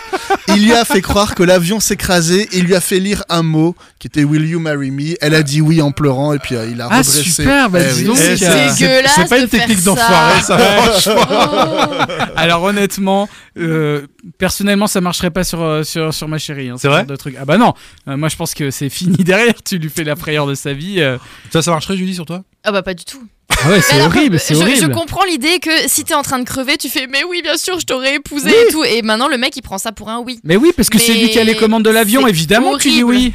S2: il lui a fait croire que l'avion s'écrasait. et Il lui a fait lire un mot qui était Will you marry me. Elle a dit oui en pleurant et puis euh, il a
S3: Ah
S2: redressé.
S3: super, bah
S2: Eh
S3: dis
S2: oui.
S3: donc.
S1: Eh,
S3: euh,
S1: c'est- c'est-
S4: dégueulasse
S1: C'est pas
S4: de
S1: une technique
S4: faire ça.
S1: d'enfoiré, ça.
S4: Oh.
S3: Alors honnêtement, euh, personnellement ça marcherait pas sur, euh, sur, sur ma chérie. hein, ce
S1: C'est vrai
S3: genre de truc. Ah bah non, Euh, moi je pense que c'est fini derrière, tu lui fais la frayeur de sa vie. euh.
S1: Ça, ça marcherait, Julie, sur toi
S4: Ah bah pas du tout.
S3: Ah ouais, c'est
S4: Alors,
S3: horrible, c'est
S4: je, je
S3: horrible.
S4: comprends l'idée que si t'es en train de crever, tu fais mais oui bien sûr je t'aurais épousé et tout et maintenant le mec il prend ça pour un oui.
S3: Mais oui, parce que c'est
S4: Mais
S3: lui qui a les commandes de l'avion,
S4: c'est
S3: évidemment tu dis oui.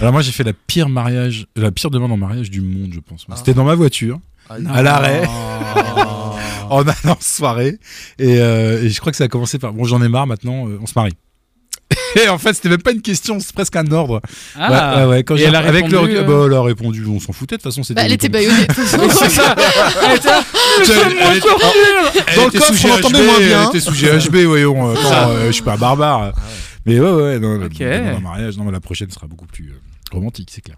S1: Alors, moi, j'ai fait la pire mariage, la pire demande en mariage du monde, je pense.
S2: Ah.
S1: C'était dans ma voiture,
S2: Ah,
S1: à l'arrêt, en allant en soirée. Et, euh, et je crois que ça a commencé par Bon, j'en ai marre maintenant, euh, on se marie. Et en fait, c'était même pas une question, c'est presque un ordre.
S3: Ah.
S1: ouais, ouais, ouais, quand
S3: Et
S1: j'ai-
S3: elle a
S1: avec le
S3: répondu,
S1: recul-
S3: euh,
S1: bah, elle a répondu, on s'en foutait de toute façon. c'était
S4: Bah, elle
S1: une
S4: était
S1: connerie.
S4: baïonnée. de toute façon.
S3: Elle était là,
S1: Elle- elle- elle
S2: Dans le
S1: était
S2: coffre,
S1: sous
S2: on
S1: GHB,
S2: l'entendait moins bien.
S1: Elle était sous GHB, voyons. euh,
S3: Ah
S1: attends, euh, je suis pas un barbare. Mais ouais, ouais, non,
S3: Ok.
S1: non, non, non, mariage, non, mais la prochaine sera beaucoup plus euh, romantique, c'est clair.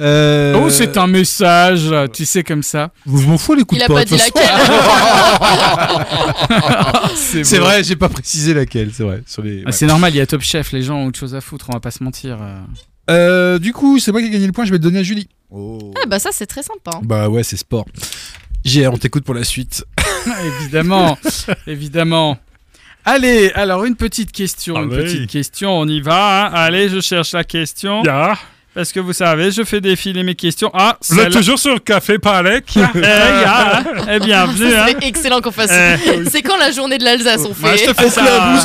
S1: Euh,
S3: Oh, c'est un message, tu sais, comme ça.
S1: Je m'en fous les coups
S4: Il
S1: de
S4: a
S1: poing,
S4: pas
S1: de toute
S4: dit
S1: façon.
S4: laquelle.
S1: C'est
S3: beau.
S1: vrai, j'ai pas précisé laquelle, c'est vrai. Sur les...
S3: Ah, C'est normal, il y a Top Chef, les gens ont autre chose à foutre, on va pas se mentir. euh.
S1: ouais. Euh, du coup, c'est moi qui ai gagné le point, je vais le donner à Julie.
S2: Oh,
S4: Ah, bah, ça, c'est très sympa. hein.
S1: Bah ouais, c'est sport. JR, on t'écoute pour la suite.
S3: évidemment, évidemment. Allez, alors une petite question,
S1: Ah
S3: une
S1: oui.
S3: petite question, on y va. hein. Allez, je cherche la question. Parce que vous savez, je fais défiler mes questions. Ah, celle-là.
S1: toujours sur le café Palek.
S3: Eh, gars, hein. Eh, bienvenue.
S4: Ça
S3: hein.
S4: serait excellent qu'on fasse.
S3: Eh.
S4: C'est quand la journée de l'Alsace on
S3: Moi, je te
S4: fait
S3: fais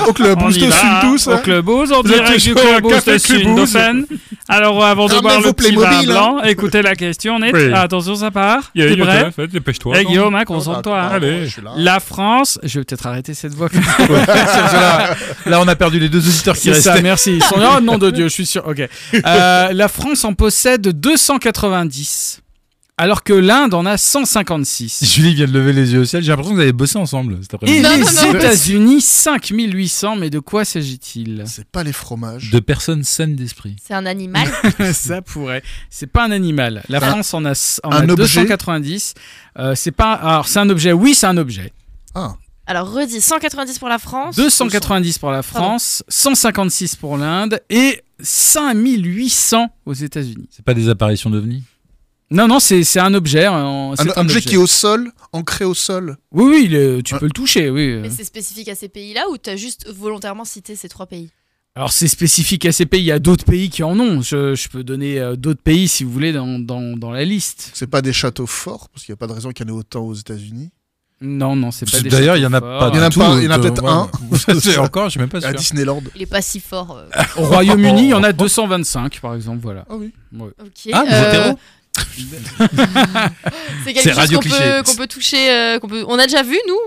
S2: Au Clubhouse, au
S3: ça.
S2: Clubhouse,
S3: On y
S2: Euh, te
S3: va,
S2: fume
S3: hein.
S2: tous,
S3: Au
S2: hein.
S3: Clubhouse, en
S1: Le
S3: direct du
S1: toujours au
S3: Clubhouse
S1: café
S3: de Sundofen. Alors, avant de
S2: Ramenez
S3: boire
S2: vos
S3: le petit vin
S2: Playmobil, hein.
S3: blanc, écoutez la question, net.
S1: Oui.
S3: Attention, ça part.
S5: Il y a
S3: T'es
S5: eu
S3: prêt
S5: fait, dépêche-toi.
S3: Eh,
S5: non
S3: Guillaume, hein,
S2: Ah,
S3: concentre-toi. hein.
S5: Allez.
S2: je suis là.
S3: La France, je vais peut-être arrêter cette voix.
S1: là, là, on a perdu les deux auditeurs qui
S3: C'est ça,
S1: restaient.
S3: merci. Ils sont- Oh nom de Dieu, je suis sûr. Ok. Euh, la France en possède 290, alors que l'Inde en a 156.
S1: Julie vient de lever les yeux au ciel. J'ai l'impression que vous avez bossé ensemble cet
S3: Et
S1: après-midi.
S4: Non, non,
S3: les
S4: non.
S3: États-Unis, 5800. Mais de quoi s'agit-il
S2: C'est pas les fromages.
S1: De personnes saines d'esprit.
S4: C'est un animal.
S3: Ça pourrait. C'est pas un animal. La
S2: Un-
S3: France en a, s- en
S2: un
S3: a
S2: objet
S3: 290. Euh, c'est pas. Alors c'est un objet. Oui, c'est un objet.
S4: Alors, redis 190 pour la France.
S3: 290 pour la France, 156 pour l'Inde et 5800 aux États-Unis.
S1: C'est pas des apparitions d'OVNI
S3: Non, non, c'est c'est un objet. euh,
S2: Un,
S3: c'est
S2: objet qui est au sol, ancré au sol.
S3: Oui, oui, il est- tu
S2: Ouais.
S3: peux le toucher, oui.
S4: Mais c'est spécifique à ces pays-là ou t'as juste volontairement cité ces trois pays
S3: Alors c'est spécifique à ces pays, il y a d'autres pays qui en ont. Je, je peux donner euh, d'autres pays si vous voulez dans, dans, dans la liste.
S2: C'est pas des châteaux forts, parce qu'il n'y a pas de raison qu'il y en ait autant aux États-Unis.
S3: Non, non, c'est pas des
S1: D'ailleurs, il y en
S3: châteaux
S1: a
S3: forts.
S1: pas.
S2: Il y en a
S1: du
S2: pas-
S1: tout,
S2: il y en a
S1: euh,
S2: peut-être
S1: moi. C'est Encore, je suis même pas
S2: À
S1: sûr.
S2: Disneyland.
S4: Il est pas si fort. euh.
S3: Au Royaume-Uni, il y en a 225 par exemple, voilà.
S2: Ah oui.
S4: Ok. euh,
S1: Ah, vous êtes héros
S4: c'est
S1: C'est
S4: quelque chose
S1: radio
S4: qu'on
S1: cliché.
S4: peut, qu'on peut toucher. euh, qu'on peut... On a déjà vu, nous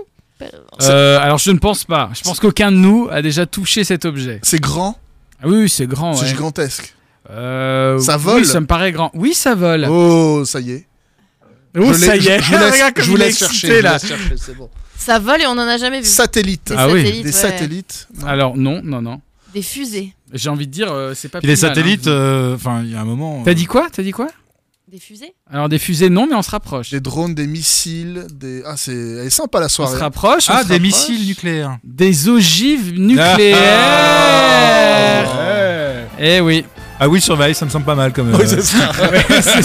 S3: Euh, alors je ne pense pas. Je pense qu'aucun de nous a déjà touché cet objet.
S2: C'est grand,
S3: Ah oui, oui, c'est grand.
S2: c'est
S3: ouais.
S2: gigantesque.
S3: Euh,
S2: Ça
S3: oui,
S2: vole
S3: ça me paraît grand. Oui, ça vole.
S2: Oh, ça y est.
S3: Oh,
S2: Je l'ai-
S3: ça y est.
S2: Je, je vous laisse,
S3: Regarde comme
S2: je vous
S3: il est
S2: laisse chercher. je
S3: excité,
S2: vous
S3: là.
S2: laisse chercher, c'est bon.
S4: Ça vole et on en a jamais vu.
S2: Satellite.
S4: Des
S3: Ah oui.
S4: satellites.
S2: Des
S4: ouais.
S2: satellites. Non.
S3: Alors non, non, non.
S4: Des fusées.
S3: J'ai envie de dire, euh, c'est pas.
S1: Puis les
S3: plus mal, hein.
S1: satellites, euh, enfin, il y a un moment. euh,
S3: T'as dit quoi T'as dit quoi
S4: Des fusées
S3: Alors des fusées, non, mais on se rapproche.
S2: Des drones, des missiles, des. Ah, c'est. Elle est sympa la
S3: On se
S2: soirée.
S3: rapproche. on
S1: Ah,
S3: se
S1: des
S3: rapproche.
S1: missiles nucléaires.
S3: Des ogives
S2: Ah,
S3: nucléaires. Eh oui.
S1: Ah oui, surveille, ça me semble pas mal comme.
S2: Oui, c'est ça.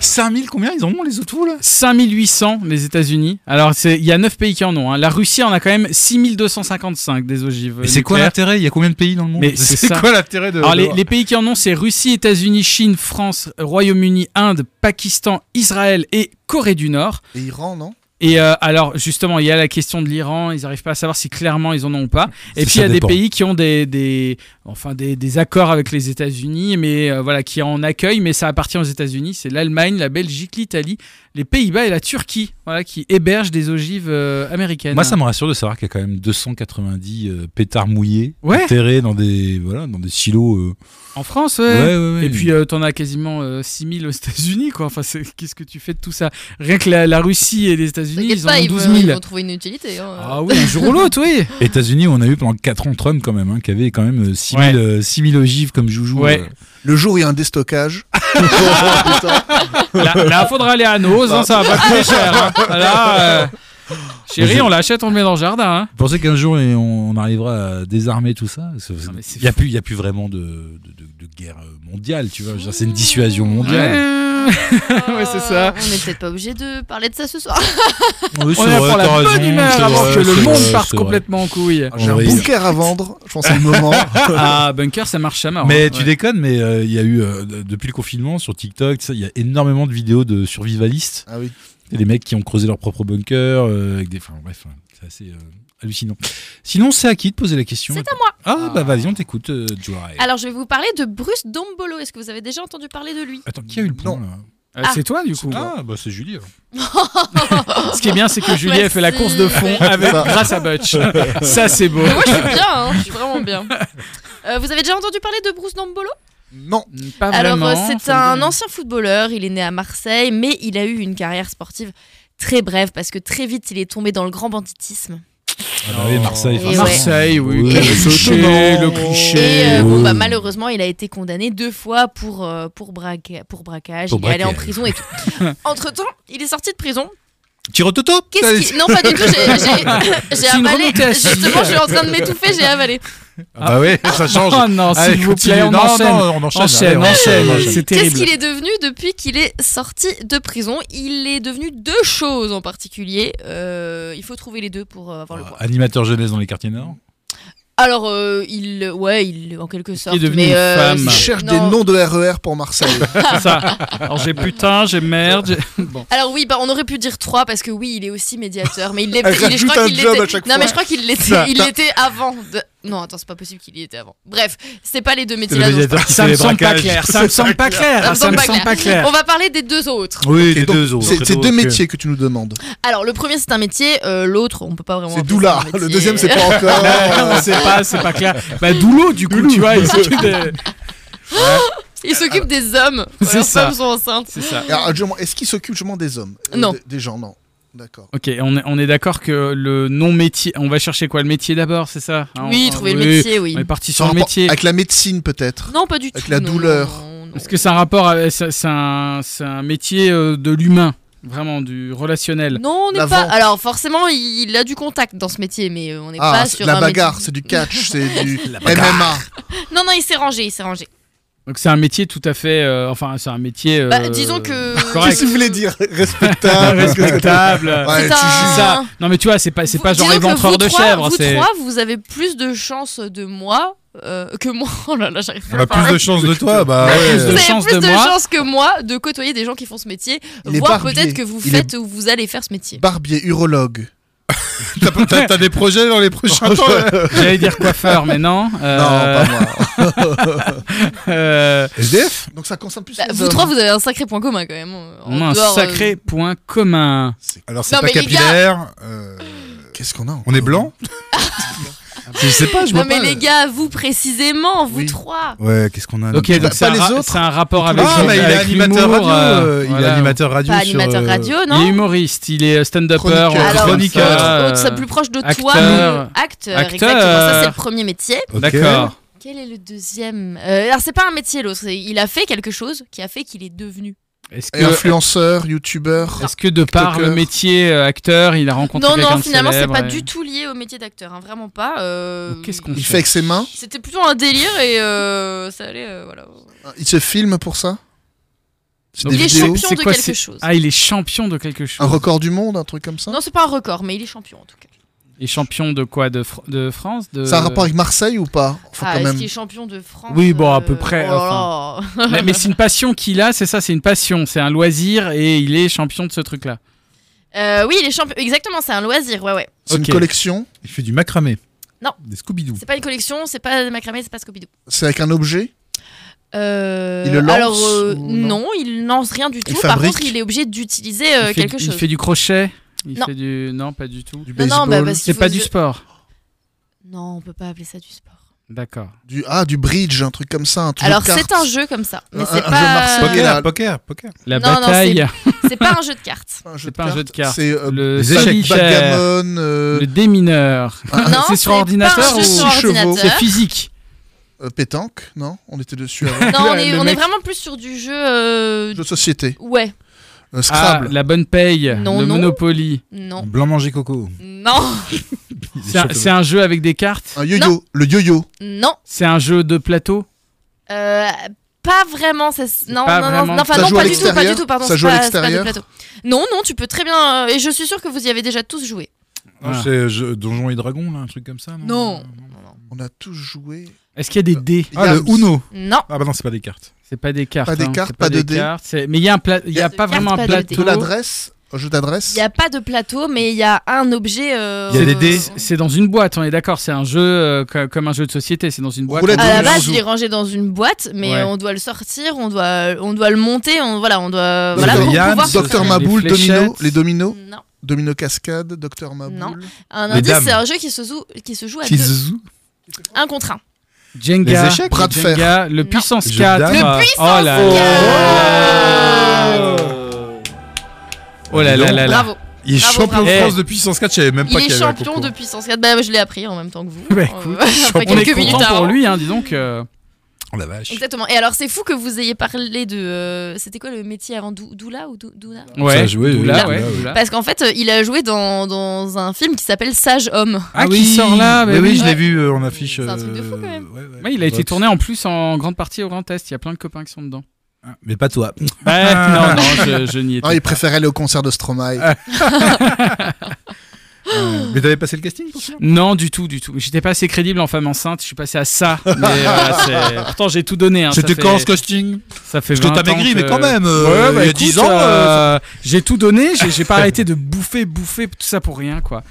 S1: 5000, combien ils en ont les autos là
S3: 5800 les États-Unis. Alors c'est- il y a 9 pays qui en ont. hein. La Russie en a quand même 6255 des ogives.
S1: Mais c'est quoi
S3: nucléaires.
S1: l'intérêt Il y a combien de pays dans le monde
S3: Mais c'est ça.
S1: quoi l'intérêt de.
S3: Alors
S1: de-
S3: les, les pays qui en ont, c'est Russie, États-Unis, Chine, France, Royaume-Uni, Inde, Pakistan, Israël et Corée du Nord.
S2: Et Iran, non
S3: Et euh, alors justement, il y a la question de l'Iran. Ils n'arrivent pas à savoir si clairement ils en ont ou pas. Et
S1: Ça,
S3: puis il y a
S1: ça dépend.
S3: des pays qui ont des, des enfin des, des accords avec les États-Unis, mais euh, voilà qui en accueillent, mais ça appartient aux États-Unis. C'est l'Allemagne, la Belgique, l'Italie, les Pays-Bas et la Turquie, voilà qui hébergent des ogives euh, américaines.
S1: Moi, ça me rassure de savoir qu'il y a quand même 290 euh, pétards mouillés
S3: Ouais.
S1: enterrés dans des voilà dans des silos. euh.
S3: En France, ouais. Et puis euh, t'en as quasiment euh, 6000 aux États-Unis, quoi. Enfin, c'est- qu'est-ce que tu fais de tout ça Rien que la, la Russie et les États-Unis,
S4: T'inquiète
S3: ils en
S4: pas,
S3: ont
S4: ils vont,
S3: 12
S4: ils
S3: 000.
S4: vont trouver une utilité. hein.
S3: Ah oui, un jour ou l'autre, oui.
S1: États-Unis, on a eu pendant 4 ans Trump quand même, hein, qui avait quand même euh, 6000
S3: Ouais.
S1: euh, 6000 ogives comme joujou.
S3: Ouais.
S1: euh.
S2: Le jour où il y a un déstockage. Oh, putain.
S3: Là, là, faudra aller à Nose, hein, ça va pas coûter cher. hein. Là, euh, chérie, on l'achète, on le met dans le jardin. hein.
S1: Vous pensez qu'un jour et on, on arrivera à désarmer tout ça Parce que-
S3: mais c'est
S1: Il n'y a, plus- il y a plus vraiment de, de- de- de guerre euh, mondiale, tu vois. Je veux dire, C'est une dissuasion mondiale.
S3: Ouais. ouais, c'est ça.
S4: On n'est peut-être pas obligé de parler de ça ce soir.
S1: On
S3: On est pour la bonne humeur avant que le monde parte complètement en couille.
S2: J'ai un
S1: Oui.
S2: bunker à vendre. Je pense que c'est le moment.
S3: Ah, bunker, ça marche à mort.
S1: Mais
S3: hein,
S1: tu
S3: ouais.
S1: déconnes, mais euh, il y a eu, euh, de- depuis le confinement, sur TikTok, tu sais, il y a énormément de vidéos de survivalistes.
S2: Ah oui.
S1: Et des mecs qui ont creusé leur propre bunker. euh, avec des, enfin, bref, hein, c'est assez euh, hallucinant. Sinon, c'est à qui de poser la question
S4: C'est à
S1: moi Ah, bah
S3: Ah.
S1: vas-y, on t'écoute, euh, Joy.
S4: Alors, je vais vous parler de Bruce Dombolo. Est-ce que vous avez déjà entendu parler de lui
S1: Attends, qui a eu le point
S2: Non.
S1: là
S3: Euh, C'est toi, du coup.
S1: Ah, bah c'est Julie. alors.
S3: Ce qui est bien, c'est que Julie a fait la course de fond
S4: Merci.
S3: avec,
S2: Ça.
S3: grâce à Butch. Ça, c'est beau.
S4: Mais moi, je suis bien, hein, je suis vraiment bien. Euh, vous avez déjà entendu parler de Bruce Nambolo
S2: Non.
S3: Pas
S4: Alors,
S3: Ah, vraiment.
S4: euh, c'est
S3: ça me
S4: un
S3: donne-
S4: ancien footballeur. Il est né à Marseille, mais il a eu une carrière sportive très brève parce que très vite, il est tombé dans le grand banditisme.
S1: Ah bah oui, Marseille.
S4: Et
S3: Oh,
S1: forcément.
S4: ouais.
S3: Marseille, oui.
S1: Ouais.
S3: Le cliché, le
S4: Et
S3: cliché.
S4: euh, bon,
S1: Oh.
S4: bah, malheureusement, il a été condamné deux fois pour, euh, pour, braquage, pour braquage.
S1: Pour
S4: il est allé en
S1: braquage.
S4: prison et tout. Entre-temps, il est sorti de prison.
S1: Tirototo
S4: Qu'est-ce qui... Non, pas du tout. j'ai- j'ai- J'ai
S3: C'est une
S4: avalé.
S3: remontée à six.
S4: Justement, je suis en train de m'étouffer, j'ai avalé.
S1: Ah bah oui, ça change.
S3: Oh non,
S1: Allez,
S3: s'il vous
S1: continue.
S3: plaît, on
S1: non,
S3: enchaîne.
S1: non, on enchaîne.
S3: Enchaîne,
S1: allez, on
S3: enchaîne,
S1: enchaîne.
S3: c'est
S4: Qu'est-ce
S3: terrible.
S4: qu'il est devenu depuis qu'il est sorti de prison Il est devenu deux choses en particulier. Euh, il faut trouver les deux pour euh, avoir le point.
S1: Animateur jeunesse dans les quartiers nord.
S4: Alors, euh, il, ouais, il, en quelque sorte.
S3: devenu
S4: mais,
S3: une
S4: euh,
S3: femme.
S4: c'est-
S2: Il cherche
S4: non.
S2: des noms de RER pour Marseille.
S3: C'est ça. Alors j'ai putain, j'ai merde. j'ai- Bon.
S4: Alors oui, bah, on aurait pu dire trois parce que oui, il est aussi médiateur, mais il l'est.
S2: Elle
S4: il est- je
S2: rajoute
S4: crois
S2: un
S4: qu'il
S2: job
S4: l'était-
S2: à chaque
S4: Non,
S2: fois.
S4: mais je crois qu'il
S2: Ça,
S4: l'était. Il
S2: ça.
S4: l'était avant. de- Non, attends, c'est pas possible qu'il y était avant. Bref, c'est pas les deux métiers.
S1: Le
S4: là dont je
S1: médiateur qui
S3: Ça
S1: fait
S3: me
S1: les
S3: semble pas
S1: braquages.
S3: clair. Ça me semble pas clair. ah, Ça me semble pas clair.
S4: On va parler des deux autres.
S1: Oui, les
S2: Donc,
S1: deux autres.
S2: C'est c'est
S1: Donc,
S2: deux
S1: euh,
S2: métiers que tu nous demandes.
S4: Alors, le premier, c'est un métier. euh, L'autre, on peut pas vraiment.
S2: C'est
S4: appeler ça un
S2: Doula. Le
S4: métier.
S2: deuxième, c'est pas encore.
S3: Ah, c'est pas, c'est pas clair. Bah Doulot du coup, tu vois, il s'occupe de-
S4: Il s'occupe des hommes.
S3: C'est
S4: Leurs
S3: ça.
S4: femmes sont enceintes.
S3: C'est ça.
S2: Alors, je demande, Est-ce qu'il s'occupe justement des hommes Euh,
S4: Non.
S2: Des, des gens, non. D'accord.
S3: Ok, on est, on est d'accord que le non métier, on va chercher quoi, le métier d'abord, c'est ça Hein,
S4: Oui,
S3: on-
S4: trouver le
S3: oui,
S4: métier, oui.
S3: On est parti sur le
S2: Sans rapport-
S3: métier.
S2: Avec la médecine, peut-être.
S4: Non, pas du tout.
S2: Avec la
S4: non,
S2: douleur.
S4: non, non.
S3: Est-ce que c'est un rapport, avec- c'est c'est un, c'est un métier euh, de l'humain, vraiment du relationnel.
S4: Non, on n'est
S2: La
S4: pas.
S2: vente.
S4: Alors, forcément, il a du contact dans ce métier, mais euh, on n'est
S2: Ah,
S4: pas
S2: c'est
S4: sur
S2: de la
S4: un
S2: bagarre,
S4: métier-
S2: c'est du catch, c'est du MMA.
S4: Non, non, il s'est rangé, il s'est rangé.
S3: Donc c'est un métier tout à fait, euh, enfin c'est un métier. euh,
S4: Bah, disons que.
S3: correct. Qu'est-ce
S2: Si vous voulez dire respectable. qu'est-ce que c'est
S3: respectable.
S2: Ouais,
S4: C'est
S2: tu
S4: un-
S2: juges.
S3: Ça. Non mais tu vois, c'est pas, c'est
S4: Vous-
S3: pas genre
S4: disons que vous
S3: éventreur de
S4: trois-
S3: chèvre.
S4: Vous
S3: c'est...
S4: trois, vous avez plus de chances de moi euh, que moi. Oh là là, j'arrive
S1: On
S4: pas
S1: a
S4: à
S1: plus
S4: parler.
S1: de chance de toi, bah
S3: Plus de
S1: ouais.
S4: Vous avez
S3: chances
S4: plus
S3: de
S4: de
S3: moi.
S4: chances que moi de côtoyer des gens qui font ce métier,
S2: Il est
S4: voire
S2: barbier.
S4: peut-être que vous
S2: Il est-
S4: faites ou vous allez faire ce métier.
S2: Barbier, urologue.
S1: T'as- T'as t'as des projets dans les prochains temps là
S3: J'allais dire coiffeur, mais non. euh,
S2: Non, pas moi.
S3: euh,
S1: SDF
S2: Donc ça concerne plus
S4: Bah,
S2: les
S4: vous
S2: hommes.
S4: trois, vous avez un sacré point commun quand même. euh,
S3: on a
S4: en
S3: un
S4: dehors, euh,
S3: sacré point commun.
S1: Alors c'est
S4: Non,
S1: pas
S4: mais les
S1: capillaire. euh,
S2: Qu'est-ce qu'on a encore
S1: On est blanc Je sais
S3: Ah,
S1: pas, je vois
S4: Non mais
S1: pas.
S4: les gars, vous précisément, vous
S2: Oui.
S4: trois.
S1: Ouais, qu'est-ce qu'on a là
S3: Ok, donc c'est
S2: pas
S3: un,
S2: les
S3: ra-
S2: autres.
S3: c'est un rapport avec.
S1: Ah, bah il est
S3: avec
S1: animateur
S3: l'humour,
S1: radio.
S3: euh,
S1: euh, Il est
S3: voilà.
S1: animateur radio.
S4: Pas
S1: sur,
S4: animateur
S1: euh,
S4: radio,
S3: Il est
S4: non
S3: humoriste, il est stand-upper,
S2: Chroniqueur.
S3: on-
S4: Alors,
S1: chroniqueur,
S4: autre- autre, ça
S3: euh,
S4: plus proche de toi,
S3: acteur.
S4: mais- acteur,
S3: Acteur. euh.
S4: exactement. Ça c'est le premier métier.
S1: ok.
S3: D'accord.
S4: Quel est le deuxième Euh, Alors c'est pas un métier l'autre, c'est- il a fait quelque chose qui a fait qu'il est devenu.
S3: Est-ce
S2: Et
S3: que,
S2: Influenceur, youtubeur.
S3: est-ce que de par le
S2: TikToker.
S3: métier euh, acteur, il a rencontré
S4: non
S3: quelqu'un
S4: non,
S3: de
S4: finalement c'est
S3: célèbre,
S4: pas
S3: ouais.
S4: du tout lié au métier d'acteur, hein, vraiment pas. euh,
S3: Donc, Qu'est-ce qu'on
S2: Il fait avec ses mains.
S4: C'était plutôt un délire et euh, ça allait euh, voilà.
S2: Il se filme pour ça. C'est
S3: Donc,
S2: des
S4: Il est
S2: vidéos.
S4: champion
S3: C'est
S4: de
S3: quoi,
S4: quelque
S3: c'est-
S4: chose.
S3: Ah, il est champion de quelque chose.
S2: Un record du monde, un truc comme ça.
S4: Non c'est pas un record, mais il est champion en tout cas.
S3: Il est champion de quoi de, Fr- de France de...
S2: Ça a un rapport avec Marseille ou pas Enfin,
S4: Ah,
S2: quand
S4: est-ce
S2: même.
S4: qu'il est champion de France
S3: Oui, bon, à peu
S4: euh,
S3: près,
S4: oh là là.
S3: Mais, mais c'est une passion qu'il a, c'est ça, c'est une passion, c'est un loisir et il est champion de ce truc-là.
S4: Euh, oui, il est champion. Exactement, c'est un loisir. Ouais, ouais.
S2: C'est
S3: Ok.
S2: une collection.
S1: Il fait du macramé.
S4: Non.
S1: Des Scooby-Doo.
S4: C'est pas une collection, c'est pas macramé, c'est pas Scooby-Doo.
S2: C'est avec un objet.
S4: Euh,
S2: Il le lance
S4: Alors, euh,
S2: ou non
S4: non, il lance rien du tout. Par
S2: fabrique
S4: contre, il est obligé d'utiliser euh,
S3: il fait,
S4: quelque
S3: il
S4: chose.
S3: fait du crochet. Il
S4: Non.
S3: fait du non, pas du tout.
S2: Du
S4: Non, non,
S2: baseball.
S4: bah, parce qu'il
S3: C'est
S4: faut
S3: pas
S4: se-
S3: du sport.
S4: Non, on peut pas appeler ça du sport.
S3: D'accord.
S2: du... Ah, du bridge, un truc comme ça. Un truc de
S4: alors,
S2: cartes.
S4: c'est un jeu comme ça. Mais
S2: Un-
S4: c'est
S2: un jeu
S4: pas.
S2: martial.
S1: Poker,
S2: là-
S1: poker, poker.
S3: La
S4: Non, non,
S3: bataille,
S4: c'est pas un jeu de cartes.
S2: un
S3: c'est pas un jeu de cartes.
S2: C'est euh,
S3: le
S1: les échecs,
S3: solitaire,
S2: backgammon. euh,
S3: le démineur.
S4: Non,
S3: Ah, c'est sur
S4: pas un
S3: ordinateur
S4: jeu
S3: ou
S4: sur
S2: six chevaux
S3: C'est
S4: ordinateur.
S3: physique.
S2: euh, pétanque, non On était dessus avant.
S4: Non, on est,
S3: Le
S4: on est
S3: mec-
S4: vraiment plus sur du jeu. euh,
S2: Jeu de société.
S4: Ouais,
S2: Euh,
S3: Ah,
S2: Scrabble.
S3: la bonne paye,
S4: Non,
S3: le
S4: non.
S3: Monopoly.
S4: non,
S1: Blanc manger coco.
S4: non,
S3: C'est un, c'est un jeu avec des cartes.
S2: Un yo-yo. Le yo-yo.
S4: non.
S3: C'est un jeu de plateau.
S4: Euh, pas vraiment, c'est... Non,
S3: pas
S4: non,
S3: vraiment.
S4: non, enfin,
S2: Ça
S4: non,
S2: joue
S4: pas
S2: à
S4: du tout, pas du
S2: l'extérieur
S4: tout, pardon,
S2: Ça
S4: c'est
S2: joue à
S4: pas- c'est pas du
S2: l'extérieur
S4: plateau. Non, non, tu peux très bien, euh, et je suis sûr que vous y avez déjà tous joué.
S3: Voilà.
S1: C'est jeu- Donjons et Dragons, là, un truc comme ça
S4: Non.
S2: On a tous joué.
S3: Est-ce qu'il y
S2: Euh,
S3: a des dés
S1: Ah, le Uno.
S4: Non,
S1: Ah, bah non, c'est pas des cartes.
S3: C'est pas des cartes.
S2: Pas des
S3: hein,
S2: cartes,
S3: c'est
S2: pas de
S3: des
S2: dés.
S3: cartes, c'est- Mais il y a un pla- il y
S4: Y
S3: a
S4: a
S3: pas
S4: de
S3: vraiment
S4: cartes,
S3: un
S4: pas de dés.
S2: De
S3: plateau.
S2: l'adresse. Un jeu d'adresse.
S4: il n'y a pas de plateau, mais il y a un objet... euh,
S1: Il y a des dés.
S3: C'est dans une boîte, on est d'accord. C'est un jeu euh, co- comme un jeu de société. C'est dans une boîte.
S2: Roulette
S4: À la
S2: Donjon.
S4: base, il est rangé dans une boîte, mais
S3: Ouais.
S4: on doit le sortir, on doit, on doit le monter, on, voilà, on doit...
S2: Dr.
S4: Voilà, pour
S1: Yann,
S4: pouvoir...
S1: ce sont
S2: Docteur
S1: des
S2: Maboule, Domino,
S3: fléchettes.
S2: les dominos,
S4: Non.
S2: Domino Cascade, Docteur Maboule.
S4: Un
S1: Les
S4: indice,
S1: dames.
S4: c'est un jeu qui se joue, qui se joue à
S1: Qui
S4: deux.
S1: zou-
S4: Un contre un.
S3: Jenga,
S1: Les échecs
S2: Bras de fer.
S3: Jenga, le
S4: Non.
S3: puissance
S1: Jeu
S3: 4.
S1: d'âme. Le
S4: puissance
S3: oh là là. Oh là là là là.
S4: Bravo.
S1: Il est
S4: Bravo,
S1: champion de
S4: bravo.
S1: France de puissance 4, je savais même pas
S4: Il est
S1: qu'il y avait un
S4: champion
S1: concours.
S4: de puissance 4. Bah, je l'ai appris en même temps que vous.
S3: Bah,
S4: Euh,
S3: écoute,
S4: après
S3: On est
S4: quelques minutes
S3: content
S4: avant.
S3: pour lui, hein, dis donc. euh,
S1: Oh la vache.
S4: Exactement. Et alors, c'est fou que vous ayez parlé de. euh, C'était quoi le métier avant Dou- Doula ou Dou- Douna
S3: Ouais,
S1: a joué, oui,
S3: Doula,
S1: Doula,
S3: ouais,
S1: oui.
S3: Doula.
S4: Parce qu'en fait, euh, il a joué dans, dans un film qui s'appelle Sage Homme.
S3: Ah, qui sort là
S1: Mais
S3: bah
S1: oui,
S3: oui.
S1: je l'ai
S4: Ouais.
S1: vu euh, en affiche.
S4: C'est un truc de fou, quand même.
S1: ouais, ouais.
S3: Ouais, il a été
S1: Vote.
S3: tourné en plus en grande partie au Grand Est. Il y a plein de copains qui sont dedans.
S1: Mais pas toi.
S3: Ouais, non, non, je, je n'y étais
S2: Ah, il préférait aller au concert de Stromae.
S1: Ah, Mais t'avais passé le casting pour ça
S3: Non, du tout, du tout. J'étais pas assez crédible en femme enceinte. Je suis passé à ça. Mais voilà, c'est- pourtant, j'ai tout donné. Hein. Ça
S1: C'était
S3: fait-
S1: quand ce casting
S3: Ça fait
S1: Parce que
S3: 20
S1: t'as
S3: ans
S1: maigri,
S3: que-
S1: mais quand même.
S3: Ouais,
S1: euh, il
S3: bah,
S1: y a
S3: écoute,
S1: 10 ans. euh,
S3: euh, j'ai tout donné. J'ai j'ai pas arrêté de bouffer, bouffer tout ça pour rien, quoi.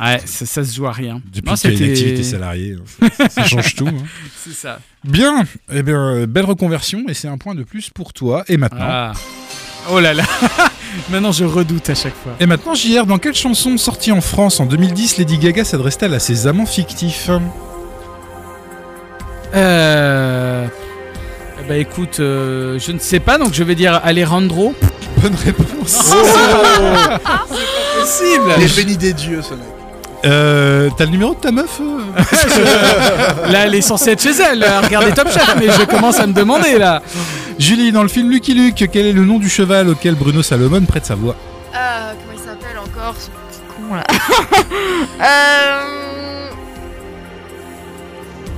S3: Ouais, ça, ça se joue à rien.
S1: Bah, Depuis
S3: Non,
S1: que t'as une
S3: c'était-
S1: activité salariée, hein, ça- ça change tout. hein.
S3: C'est ça.
S1: Bien, eh bien, euh, belle reconversion et c'est un point de plus pour toi. Et maintenant,
S3: Ah. Oh là là. Maintenant, je redoute à chaque fois.
S1: et maintenant, JR, dans quelle chanson sortie en France en 2010, Lady Gaga s'adresse-t-elle à ses amants fictifs
S3: Euh... Bah écoute, euh, je ne sais pas, donc je vais dire Alejandro.
S1: Bonne
S4: Oh.
S1: réponse.
S3: Possible
S2: Il est béni des dieux, ce mec.
S1: Euh, T'as le numéro de ta meuf euh
S3: Là, elle est censée être chez elle, à regarder Top Chef, mais je commence à me demander là.
S1: Julie, dans le film Lucky Luke, quel est le nom du cheval auquel Bruno Salomon prête sa voix
S4: Ah, comment il s'appelle encore ce petit con là Euh,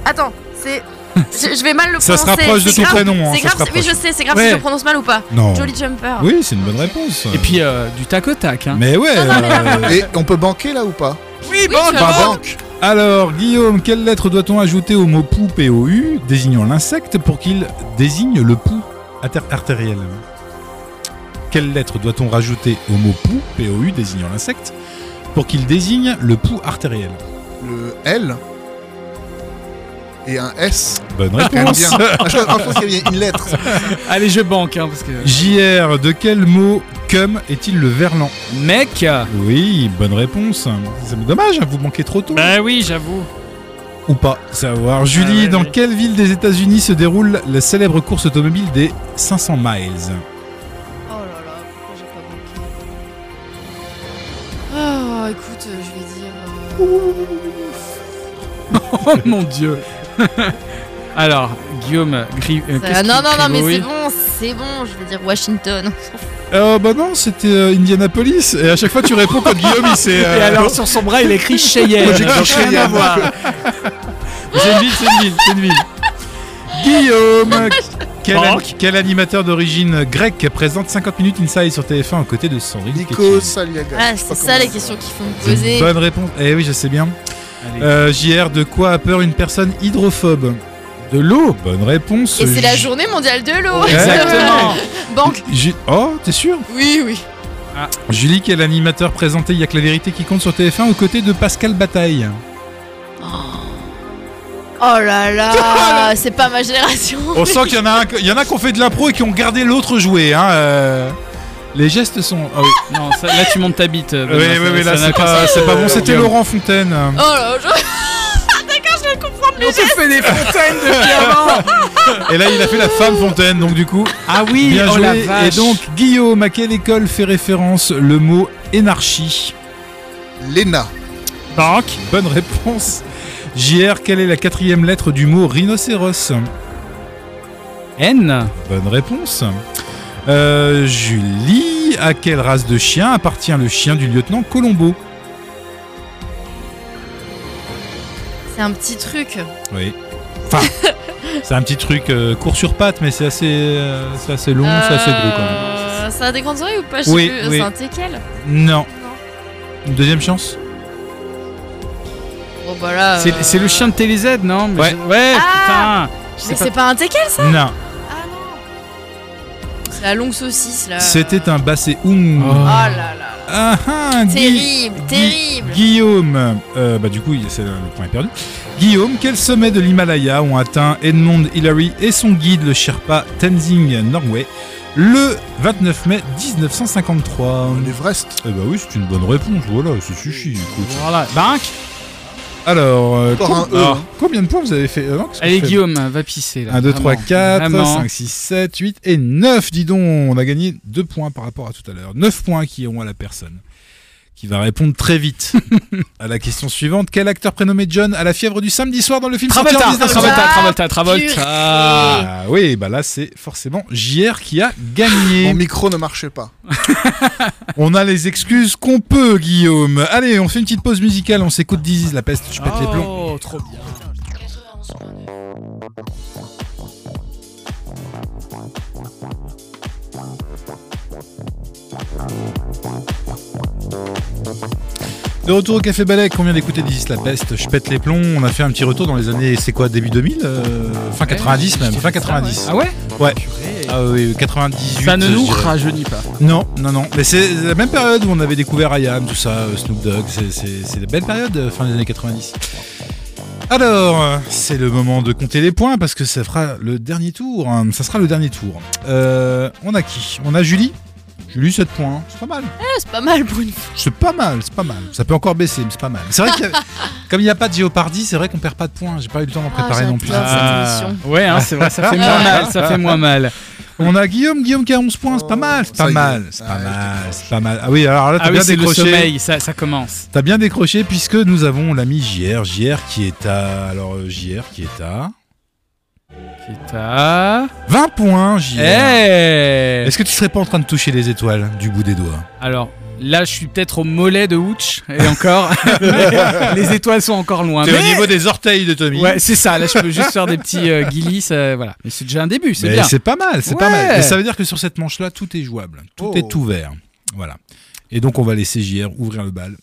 S4: Attends, c'est. Je, je vais mal le
S1: Ça se
S4: prononcer.
S1: rapproche de
S4: c'est
S1: ton
S4: grave,
S1: prénom, hein,
S4: C'est
S1: ça se
S4: grave, oui,
S1: rapproche.
S4: je sais, c'est grave
S3: Ouais.
S4: si je le prononce mal ou pas.
S1: Non.
S4: Jolly Jumper.
S1: Oui, c'est une bonne réponse.
S3: Et puis euh, du tac au tac. Hein.
S1: Mais ouais. euh,
S2: Et on peut banquer là ou pas
S4: Oui, tu vas
S2: Bah,
S4: voir.
S2: banque
S1: Alors, Guillaume, quelle lettre doit-on ajouter au mot poupe et au U désignant l'insecte pour qu'il désigne le pouls ater- artériel Quelle lettre doit-on rajouter au mot pouls et au U désignant l'insecte pour qu'il désigne le pouls artériel
S2: Le L et un S.
S1: Bonne
S2: Quand même
S1: réponse.
S2: bien. Ah, Je pense qu'il y avait une lettre.
S3: Allez, je banque, hein, parce que.
S1: JR, de quel mot cum est-il le verlan
S3: Mec
S1: Oui, bonne réponse. C'est dommage, hein, vous manquez trop tôt.
S3: Bah oui, j'avoue.
S1: Ou pas, savoir. Julie,
S3: Ah ouais,
S1: dans
S3: ouais.
S1: quelle ville des États-Unis se déroule la célèbre course automobile des 500 miles
S4: Oh là là, pourquoi j'ai pas banqué Oh, écoute, euh, je vais dire. euh,
S3: Oh mon dieu. Alors, Guillaume Gri. euh,
S4: ça-
S3: qu'est-ce
S4: non,
S3: qu'il
S4: non, non, mais
S3: cribouille
S4: c'est bon, c'est bon, je vais dire Washington.
S1: Euh, bah non, c'était euh, Indianapolis. Et à chaque fois, tu réponds quand Guillaume, il s'est. euh,
S3: Et alors, sur son bras, il écrit Cheyenne.
S1: J'ai écrit
S3: donc rien à
S1: Cheyenne.
S3: voir.
S1: C'est une ville, c'est une ville, c'est une ville. Guillaume quel, an-
S3: Banque.
S1: quel animateur d'origine grecque présente 50 minutes inside sur TF1 aux côtés de Sandrine
S2: Nico
S1: Ketchin
S2: Saliaga.
S4: Ah,
S2: Je sais pas
S4: c'est ça
S2: comment
S4: les
S2: ça
S4: questions qu'il faut me
S1: C'est une
S4: poser.
S1: Bonne réponse. Eh oui, je sais bien.
S3: Allez.
S1: Euh, JR, de quoi a peur une personne hydrophobe De l'eau. Bonne réponse.
S4: Et c'est la
S1: Ju-
S4: journée mondiale de l'eau.
S3: Exactement.
S4: Banque.
S1: Ju- oh, t'es sûr
S4: Oui, oui.
S1: Julie, quel animateur présenté Il y a que la vérité qui compte sur TF1 aux côtés de Pascal Bataille.
S4: Oh là là, c'est pas ma génération.
S1: On sent qu'il y en a, un, il y en a qui ont fait de l'impro et qui ont gardé l'autre jouer. hein, euh. Les gestes sont. Ah oui,
S3: Non, ça- là, tu montes ta bite. euh,
S1: oui,
S3: Benoît,
S1: oui,
S3: ça-
S1: oui, là
S3: ça n'a
S1: c'est
S3: pas-
S1: pas, c'est pas bon. C'était
S3: Guillaume.
S1: Laurent Fontaine.
S4: Oh là, je-
S3: On se fait des fontaines depuis avant.
S1: Et là il a fait la femme Fontaine, donc du coup.
S3: Ah oui,
S1: Bien
S3: oh la
S1: joué.
S3: vache.
S1: et donc Guillaume, à quelle école fait référence le mot énarchie
S2: Lena.
S1: Donc, bonne réponse. JR, quelle est la quatrième lettre du mot rhinocéros
S3: N.
S1: Bonne réponse. Euh, Julie, à quelle race de chien appartient le chien du lieutenant Colombo
S4: C'est un petit truc.
S1: Oui. Enfin, c'est un petit truc euh, court sur patte, mais c'est assez, euh, c'est assez long, c'est assez gros quand même.
S4: Euh, Ça a des grandes oreilles ou pas Je sais
S1: Oui,
S4: plus.
S1: oui.
S4: C'est un teckel.
S1: Non. Une deuxième chance
S4: Bon bah là.
S3: C'est
S4: euh,
S3: c'est le chien de TéléZ, non Mais
S1: Ouais.
S3: je- ouais
S4: Ah
S3: putain. Je
S4: Mais
S3: sais
S4: c'est pas un teckel ça
S1: Non.
S4: Ah non. C'est la longue saucisse là.
S1: C'était un basset oum.
S4: Euh. Oh
S3: Oh.
S4: là là. là.
S1: Ah, ah, Gui-
S4: Terrible,
S1: Gui-
S4: terrible.
S1: Guillaume, euh, bah du coup, il- c'est le point est perdu. Guillaume, quel sommet de l'Himalaya ont atteint Edmond Hillary et son guide, le Sherpa Tenzing Norway, le 29 mai 1953
S2: L'Everest.
S1: Eh bah oui, c'est une bonne réponse, voilà, ça suffit, écoute.
S3: Voilà, Bank
S1: Alors, euh,
S2: Encore
S1: com-
S2: un E.
S1: alors, combien de points vous avez fait euh, non, qu'est-ce que
S3: Allez,
S1: je fais
S3: Guillaume, va pisser là.
S1: 1, 2, 3,
S3: Vraiment.
S1: 4,
S3: Vraiment.
S1: 5, 6, 7, 8 et 9. Dis donc, on a gagné 2 points par rapport à tout à l'heure. 9 points qui iront à la personne qui va répondre très vite à la question suivante. Quel acteur prénommé John a la fièvre du samedi soir dans le film sorti en
S3: Travolta,
S1: 1900?
S3: Travolta, Travolta, Travolta.
S4: Purée.
S1: Ah oui, bah là c'est forcément JR qui a gagné.
S2: Mon micro ne marchait pas.
S1: on a les excuses qu'on peut, Guillaume. Allez, on fait une petite pause musicale, on s'écoute Dizzy, la peste, je pète les plombs.
S3: Oh, trop bien.
S1: De retour au Café Balek, on vient d'écouter Dizzy la peste, je pète les plombs. On a fait un petit retour dans les années, c'est quoi, début 2000 euh, Fin 90 même, fin 90.
S3: Ah ouais
S1: Ouais. Ah oui, 98.
S3: Ça ne nous
S1: je dirais.
S3: rajeunit pas.
S1: Non, non, non. Mais c'est la même période où on avait découvert IAM, tout ça, euh, Snoop Dogg. C'est- C'est c'est des belles périodes, euh, fin des années 90. Alors, euh, c'est le moment de compter les points parce que ça fera le dernier tour. hein. Ça sera le dernier tour. Euh, on a qui On a Julie. Julie, 7 points. hein. C'est pas mal.
S4: Ah, c'est pas mal pour une fois.
S1: C'est pas mal, c'est pas mal. Ça peut encore baisser, mais c'est pas mal. C'est vrai que comme il n'y a pas de Géopardy, c'est vrai qu'on perd pas de points. J'ai pas eu le temps d'en
S4: Ah,
S1: préparer non plus.
S4: j'adore.
S3: Ah,
S4: cette
S3: ouais, hein, c'est vrai, ça fait moins mal, ça fait moins mal.
S1: On a Guillaume, Guillaume qui a 11 points, c'est pas mal, c'est
S2: Oh, Ça
S1: pas
S2: y est.
S1: mal, c'est pas
S2: Ah, je
S1: mal, c'est pas mal. Ah oui, alors là, t'as
S3: Ah oui,
S1: bien
S3: c'est le
S1: décroché.
S3: sommeil, ça, ça commence.
S1: T'as bien décroché puisque nous avons l'ami JR, JR qui est à. Alors, euh, JR qui est à.
S3: Qui à...
S1: 20 points, JR.
S3: Eh
S1: Est-ce que tu serais pas en train de toucher les étoiles du bout des doigts
S3: Alors, là, je suis peut-être au mollet de Hooch, et encore, les étoiles sont encore loin.
S1: T'es au
S3: mais-
S1: niveau des orteils de Tommy.
S3: Ouais, c'est ça, là, je peux juste faire des petits euh, guillis, ça, voilà. Mais c'est déjà un début, c'est
S1: Mais
S3: bien.
S1: C'est pas mal, c'est pas
S3: Ouais.
S1: mal. Et ça veut dire que sur cette manche-là, tout est jouable. Tout
S2: Oh.
S1: est ouvert. Voilà. Et donc, on va laisser JR ouvrir le bal.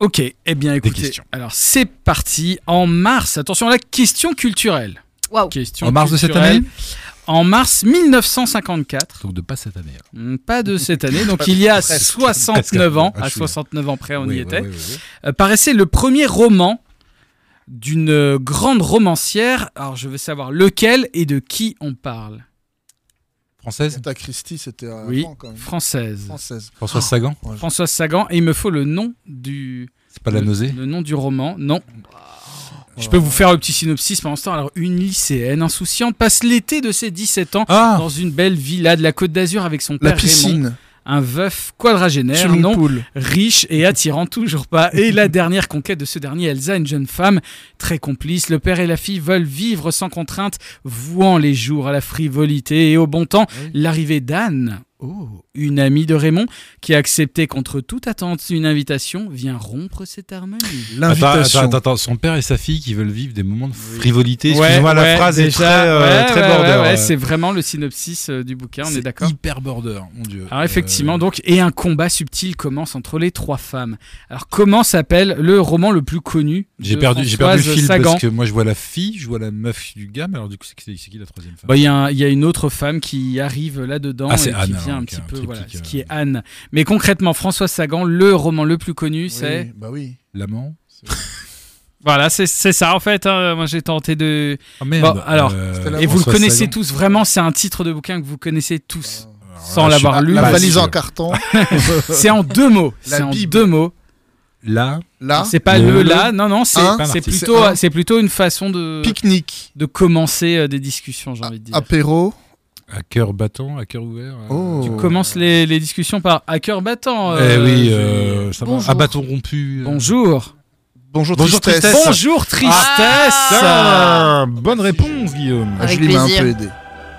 S3: Ok, eh bien écoutez,
S1: questions.
S3: alors c'est parti. En mars, attention à la question culturelle.
S4: Waouh.
S3: Question
S1: En mars de cette
S3: culturelle.
S1: année
S3: En mars 1954.
S1: Donc, de pas cette année. hein.
S3: Hmm, Pas de cette année, donc il y a
S2: Presque.
S3: 69 ans,
S1: Ah,
S3: à
S1: chouette.
S3: 69 ans près on
S1: Oui,
S3: y
S1: oui,
S3: était,
S1: oui, oui.
S3: euh, paraissait le premier roman d'une euh, grande romancière. Alors je veux savoir lequel et de qui on parle.
S1: Française
S2: Agatha Christie, c'était un
S3: Oui.
S2: quand même.
S3: Française.
S2: Française.
S3: Oh.
S1: Françoise Sagan
S3: Françoise Sagan, et il me faut le nom du...
S1: C'est pas de la
S3: le-
S1: nausée Oh.
S3: Le nom du roman, non. Je peux vous faire le petit synopsis pendant ce temps. Alors, une lycéenne insouciante passe l'été de ses 17 ans
S1: Ah
S3: dans une belle villa de la Côte d'Azur avec son
S2: La
S3: père Raymond,
S2: piscine.
S3: un veuf quadragénaire,
S2: Swimming
S3: non
S2: pool.
S3: riche et attirant toujours pas. Et la dernière conquête de ce dernier, Elsa, une jeune femme très complice. Le père et la fille veulent vivre sans contrainte, vouant les jours à la frivolité et au bon temps.
S2: Oui.
S3: L'arrivée d'Anne, oh, une amie de Raymond, qui a accepté contre toute attente une invitation, vient rompre cette harmonie.
S1: Attends,
S2: L'invitation.
S1: attends, attends, son père et sa fille qui veulent vivre des moments de frivolité.
S3: Ouais,
S1: Excuse-moi,
S3: ouais,
S1: la phrase est
S3: déjà,
S1: très, euh,
S3: ouais,
S1: très
S3: ouais,
S1: border.
S3: ouais, ouais,
S1: euh,
S3: c'est vraiment le synopsis euh, du bouquin, on est,
S1: c'est
S3: d'accord.
S1: Hyper border, mon dieu.
S3: Alors effectivement,
S1: Euh,
S3: donc, et un combat subtil commence entre les trois femmes. Alors comment s'appelle le roman le plus connu de
S1: j'ai perdu, j'ai perdu le
S3: Françoise
S1: fil
S3: Sagan
S1: parce que moi je vois la fille, je vois la meuf du gars, mais alors du coup c'est qui, c'est qui la troisième femme
S3: Bah, Il y, a un- il y a une autre femme qui arrive là-dedans
S1: Ah,
S3: et
S1: c'est
S3: qui
S1: Anne,
S3: vient
S1: alors,
S3: un
S1: ok,
S3: petit
S1: un
S3: peu,
S1: triptyque,
S3: voilà, ce
S1: euh.
S3: qui est Anne. Mais concrètement, François Sagan, le roman le plus connu, c'est...
S2: Oui, Bah oui.
S1: L'amant
S3: Voilà, c'est c'est ça en fait, hein. moi j'ai tenté de...
S1: Ah merde
S3: Bon, bah, alors,
S1: euh,
S2: c'était la-
S3: et vous le
S1: Françoise
S3: connaissez
S1: Sagan.
S3: tous, vraiment, c'est un titre de bouquin que vous connaissez tous.
S1: Alors là,
S3: sans
S1: je
S3: l'avoir
S1: suis-
S2: La,
S3: lu,
S2: la
S1: bah,
S2: valise
S1: si,
S2: en
S1: je-
S2: carton.
S3: C'est en deux mots,
S2: Euh, La
S3: c'est en
S2: Bible. Hein
S3: deux mots.
S1: Là,
S2: Là,
S3: C'est pas
S1: Le-
S3: le là, non, non, c'est
S2: Un.
S3: c'est
S1: C'est
S3: plutôt,
S2: un.
S3: c'est plutôt une façon de,
S2: pique-nique.
S3: de commencer euh, des discussions,
S2: Ah,
S3: j'ai envie de dire.
S2: Apéro.
S1: à cœur battant, à cœur ouvert. euh,
S2: Oh.
S1: tu-
S3: On commence les, les discussions par à cœur battant.
S1: eh
S3: euh,
S1: oui,
S3: je-
S1: euh, ça va.
S4: Bonjour.
S1: à bâton rompu. euh.
S3: Bonjour.
S2: Bonjour,
S1: Bonjour,
S2: tristesse.
S1: tristesse.
S3: Bonjour, tristesse.
S1: Ah, bonne réponse, Guillaume.
S2: Ah,
S4: Avec
S2: Julie m'a un
S4: plaisir.
S2: peu aidé.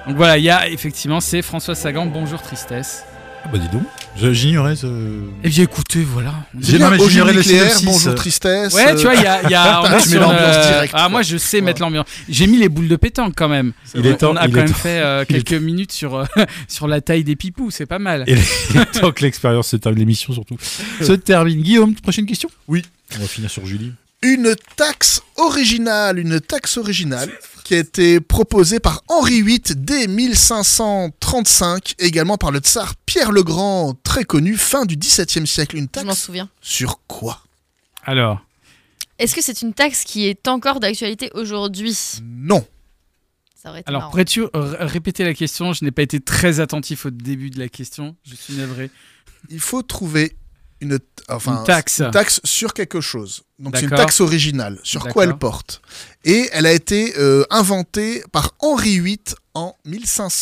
S3: Donc voilà, il y a effectivement, c'est François Sagan, bonjour, tristesse.
S1: Ah, bah dis donc, Je- j'ignorais ce.
S3: Eh bien écoutez, voilà.
S1: J'ai- non, mais
S2: Bonjour
S1: j'ignorais le
S2: nucléaire,
S1: synopsis.
S2: bonjour tristesse.
S3: Ouais,
S2: euh,
S3: tu vois, il y a. il Y a on
S2: Tu
S3: est sur
S2: mets l'ambiance
S3: une, euh,
S2: directe,
S3: Ah,
S2: quoi.
S3: moi, je sais mettre l'ambiance. J'ai mis les boules de pétanque quand même.
S1: Il est temps-
S3: on a
S1: il
S3: quand
S1: est
S3: même
S1: temps-
S3: fait euh,
S1: il est
S3: quelques minutes sur, euh, sur la taille des pipous, c'est pas mal.
S1: Et tant que l'expérience se termine, l'émission surtout, se termine. Guillaume, prochaine question
S2: Oui.
S1: On va finir sur Julie.
S2: une taxe originale, une taxe originale qui a été proposée par Henri VIII dès 1535, également par le tsar Pierre le Grand, très connu, fin du XVIIe siècle. Une
S4: Je m'en
S2: taxe
S4: souviens.
S2: sur quoi
S3: Alors,
S4: Est-ce que c'est une taxe qui est encore d'actualité aujourd'hui
S2: Non.
S4: Ça aurait été
S3: alors
S4: marrant.
S3: pourrais-tu r- répéter la question Je n'ai pas été très attentif au début de la question, je suis navré.
S2: Il faut trouver une, t- enfin,
S3: Une taxe.
S2: une taxe sur quelque chose. Donc c'est une
S3: D'accord.
S2: taxe originale sur
S3: D'accord.
S2: quoi elle porte. Et elle a été euh, inventée par Henri VIII en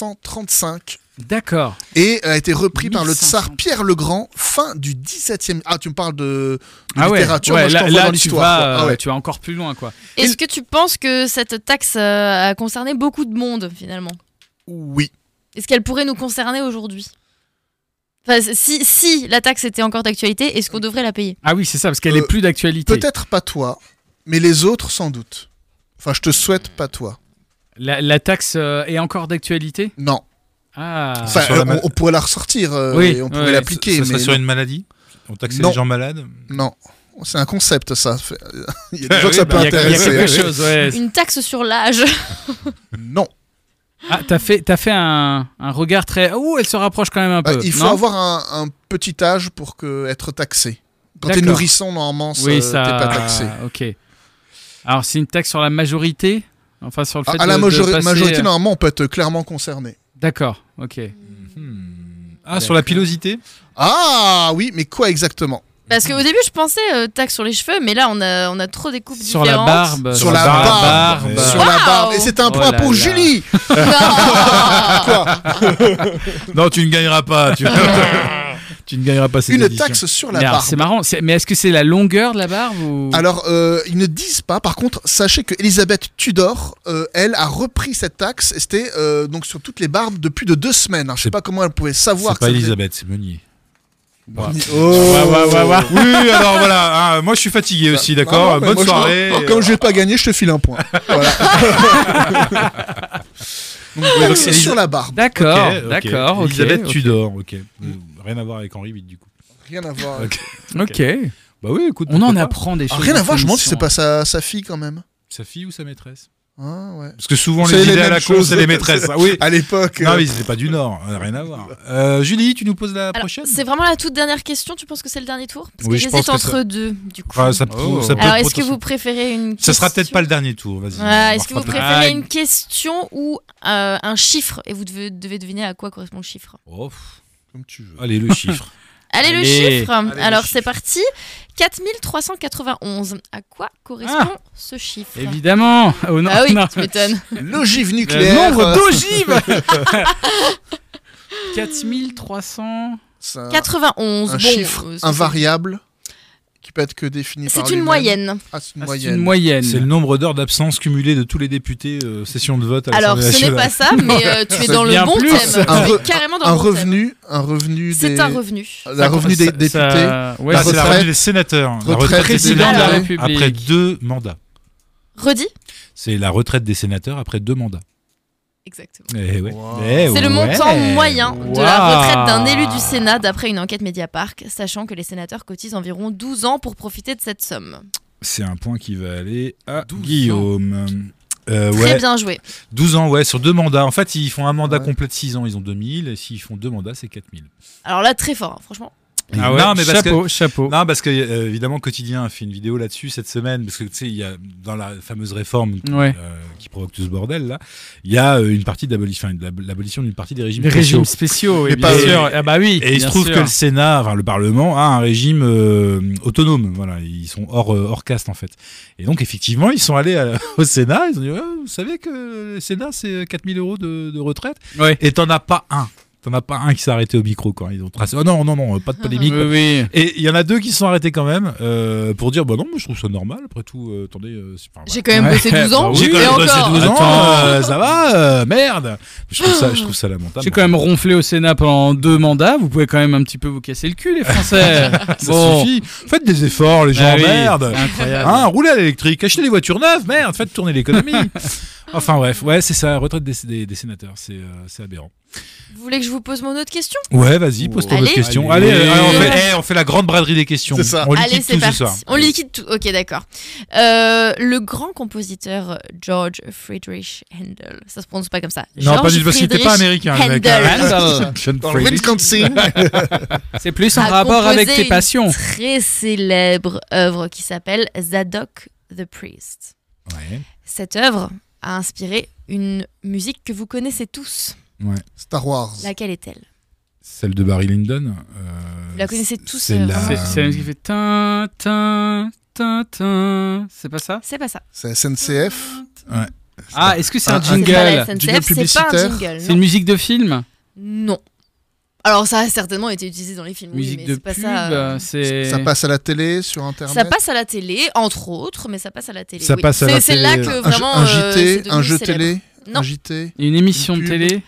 S2: 1535
S3: D'accord.
S2: et elle a été reprise par le
S3: 1500.
S2: tsar Pierre le Grand fin du 17e. Ah tu me parles de, de
S3: Ah ouais,
S2: littérature,
S3: ouais,
S2: moi, je
S3: là,
S2: t'envoie
S3: là,
S2: dans
S3: tu,
S2: l'histoire. quoi.
S3: vas,
S2: Ah
S3: euh,
S2: ouais.
S3: tu vas encore plus loin, quoi.
S4: Est-ce que tu penses que cette taxe euh, a concerné beaucoup de monde finalement
S2: Oui.
S4: Est-ce qu'elle pourrait nous concerner aujourd'hui Enfin, si, si la taxe était encore d'actualité, est-ce qu'on devrait la payer
S3: Ah oui, c'est ça, parce qu'elle
S2: Euh,
S3: est plus d'actualité.
S2: Peut-être pas toi, mais les autres sans doute. Enfin, je te souhaite pas toi.
S3: La, la taxe euh, est encore d'actualité
S2: Non.
S3: Ah.
S2: Enfin,
S1: Sur la
S2: euh,
S1: ma-
S2: on, on pourrait la ressortir euh,
S3: Oui,
S2: et on
S3: ouais,
S2: pourrait
S3: ouais,
S2: l'appliquer.
S1: ça serait
S2: mais
S1: sur
S2: non.
S1: une maladie On taxait
S2: Non.
S1: les gens malades
S2: Non, c'est un concept ça. Fait- euh, Il y a des
S1: Ah
S2: gens
S1: oui,
S2: que ça
S1: bah,
S2: peut
S3: il y a, il y a
S2: intéresser.
S3: quelque chose, ouais.
S4: Une taxe sur l'âge
S2: Non,
S3: Ah, t'as fait, t'as fait un, un regard très. Ouh, elle se rapproche quand même un
S2: Bah,
S3: peu.
S2: il faut
S3: non
S2: avoir un, un petit âge pour que, être taxé. Quand t'es
S3: D'accord.
S2: nourrisson, normalement, ça-
S3: Oui,
S2: euh, t'es
S3: ça.
S2: pas taxé.
S3: Ok. Alors, c'est une taxe sur la majorité Enfin, sur le fait
S2: À, à
S3: de-
S2: Ah, la
S3: de
S2: majori-
S3: passer- euh.
S2: majorité, normalement, on peut être clairement concerné.
S3: D'accord, ok.
S1: Ah, sur la pilosité
S2: Ah oui, mais quoi exactement
S4: Parce qu'au début, je pensais euh, taxe sur les cheveux, mais là, on a, on a trop des coupes
S3: Sur la
S4: différentes.
S3: barbe.
S2: Sur la
S1: barbe.
S3: barbe.
S1: Bah.
S2: Sur la
S4: Waouh
S2: barbe. Et c'est un
S3: Oh
S2: point
S3: là
S2: pour
S3: là.
S2: Julie
S4: Non
S1: Non, tu ne gagneras pas. Tu, tu ne gagneras pas cette
S2: Une
S1: édition.
S2: taxe sur la
S3: Mais alors,
S2: barbe.
S3: C'est marrant. c'est- Mais est-ce que c'est la longueur de la barbe ou...
S2: Alors, euh, ils ne disent pas. Par contre, sachez que Elisabeth Tudor, euh, elle, a repris cette taxe. et C'était euh, donc sur toutes les barbes depuis de deux semaines. hein. Je sais
S1: C'est-
S2: pas comment elle pouvait savoir.
S1: C'est
S2: que
S1: pas
S2: ça faisait-
S1: Elisabeth, c'est Meunier. Bah,
S3: Ouais.
S2: Oh.
S3: Ouais, ouais, ouais, ouais.
S1: Oui, alors voilà, hein, moi je suis fatigué aussi,
S2: Non,
S1: d'accord
S2: non, mais
S1: Bonne
S2: moi, je-
S1: soirée.
S2: Comme je vais pas gagner, je te file un point. Voilà. donc,
S1: donc,
S2: taxe
S1: c'est Elis-
S2: sur la barbe.
S1: Ok,
S3: D'accord,
S1: ok.
S3: Ah, d'accord. ok,
S1: Elisabeth
S3: ok.
S1: Tudor, ok. Euh, Rien à voir avec Henri VIII du coup.
S2: Rien à voir.
S1: Ok.
S3: Ok.
S1: Bah oui, écoute.
S3: On en
S1: pourquoi pas.
S3: apprend des
S2: Ah,
S3: choses.
S2: rien
S3: dans
S2: à voir.
S3: cette
S2: Je me demande si c'est
S3: émission.
S2: pas sa, sa fille quand même.
S1: Sa fille ou sa maîtresse
S2: Ah, ouais.
S1: Parce que souvent
S2: C'est
S1: les idées
S2: mêmes
S1: à la con,
S2: choses.
S1: c'est les maîtresses. ah oui.
S2: À l'époque.
S1: Non,
S2: euh,
S1: mais c'était pas du Nord, euh, rien à voir. Euh, Julie, tu nous poses la
S4: Alors,
S1: prochaine
S4: C'est vraiment la toute dernière question, tu penses que c'est le dernier tour Parce
S1: Oui,
S4: que
S1: je pense
S4: j'hésite
S1: que
S4: entre
S1: ça-
S4: deux, du coup.
S1: Enfin, ça peut-
S3: Oh.
S1: ça peut
S4: Alors, est-ce que
S1: potentiellement-
S4: vous préférez une question
S1: Ça sera peut-être pas le dernier tour, vas-y.
S4: Voilà,
S1: On
S4: Est-ce que vous
S1: refera plus-
S4: préférez
S3: Ah.
S4: une question ou euh, un chiffre Et vous devez, devez deviner à quoi correspond le chiffre.
S1: Oh, pff,
S2: Comme tu veux.
S1: Allez, le chiffre.
S4: Allez, le
S3: Allez.
S4: chiffre
S2: Allez, le
S4: Alors,
S2: chiffre.
S4: c'est parti. 4391. À quoi correspond ce chiffre
S3: Évidemment. Oh, non,
S4: Ah oui,
S3: non.
S4: tu m'étonnes.
S2: L'ogive
S3: Le
S2: nucléaire.
S3: nombre
S2: euh,
S3: d'ogives 4300.
S2: c'est un-
S4: 91.
S2: un
S4: bon,
S2: chiffre
S4: euh, c'est-
S2: invariable qui peut être que défini par
S4: C'est une
S2: lui-même.
S4: moyenne.
S2: Ah, c'est une
S3: Ah, C'est
S2: moyenne.
S3: une moyenne.
S1: C'est le nombre d'heures d'absence cumulées de tous les députés euh, session de vote à
S4: Alors,
S1: l'Assemblée
S4: ce n'est pas
S1: nationale.
S4: ça, mais euh, tu es
S3: Ça
S4: dans le
S3: devient
S4: bon
S3: plus.
S4: thème.
S2: Un
S4: Tu es
S2: re-
S4: carrément dans
S2: un
S4: le bon thème.
S2: revenu, un revenu des,
S4: C'est un revenu.
S2: la revenu des députés.
S3: Ça- ouais,
S2: La
S1: Ah, c'est la
S3: c'est ça.
S2: retraite.
S1: retraite des sénateurs. la
S2: Retraite
S1: retraite des
S2: des
S1: sénateurs
S3: Président de la
S2: Alors,
S3: République.
S1: après deux mandats.
S4: Redis
S1: C'est la retraite des sénateurs après deux mandats.
S4: Exactement.
S1: Eh ouais.
S2: Wow.
S1: Eh
S4: C'est le
S1: ouais.
S4: montant moyen de
S3: Waouh.
S4: la retraite d'un élu du Sénat d'après une enquête Mediapart, sachant que les sénateurs cotisent environ 12 ans pour profiter de cette somme.
S1: C'est un point qui va aller
S2: Ah,
S1: à
S3: 12 ans.
S1: Guillaume. Euh,
S4: Très
S1: ouais,
S4: bien joué.
S1: 12 ans, ouais, sur deux mandats. En fait, ils font un mandat
S2: Ouais.
S1: complet de 6 ans, ils ont 2000. Et s'ils font deux mandats, c'est 4000.
S4: Alors là, très fort, hein, franchement.
S3: Ah ouais,
S1: non, mais parce que-
S3: chapeau, chapeau.
S1: Non, parce que euh, évidemment, Quotidien a fait une vidéo là-dessus cette semaine, parce que tu sais, il y a dans la fameuse réforme
S3: Ouais.
S1: euh, qui provoque tout ce bordel là, il y a euh, une partie d'abolition, enfin, de l'ab- l'abolition d'une partie des régimes.
S3: Des
S1: spéciaux.
S3: régimes spéciaux, oui,
S2: Mais
S3: bien
S1: pas-
S3: sûr. Ah bah oui.
S1: Et il se
S3: bien
S1: trouve
S3: sûr.
S1: que le Sénat, enfin le Parlement, a un régime euh, autonome. Voilà, ils sont hors euh, hors caste en fait. Et donc effectivement, ils sont allés à- au Sénat. Ils ont dit, Ah, vous savez que le Sénat c'est 4000 euros de, de retraite.
S3: Ouais.
S1: Et t'en as pas un. T'en as pas un qui s'est arrêté au micro quand ils ont tracé. Oh non non non, pas de
S3: Oui,
S1: polémique.
S3: oui.
S1: Et il y en a deux qui se sont arrêtés quand même euh, pour dire bah non, moi je trouve ça normal. Après tout, euh, attendez, euh, c'est pas. voilà.
S4: J'ai quand même
S3: Ouais.
S4: bossé 12
S3: Bah
S4: ans.
S3: oui,
S1: J'ai quand
S4: et
S1: même bossé
S4: encore.
S1: 12 ans,
S3: Attends.
S1: euh, ça va, euh, merde. Je trouve ça, je trouve ça lamentable.
S3: J'ai quand même ronflé au Sénat pendant deux mandats. Vous pouvez quand même un petit peu vous casser le cul, les Français.
S1: Ça suffit. Faites des efforts, les gens,
S3: Ah oui,
S1: merde.
S3: Incroyable.
S1: Hein, roulez à l'électrique, achetez des voitures neuves, merde, faites tourner l'économie. enfin bref, ouais, c'est ça, retraite des, des- des sénateurs, c'est euh, c'est aberrant.
S4: Vous voulez que je vous pose mon autre question
S1: Ouais, vas-y, pose ton
S4: Allez.
S1: autre question. Allez,
S3: Allez.
S1: euh, on, fait, eh, on fait la grande braderie des questions.
S2: C'est ça.
S1: On liquide
S4: Allez, c'est
S1: tout ce
S4: parti.
S1: soir.
S4: On liquide tout. Ok, d'accord. Euh, le grand compositeur George Friedrich Handel. Ça se prononce pas comme ça.
S1: Non, pas
S4: George
S1: du parce qu'il était pas
S4: Friedrich
S1: américain. le mec. hein.
S4: Handel.
S3: Handel.
S1: John
S2: Dans le
S1: Friedrich.
S2: Wisconsin.
S3: C'est plus en
S4: a
S3: rapport avec
S4: composé
S3: tes
S4: une
S3: passions.
S4: Très célèbre œuvre qui s'appelle Zadok the Priest.
S1: Ouais.
S4: Cette œuvre a inspiré une musique que vous connaissez tous.
S2: Star Wars.
S4: Laquelle est-elle
S1: Celle de Barry Lyndon. euh,
S4: Vous la connaissez tous,
S1: c'est
S4: euh,
S1: la-
S4: vraiment.
S3: C'est c'est la musique qui fait tin, tin, tin, tin. C'est pas ça
S4: C'est pas ça.
S2: C'est SNCF.
S3: Ah, est-ce que c'est un
S2: Ah,
S4: C'est pas la
S2: jingle
S3: jingle
S4: SNCF, c'est pas un
S2: publicitaire.
S4: jingle.
S3: C'est
S4: non.
S3: une musique de film
S4: Non. Alors ça a certainement été utilisé dans les films, oui,
S3: Musique
S4: mais
S3: de
S4: c'est pas
S3: pub
S4: ça. euh,
S3: C'est.
S2: Ça passe à la télé, sur Internet.
S4: Ça passe à la télé, entre autres, mais ça passe à la télé.
S1: Ça
S4: oui.
S1: passe à la
S4: C'est- C'est
S1: télé.
S4: là
S1: Un
S4: que
S2: un, j-
S4: vraiment.
S2: un
S4: euh,
S2: JT,
S4: c'est devenu
S2: un jeu
S4: célèbre.
S2: télé.
S4: Non.
S2: Un JT.
S3: Une émission de
S2: Une pub.
S3: télé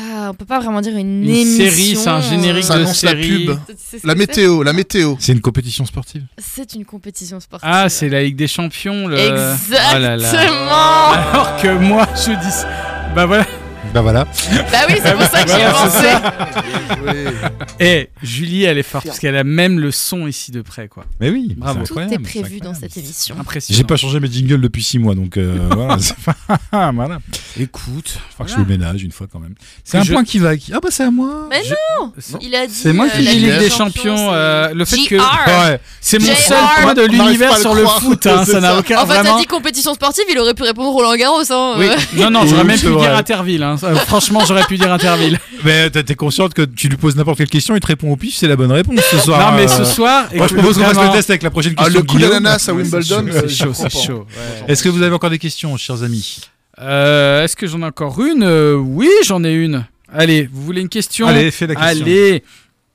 S4: Ah, on peut pas vraiment dire une,
S3: Une
S4: émission.
S3: série, c'est un générique
S2: Ça
S3: de
S2: annonce la
S3: série.
S2: pub.
S4: Tu sais ce que
S2: La
S4: c'est
S2: météo, la météo.
S1: C'est une compétition sportive.
S4: C'est une compétition sportive.
S3: Ah, c'est la Ligue des Champions. Le... Oh là là.
S4: Exactement.
S3: Alors que moi, je dis. Bah voilà.
S1: Bah voilà.
S4: Bah oui, c'est pour ça que j'y ai
S2: Ah,
S3: Voilà, c'est
S4: pensé.
S3: Eh, Julie, elle est forte parce qu'elle a même le son ici de près, quoi.
S1: Mais oui.
S3: Bravo.
S1: c'est
S4: Tout est
S1: incroyable,
S4: prévu
S1: c'est
S4: dans
S1: incroyable.
S4: cette émission.
S3: Impressionnant.
S1: J'ai pas changé mes jingles depuis 6 mois, donc euh, voilà. c'est pas- voilà.
S3: Écoute.
S1: Faut que je
S3: Voilà.
S1: le ménage une fois quand même. C'est un
S3: je-
S1: point qui va. qui- Ah bah c'est à moi.
S4: Mais
S1: Je-
S4: Il a dit.
S3: C'est moi
S4: euh,
S3: qui
S4: la
S3: dis
S2: Ligue
S3: Ligue
S2: des
S3: des Champions.
S4: c'est-
S3: euh, le fait que.
S4: JR.
S1: Ouais.
S3: C'est mon
S4: JR.
S3: seul point de
S2: On n'arrive pas à
S3: l'univers
S2: le
S3: sur le
S2: croire.
S3: foot. hein,
S2: C'est
S3: ça n'a
S2: ça.
S3: aucun.
S4: Enfin, t'as
S3: vraiment...
S4: dit compétition sportive, il aurait pu répondre Roland Garros. Hein.
S3: Oui.
S4: euh.
S3: Non, non, j'aurais
S1: Oui,
S3: même
S1: c'est
S3: pu
S1: vrai.
S3: dire Interville. hein. Euh, Franchement, j'aurais pu dire Interville.
S1: Mais t'es t'es consciente que tu lui poses n'importe quelle question, il te répond au pif, c'est la bonne réponse ce soir.
S3: non, mais
S1: euh,
S3: ce soir.
S1: Moi, je
S3: écoute,
S1: propose qu'on fasse
S3: vraiment,
S1: le test avec la prochaine
S2: Ah,
S1: question.
S2: le
S1: de
S2: coup
S1: Guillaume.
S2: d'ananas à
S1: Ouais, c'est
S2: Wimbledon.
S1: chaud.
S2: euh,
S3: C'est
S2: je
S3: chaud,
S2: comprends
S3: c'est
S2: pas.
S3: chaud. ouais.
S1: Est-ce que vous avez encore des questions, chers amis
S3: Euh, Est-ce que j'en ai encore une Euh, Oui, j'en ai une. Allez, vous voulez une question
S1: Allez, fais la question.
S3: Allez.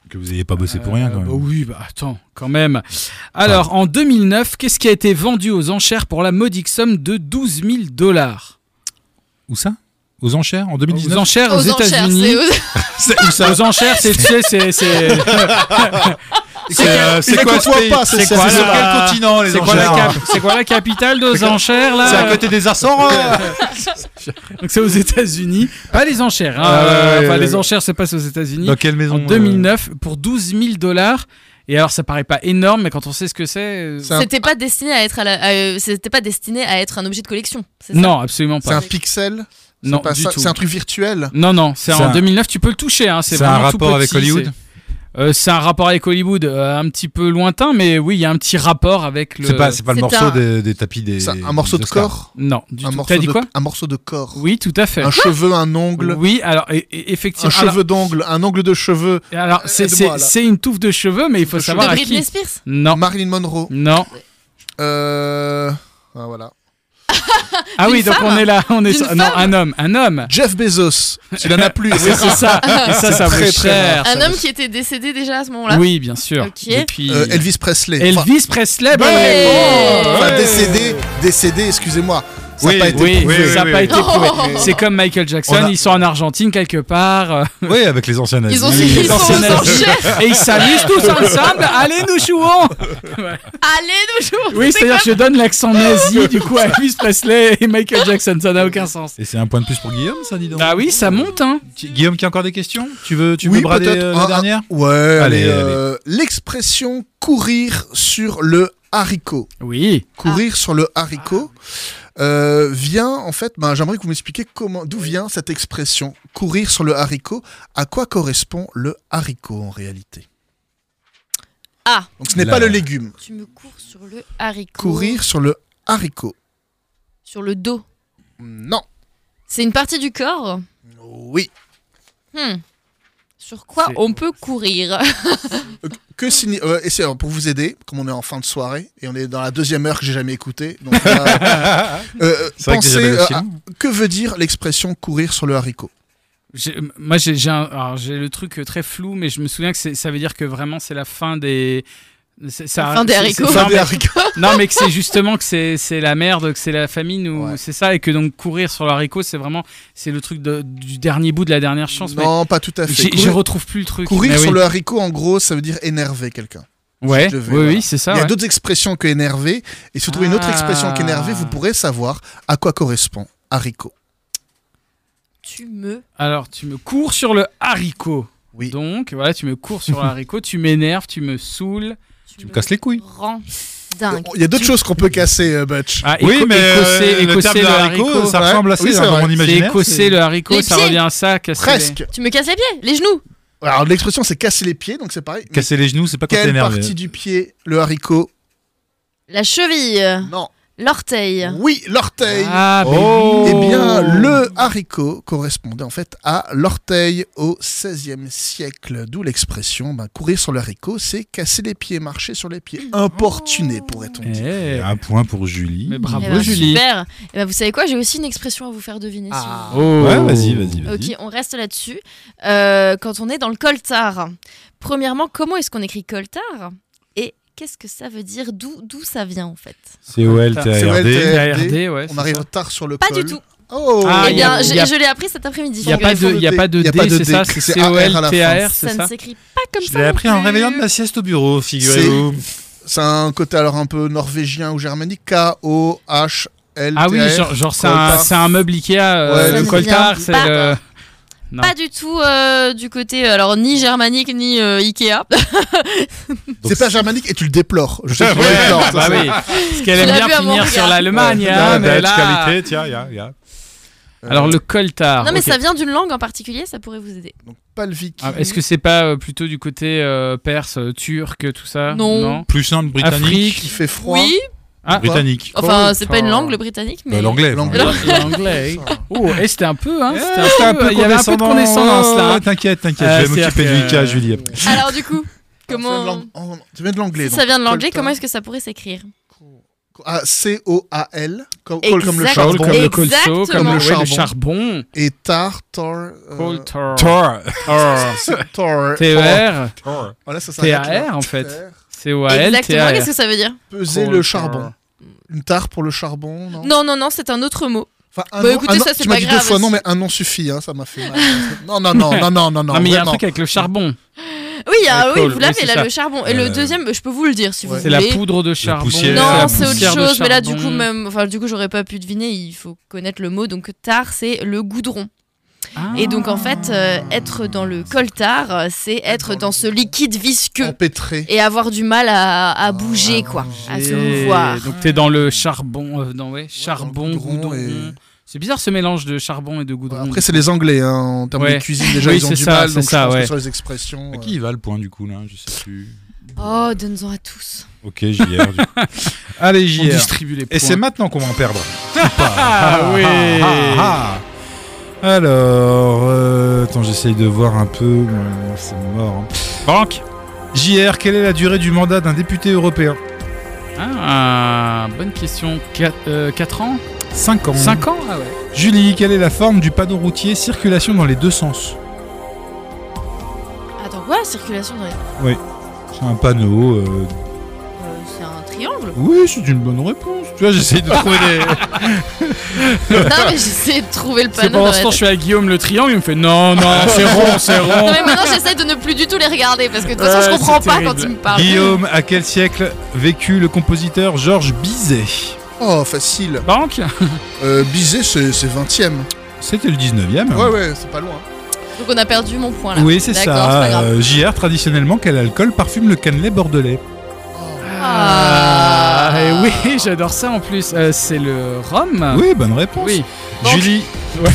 S1: Que vous n'ayez pas bossé pour rien quand
S3: Euh, bah
S1: même.
S3: oui, bah attends, quand même. Alors, en 2009, qu'est-ce qui a été vendu aux enchères pour la modique somme de 12 000 dollars
S1: Où ça Aux enchères en
S3: Aux
S1: 2019
S3: enchères aux
S4: Aux enchères,
S3: États-Unis.
S4: c'est aux-
S1: C'est- Où ça
S3: Aux enchères, c'est tu sais, c'est c'est
S1: euh,
S2: C'est quoi
S1: ce pays
S2: pas,
S3: c'est
S2: c'est
S3: quoi,
S2: ça.
S1: C'est sur
S3: la-
S1: quel continent les
S3: c'est quoi, la
S1: enchères
S3: cap- c'est quoi la capitale des enchères là
S1: C'est à côté des Açores euh
S3: Donc c'est aux États-Unis, pas les enchères. hein.
S1: Ah ouais, ouais,
S3: Enfin,
S1: ouais,
S3: les
S1: ouais.
S3: enchères se passent aux États-Unis.
S1: Dans quelle maison
S3: en
S1: euh,
S3: 2009 pour 12 000 dollars. Et alors, ça paraît pas énorme, mais quand on sait ce que c'est. euh,
S2: C'est un-
S4: C'était pas destiné à être à la- à, euh, c'était pas destiné à être un objet de collection. c'est ça
S3: euh, Non, absolument
S2: C'est
S3: pas.
S2: un pixel. C'est
S3: Non,
S2: pas
S3: du
S2: ça,
S3: tout.
S2: C'est un truc virtuel.
S3: Non, non, c'est
S1: C'est
S3: en
S1: un-
S3: 2009, tu peux le toucher. hein, c'est
S1: C'est un
S3: vraiment tout
S1: rapport avec
S3: petit,
S1: Hollywood
S3: C'est euh, c'est un rapport avec Hollywood euh, un petit peu lointain, mais oui, il y a un petit rapport avec le.
S1: C'est pas, c'est pas le
S4: C'est
S1: morceau
S4: un-
S1: des, des tapis des.
S2: C'est un morceau
S1: des
S2: de
S1: Oscars.
S2: corps.
S3: Non, du
S2: Un
S3: tout.
S2: morceau
S3: T'as dit
S2: de-
S3: quoi
S2: Un morceau de corps.
S3: Oui, tout à fait.
S2: Un cheveu, un ongle.
S3: Oui, alors, et- et-
S2: Un
S3: effectivement. alors-
S2: cheveu d'ongle, un ongle de cheveux.
S3: Alors, c'est- c'est
S2: Aide-moi, là.
S3: c'est une touffe de cheveux, mais il faut
S2: De
S3: savoir
S4: de
S3: à
S4: Britney
S3: qui.
S4: Spears.
S3: Non,
S2: Marilyn Monroe.
S3: non.
S2: Euh... ah, voilà.
S3: Ah oui,
S4: D'une
S3: donc on
S4: femme
S3: est là, on est
S4: D'une
S3: sur- non, un
S4: femme
S3: homme, un homme.
S2: Jeff Bezos. Il en a plus.
S3: Oui, c'est ça. Et ça, ça vaut
S2: très, très
S3: cher. ça
S4: Un
S3: vaut
S4: homme
S3: cher.
S4: qui était décédé déjà à ce moment-là.
S3: Oui, bien sûr.
S4: Ok.
S3: Depuis-
S2: Euh, Elvis Presley. Enfin,
S3: Elvis Presley. bonne
S4: Eh ben, Ouais. hein.
S3: réponse.
S4: Enfin,
S2: Enfin,
S3: Ouais.
S2: décédé, décédé, excusez-moi. Ça n'a
S1: Oui,
S2: pas été
S3: Oui,
S2: prouvé.
S1: oui,
S3: ça n'a
S1: oui,
S3: pas
S1: oui.
S3: été prouvé.
S4: Oh.
S3: C'est comme Michael Jackson,
S1: On a-
S3: ils sont en Argentine quelque part. euh,
S1: Oui, avec les anciens nazis.
S4: Ils ont
S1: Oui,
S4: su
S1: les
S4: qu'ils sont
S1: anciens
S4: aux
S1: nazis.
S4: enchères.
S3: et ils s'amusent tous ensemble. Allez, nous jouons.
S4: Allez, nous jouons.
S3: Oui, c'est-à-dire que je donne l'accent nazi du coup à Elvis Presley et Michael Jackson. Ça n'a aucun sens.
S1: Et c'est un point de plus pour Guillaume, ça, dis donc.
S3: Ah oui, ça monte, hein.
S1: Qui- Guillaume, qui a encore des questions Tu veux, tu veux
S2: Oui,
S1: brader
S2: peut-être. Ah,
S1: euh,
S2: Un-
S1: la
S2: un-
S1: dernière
S2: Ouais,
S1: Allez,
S2: allez. euh, L'expression courir sur le haricot.
S3: Oui.
S2: Courir sur le haricot euh, vient, en fait, ben, j'aimerais que vous m'expliquiez comment, d'où vient cette expression courir sur le haricot. À quoi correspond le haricot en réalité
S4: Ah.
S2: Donc ce n'est
S1: La-
S2: pas le légume.
S4: Tu me cours sur le haricot.
S2: Courir sur le haricot.
S4: sur le dos.
S2: Non.
S4: C'est une partie du corps.
S2: Oui.
S4: Hmm. Sur quoi
S3: C'est-
S4: on peut courir
S2: Que signi- euh, et c'est, euh, pour vous aider, comme on est en fin de soirée et on est dans la deuxième heure que j'ai jamais écoutée. Donc, là, euh,
S1: C'est vrai que
S2: pensez,
S1: j'ai jamais
S2: euh,
S1: le
S2: à-
S1: film.
S2: que veut dire l'expression courir sur le haricot
S3: J'ai- Moi, j'ai j'ai un- alors, j'ai le truc euh, très flou, mais je me souviens que c'est- ça veut dire que vraiment c'est la fin des. c'est- ça-
S4: La fin des
S3: c'est-
S4: haricots.
S3: c'est-
S2: Fin
S3: non,
S2: des
S3: mais-
S2: haricots.
S3: Non, mais que c'est justement que c'est c'est la merde, que c'est la famine ou
S2: Ouais.
S3: c'est ça, et que donc courir sur le haricot, c'est vraiment c'est le truc de- du dernier bout de la dernière chance. mais
S2: Non, pas tout à fait.
S3: j'ai- je
S2: Courir-
S3: retrouve plus le truc.
S2: Courir
S3: Mais
S2: sur
S3: oui.
S2: le haricot, en gros, ça veut dire énerver quelqu'un.
S3: Ouais,
S2: je vais,
S3: oui,
S2: voilà.
S3: oui, c'est ça.
S2: Il y a
S3: ouais.
S2: d'autres expressions que énerver. Et si vous trouvez une autre
S3: Ah.
S2: expression qu'énerver, vous pourrez savoir à quoi correspond haricot.
S4: Tu me.
S3: Alors, tu me cours sur le haricot.
S2: Oui.
S3: Donc, voilà, tu me cours sur le haricot, tu m'énerves, tu me saoules.
S1: Tu me casses les couilles. Oh,
S4: Rends dingue.
S2: Il y a d'autres choses qu'on peut casser, euh, Butch.
S3: Ah,
S1: Oui,
S3: éco-
S1: mais euh,
S3: écosser-
S1: le terme
S3: écosser
S1: de haricot, ça
S2: ouais.
S1: ressemble assez
S2: Oui, c'est
S1: à
S2: vrai.
S1: mon
S2: C'est
S3: C'est
S1: imaginaire.
S3: écosser le haricot,
S4: Les
S3: ça
S4: pieds.
S3: revient à ça. casser les-
S2: Presque.
S4: Tu me casses les pieds, les genoux.
S2: Alors l'expression, c'est casser les pieds, donc c'est pareil. Mais
S3: euh
S1: Casser les genoux, c'est pas quand t'es
S2: Quelle
S1: énervé.
S2: partie du pied le haricot
S4: La cheville.
S2: Non.
S4: L'orteil.
S2: Oui, l'orteil.
S3: Ah, mais
S1: Oh.
S3: oui.
S2: Eh bien, le haricot correspondait en fait à l'orteil au XVIe siècle, d'où l'expression bah, courir sur le haricot, c'est casser les pieds, marcher sur les pieds, importuner pourrait-on dire.
S3: Oh. Eh.
S1: Un point pour Julie.
S3: Mais bravo.
S4: Eh ben,
S3: Julie.
S4: Super. Eh ben, vous savez quoi J'ai aussi une expression à vous faire deviner. si vous voulez.
S3: Oh.
S1: Ouais, vas-y, vas-y. vas-y.
S4: Ok, on reste là-dessus. Euh, quand on est dans le coltard, premièrement, comment est-ce qu'on écrit coltard Et qu'est-ce que ça veut dire D'où d'où ça vient en fait
S1: C'est OL,
S2: C'est
S1: t'as
S2: OL.
S1: RD.
S3: TRD, ouais.
S2: On
S3: c'est
S2: arrive
S3: ça.
S2: tard sur le
S4: Pas
S2: col.
S4: du tout.
S2: Oh
S3: Ah,
S4: eh
S3: y a-
S4: bien, j'ai-
S3: y a-
S4: je l'ai appris cet après-midi.
S3: Il n'y a, pas
S4: figurez-vous.
S3: de-
S2: le
S3: y a
S2: D.
S3: pas de
S2: Y a pas
S3: D,
S2: de
S3: c'est
S2: D,
S3: ça
S2: que
S3: C'est
S2: c'est AR à la
S3: C-O-L-T-A-R, c'est
S4: Ça
S3: ça
S4: ne s'écrit pas comme
S1: Je
S4: ça.
S1: l'ai
S4: non
S1: appris en
S4: plus.
S1: réveillant de ma sieste au bureau, figurez-vous.
S2: C'est un côté alors un peu norvégien ou germanique. K-O-H-L.
S3: Ah oui, genre, genre c'est un,
S2: coltard.
S3: c'est un meuble Ikea, euh,
S2: Ouais,
S3: le
S2: le
S3: coltard,
S4: Ikea.
S3: c'est
S4: Pas-
S3: le... Non.
S4: Pas du tout euh, du côté euh, alors ni germanique ni euh, Ikea.
S2: C'est pas germanique et tu le déplores. Je sais que tu le
S1: Ouais,
S2: déplores. ça,
S3: bah
S2: c'est-
S3: oui, parce qu'elle
S4: Tu
S3: aime
S4: l'as vu
S3: bien
S4: à mon
S3: finir sur
S4: regard.
S3: l'Allemagne,
S1: Ouais, bah, la
S3: hein, mais
S1: Dutch
S3: là...
S1: qualité, tiens, y a- y a.
S2: euh,
S3: Alors le coltard,
S4: non mais
S3: Ah, ok.
S4: ça vient d'une langue en particulier, ça pourrait vous aider.
S2: Donc, Palvik.
S3: Ah, Est-ce que c'est pas euh, plutôt du côté euh, perse, euh, turc, tout ça
S4: Non.
S1: Plus simple, britannique.
S3: Afrique.
S2: qui fait froid
S4: Oui.
S3: Ah.
S1: Britannique.
S4: Enfin, c'est
S3: Coltard.
S4: pas une langue le britannique, mais
S1: Bah, L'anglais.
S2: L'anglais.
S1: enfin.
S3: L'anglais. Oh, et c'était un peu, hein
S1: Eh,
S3: c'était
S1: c'était
S3: un peu, Il y avait un peu de condescendance, là. hein.
S1: Ouais, Oh, T'inquiète, t'inquiète,
S3: Ah,
S1: je vais m'occuper
S3: c'est-à-dire
S1: du cas,
S3: que-
S1: Julie. après.
S4: alors du coup,
S2: Ça vient de
S4: comment
S2: l'ang- en- Ça vient de l'anglais.
S4: si ça vient de l'anglais,
S2: Coltard.
S4: comment est-ce que ça pourrait s'écrire
S2: Ah, C-O-A-l, co- col
S4: Exact.
S2: comme le
S4: Col
S2: charbon.
S3: comme le colso,
S4: Exactement.
S3: comme le,
S2: Comme le
S3: ouais, le charbon.
S2: charbon. Et tar, tor. euh,
S3: Coltar.
S1: Tor.
S2: c'est tor.
S3: E T-E-R,
S1: Tor.
S2: Oh, Voilà, ça s'arrête là.
S3: T-A-R en fait.
S2: Tar.
S3: C-O-A-L,
S4: Exactement,
S3: T-A-R.
S4: qu'est-ce que ça veut dire
S2: Peser
S3: Col-
S2: le charbon. Une tare pour le charbon, non
S4: Non, non, non, c'est un autre mot.
S2: Enfin, un
S4: Bah,
S2: nom-
S4: écoutez,
S2: un nom-
S4: ça, c'est
S2: Tu m'as
S4: pas
S2: dit deux
S4: grave
S2: fois non,
S4: aussi.
S2: mais un nom suffit, hein, ça m'a fait mal. non, non, non, non, non, non, non.
S3: Non, mais il y a un
S2: vraiment.
S3: truc avec le charbon.
S4: Oui, ah, oui
S3: colle,
S4: vous
S3: oui,
S4: l'avez
S3: c'est
S4: là,
S3: ça.
S4: le charbon. Et
S1: Euh,
S4: le deuxième, je peux vous le dire si vous
S2: ouais.
S4: voulez.
S3: C'est la poudre de charbon.
S1: poussière.
S4: Non,
S1: la
S4: c'est autre
S3: poussière de
S4: chose, mais là du
S3: charbon.
S4: coup même, enfin du coup j'aurais pas pu deviner, il faut connaître le mot, donc tard c'est le goudron.
S3: Ah.
S4: Et donc en fait, euh, être dans le coltard, euh, c'est être dans ce liquide visqueux
S2: Empêtré.
S4: et avoir du mal à, à
S2: Ah,
S4: bouger
S2: à
S4: quoi, à se
S3: Et
S4: mouvoir.
S3: Donc t'es dans le charbon, euh, non ouais, charbon,
S2: dans le goudron
S3: goudron.
S2: et-
S3: C'est bizarre ce mélange de charbon et de goudron.
S2: Après, c'est les Anglais, hein, en termes
S3: Ouais.
S2: de cuisine, déjà,
S3: Oui,
S2: ils ont
S3: c'est
S2: du
S3: ça,
S2: mal,
S3: c'est
S2: donc je
S3: ça,
S2: pense que
S3: ouais.
S2: sur les expressions.
S1: À
S2: euh,
S1: qui il va le point du coup là Je sais plus.
S4: Oh, donne-en à tous.
S1: Ok, JR. du coup. Allez,
S3: on
S1: JR.
S3: distribue les points.
S1: Et c'est maintenant qu'on va en perdre.
S3: ah oui.
S1: ah, Alors, euh, attends, j'essaye de voir un peu. Non, C'est mort.
S3: Banque.
S1: JR, quelle est la durée du mandat d'un député européen
S3: Ah, bonne question. 4, ans
S1: 5 ans.
S3: 5 ans Ah ouais.
S1: Julie, quelle est la forme du panneau routier circulation dans les deux sens
S4: Attends quoi, circulation dans les...
S1: C'est un panneau. euh,
S4: euh, c'est un triangle
S1: Oui, c'est une bonne réponse. Tu vois, j'essaye de trouver des.
S4: Non mais j'essaie de trouver le
S3: Parce que
S4: panneau.
S3: pendant
S4: dans
S3: ce
S4: la
S3: temps, je suis avec Guillaume le triangle, il me fait non, non,
S4: Ah.
S3: c'est rond, c'est rond.
S4: Non mais maintenant j'essaie de ne plus du tout les regarder parce que de toute façon
S3: Ouais,
S4: je comprends
S3: c'est
S4: pas
S3: terrible.
S4: quand ils me parlent.
S1: Guillaume, à quel siècle vécut le compositeur Georges Bizet
S2: Oh, facile.
S3: Banque
S2: Euh, Bizet, c'est c'est 20ème.
S1: C'était le 19e.
S3: Ah.
S2: Ouais, ouais, c'est pas loin.
S4: Donc on a perdu mon point là.
S1: Oui, c'est ça.
S4: D'accord, c'est pas grave.
S1: Euh, JR, traditionnellement, quel alcool parfume le cannelé bordelais
S2: Oh.
S4: Ah.
S3: et Eh oui, j'adore ça en plus. Euh, c'est le rhum.
S1: Oui, bonne réponse.
S3: Ah. Oui.
S4: Bon.
S1: Julie,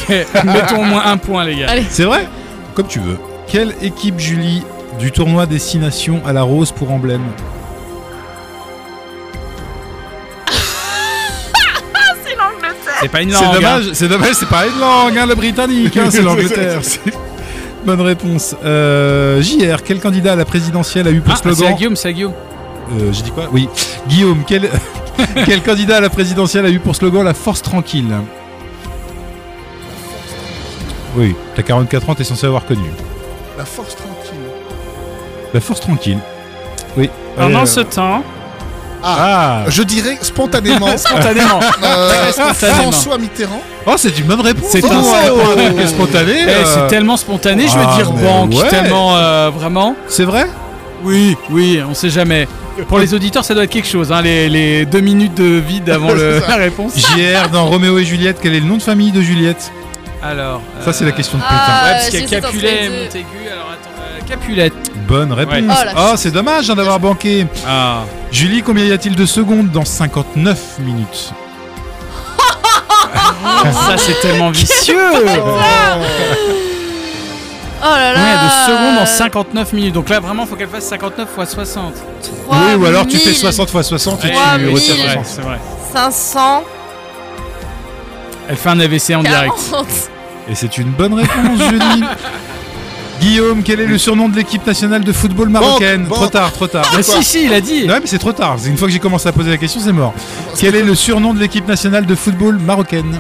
S3: Ouais, mettons au moins un point, les gars.
S4: Allez.
S1: c'est vrai Comme tu veux. Quelle équipe, Julie, du tournoi Destination à la Rose pour emblème
S3: C'est pas une langue.
S1: C'est
S3: hein.
S1: dommage, c'est dommage, c'est pas une langue, hein, le britannique, hein, c'est l'Angleterre. Bonne réponse. Euh, JR, quel candidat à la présidentielle a eu pour
S3: Ah, c'est à
S1: slogan
S3: Guillaume, c'est à Guillaume.
S1: Euh, J'ai dit quoi Oui. Guillaume, quel... quel candidat à la présidentielle a eu pour slogan la force tranquille Oui, t'as 44 ans, t'es censé avoir connu.
S2: La force tranquille.
S1: La force tranquille. Oui.
S3: Pendant
S1: Euh,
S3: ce temps,
S1: Ah
S2: Je dirais spontanément.
S3: spontanément,
S2: euh,
S3: Spontanément.
S2: François Mitterrand.
S1: Oh, c'est une bonne réponse.
S3: C'est
S1: Oh,
S3: un-
S1: c'est pas un
S2: Oh.
S1: truc spontané.
S3: Eh,
S1: euh,
S3: c'est tellement spontané, je vais
S1: ah,
S3: dire
S1: mais
S3: banque,
S1: ouais.
S3: tellement euh, vraiment.
S1: c'est vrai
S3: Oui, oui, on sait jamais. Pour les auditeurs, ça doit être quelque chose, hein, les, les deux minutes de vide avant
S2: C'est
S3: le,
S2: ça.
S3: la réponse.
S1: JR dans Roméo et Juliette, quel est le nom de famille de Juliette
S3: Alors,
S1: Ça, c'est la
S3: euh,
S1: question de
S4: Ah.
S1: putain.
S3: Ouais, parce qu'il y a
S4: j'hésite entre
S3: Capulet,
S4: les deux.
S3: Montaigu, alors attends, euh, Capulet.
S1: Bonne réponse.
S3: Ouais.
S4: Oh, la
S1: Oh, c'est dommage hein, d'avoir banqué.
S3: Ah,
S1: Julie, combien y a-t-il de secondes dans 59 minutes
S3: ça c'est tellement vicieux
S4: Oh là
S3: Ouais, de
S4: là
S3: secondes en 59 minutes. Donc là, vraiment, faut qu'elle fasse 59 x 60.
S1: Oui, ou alors tu fais 60 x 60 et
S4: Trois
S1: tu
S4: mille.
S1: retires
S3: c'est vrai,
S1: 60.
S3: c'est vrai.
S4: 500.
S3: Elle fait un AVC en direct.
S1: Et c'est une bonne réponse, Johnny. Guillaume, quel est le surnom de l'équipe nationale de football marocaine
S2: Banque,
S1: Trop
S2: banque.
S1: tard, trop tard.
S3: Ah si, si, il a dit.
S1: Non mais c'est trop tard, une fois que j'ai commencé à poser la question c'est mort. Quel est le surnom de l'équipe nationale de football marocaine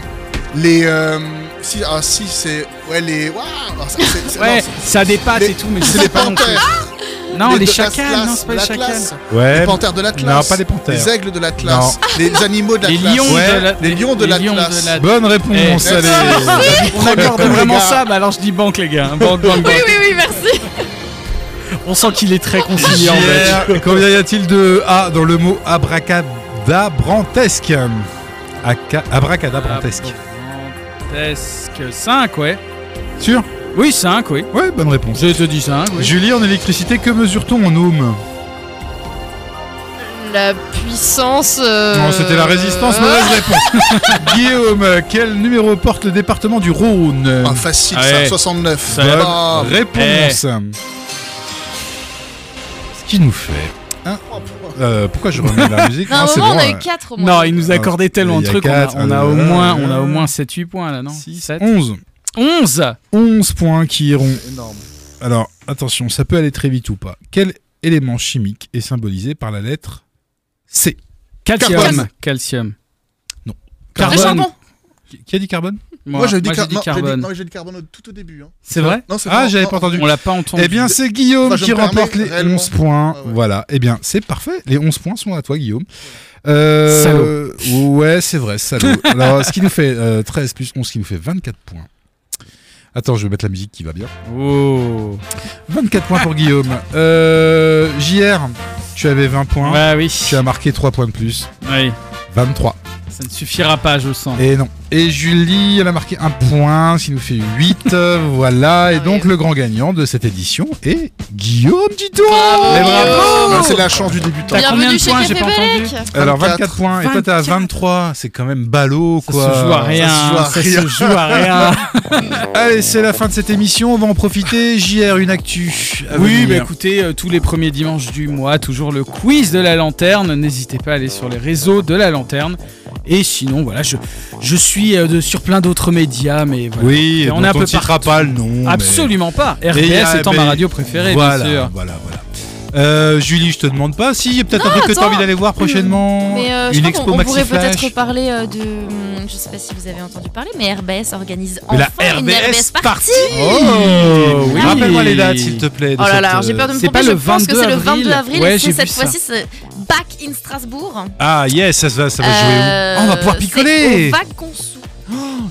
S2: Les. euh, si, ah, si, c'est. Ouais, les. Waouh alors, c'est- c'est- c'est-
S3: Ouais,
S2: non,
S3: ça a des pattes
S2: les-
S3: et tout, mais je
S2: c'est- C'est
S3: sais
S2: les
S3: pas non plus. Ah,
S2: panthères.
S3: Non, les
S2: de
S3: chacals,
S2: l'Atlas,
S3: non, c'est pas les chacals.
S2: l'Atlas.
S1: Ouais.
S2: Les panthères de l'Atlas.
S1: Euh, Non, pas les panthères.
S2: Les aigles de l'Atlas. Les animaux de
S3: Les
S2: l'Atlas.
S3: lions
S1: Ouais,
S3: de la-
S2: les lions de
S3: les lions
S2: l'Atlas.
S3: de la-
S1: Bonne réponse,
S3: Eh,
S1: allez.
S3: On accorde
S2: les
S3: vraiment
S2: gars.
S3: ça, bah alors je dis banque les gars. hein. Banque, banque,
S4: Oui,
S3: banque.
S4: oui, oui, merci.
S3: On sent qu'il est très conciliant en fait.
S1: Pierre, Combien y a-t-il de A dans le mot abracadabrantesque Aca- Abracadabrantesque.
S3: Ah, Dantesque 5, ouais.
S1: Sûr
S3: Oui, 5, oui.
S1: Ouais, bonne réponse.
S3: Je te dis 5, oui.
S1: Julie, en électricité, que mesure-t-on en ohm
S4: La puissance. euh,
S1: Non, c'était la résistance,
S4: euh,
S1: mauvaise réponse. ah. Guillaume, quel numéro porte le département du Rhône
S2: Ah, facile,
S3: Ouais.
S2: ça, 69.
S1: Bonne
S2: Ah,
S1: réponse. Eh. Ce qui nous fait. hein, euh, pourquoi je remets la musique
S4: À un
S1: Non, c'est
S4: moment,
S1: bon,
S4: on a
S1: hein.
S4: eu 4 au moins.
S3: Non, il nous a accordé tellement
S1: il
S3: de
S1: y a
S3: trucs. on a-
S1: quatre,
S3: on, a, au
S1: euh,
S3: moins,
S1: euh,
S3: on a au moins 7-8 points là, non
S1: Six,
S3: 7
S1: 11.
S3: 11
S1: 11 points qui iront.
S2: énorme.
S1: Alors, attention, ça peut aller très vite ou pas. Quel élément chimique est symbolisé par la lettre C
S3: Calcium.
S2: Carbone.
S3: Calcium.
S1: Non.
S4: Le
S3: Carbone.
S4: charbon.
S1: Qui qui a dit carbone
S2: Moi, j'ai dit,
S3: moi,
S2: car- non, j'ai dit-
S3: carbone.
S2: non, j'ai dit carbone au tout au début. hein.
S3: C'est vrai
S2: Non, c'est
S1: Ah,
S2: bon,
S1: j'avais
S2: non.
S1: pas entendu.
S3: On l'a pas entendu.
S1: Eh bien, c'est Guillaume
S2: Enfin, je
S1: qui
S2: me permets,
S1: remporte les
S2: réellement.
S1: 11 points.
S2: Ouais, ouais.
S1: Voilà. Eh bien, c'est parfait. Les 11 points sont à toi, Guillaume. Euh, Ouais, c'est vrai, salaud. Alors, ce qui nous fait euh, 13 plus 11, ce qui nous fait 24 points. Attends, je vais mettre la musique qui va bien.
S3: Oh.
S1: 24 points pour Guillaume. Euh, JR, tu avais 20 points.
S3: Ouais, oui.
S1: Tu as marqué 3 points de plus.
S3: Oui.
S1: 23.
S3: Ça ne suffira pas, je sens.
S1: Et non. Et Julie, elle a marqué 1 point, ce qui nous fait 8. voilà. Et
S4: Ah oui.
S1: donc, le grand gagnant de cette édition est Guillaume, dis donc
S4: Bravo,
S1: Mais bravo
S2: Ah, c'est la chance du débutant.
S3: T'as combien de
S4: euh, Bienvenue chez
S3: points J'ai
S4: Café
S3: pas entendu.
S4: Balek.
S1: Alors
S2: 24.
S1: 24 points et toi t'es à
S3: 24.
S1: 23, c'est quand même ballot
S3: Ça
S1: quoi.
S3: se joue à rien.
S2: se joue à
S3: Ça
S2: rien.
S3: se joue à rien.
S1: Allez, c'est la fin de cette émission, on va en profiter. JR, une actu. à
S3: Oui,
S1: venir.
S3: bah écoutez, euh, tous les premiers dimanches du mois, toujours le quiz de la lanterne. N'hésitez pas à aller sur les réseaux de la lanterne. Et sinon, voilà, je, je suis euh, de- sur plein d'autres médias, mais voilà.
S1: Oui,
S3: Et
S1: on
S3: on est un peu
S1: ne citera
S3: partout.
S1: pas le nom.
S3: Absolument pas.
S1: mais- Mais il y a-
S3: RPS étant ma
S1: mais-
S3: radio préférée,
S1: voilà,
S3: bien sûr.
S1: Voilà, voilà. Euh, Julie, je te demande pas si il y a peut-être un truc que t'as
S4: attends. Hmm.
S1: envie d'aller voir prochainement.
S4: Mais euh, je
S1: une
S4: pense
S1: expo
S4: qu'on on
S1: Maxi
S4: pourrait
S1: Flash.
S4: peut-être parler euh, de. hum, Je sais pas si vous avez entendu parler, mais RBS organise
S1: Mais la
S4: enfin une
S1: RBS
S4: RBS
S1: partie.
S4: partie. Ah
S1: Oh,
S3: Oui.
S1: Rappelle-moi les dates, s'il te plaît. de
S4: Oh là là,
S1: cette, euh,
S4: alors j'ai peur de me
S3: c'est
S4: tromper,
S3: pas
S4: je
S3: le
S4: pense que
S3: 22
S4: c'est le
S3: avril.
S4: 22 avril,
S3: Ouais,
S4: et
S3: j'ai
S4: c'est
S3: vu
S4: cette
S3: ça.
S4: fois-ci c'est Back in Strasbourg.
S1: Ah yes, ça, va, ça va jouer
S4: Euh,
S1: où Oh, On va pouvoir
S4: c'est
S1: picoler
S4: au Wagon Sous.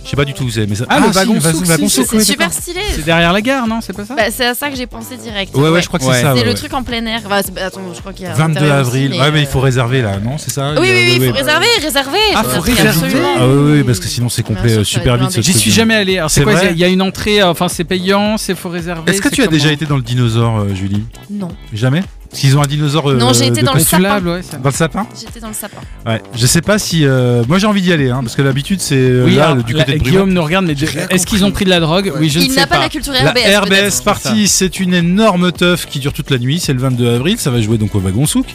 S1: Je sais pas du tout où c'est, mais ça...
S3: Ah, le
S1: si,
S3: wagon souk,
S1: le
S3: si,
S1: wagon
S3: si,
S1: souk,
S4: C'est
S1: oui,
S4: super
S1: d'accord.
S4: stylé.
S3: C'est derrière la gare, non C'est pas ça
S4: Bah, c'est à ça que j'ai pensé direct.
S1: Ouais, ouais, je crois que
S3: Ouais.
S1: c'est ça.
S4: C'est
S1: ouais,
S4: le
S1: ouais.
S4: truc en plein air. Bah, c'est- bah, attends, je crois qu'il y a.
S1: 22
S4: intérieur
S1: avril.
S4: aussi,
S1: ouais, mais il
S4: euh,
S1: faut réserver là, non C'est ça
S4: Oui, oui, oui, il faut
S1: bah-
S4: réserver, réserver.
S1: Ah, faut réserver.
S4: absolument.
S1: Ah, oui, oui, parce que sinon c'est complet
S4: Bien sûr,
S1: euh,
S4: ça va
S1: super
S4: être
S1: vite. ce
S4: blindé.
S3: J'y
S1: truc.
S3: suis jamais allé. Alors,
S1: C'est
S3: c'est quoi
S1: vrai
S3: Il y a une entrée, euh, enfin, c'est payant, c'est faut réserver.
S1: Est-ce que
S3: c'est
S1: tu as déjà
S3: comment
S1: été dans le dinosaure, euh, Julie
S4: Non,
S1: Jamais Parce qu'ils ont un dinosaure. euh,
S4: Non, j'ai été
S1: de
S4: dans le
S1: costume.
S3: Consulable, ouais. ça-
S1: Dans le sapin
S4: j'étais dans le sapin.
S1: Ouais. Je sais pas si. euh, Moi j'ai envie d'y aller, hein, parce que l'habitude c'est euh,
S3: Oui,
S1: là,
S3: alors,
S1: le- du
S3: la-
S1: côté de Brive.
S3: Guillaume nous regarde, mais de-
S2: rien
S3: est-ce qu'ils
S2: compris.
S3: ont pris de la drogue
S2: Ouais.
S3: Oui, je ne
S4: Il
S3: sais
S4: n'a pas
S3: pas.
S4: la culture
S1: La
S4: RBS. peut-être.
S1: RBS partie, c'est une énorme teuf qui dure toute la nuit. C'est le 22 avril, ça va jouer donc au Wagon Souk.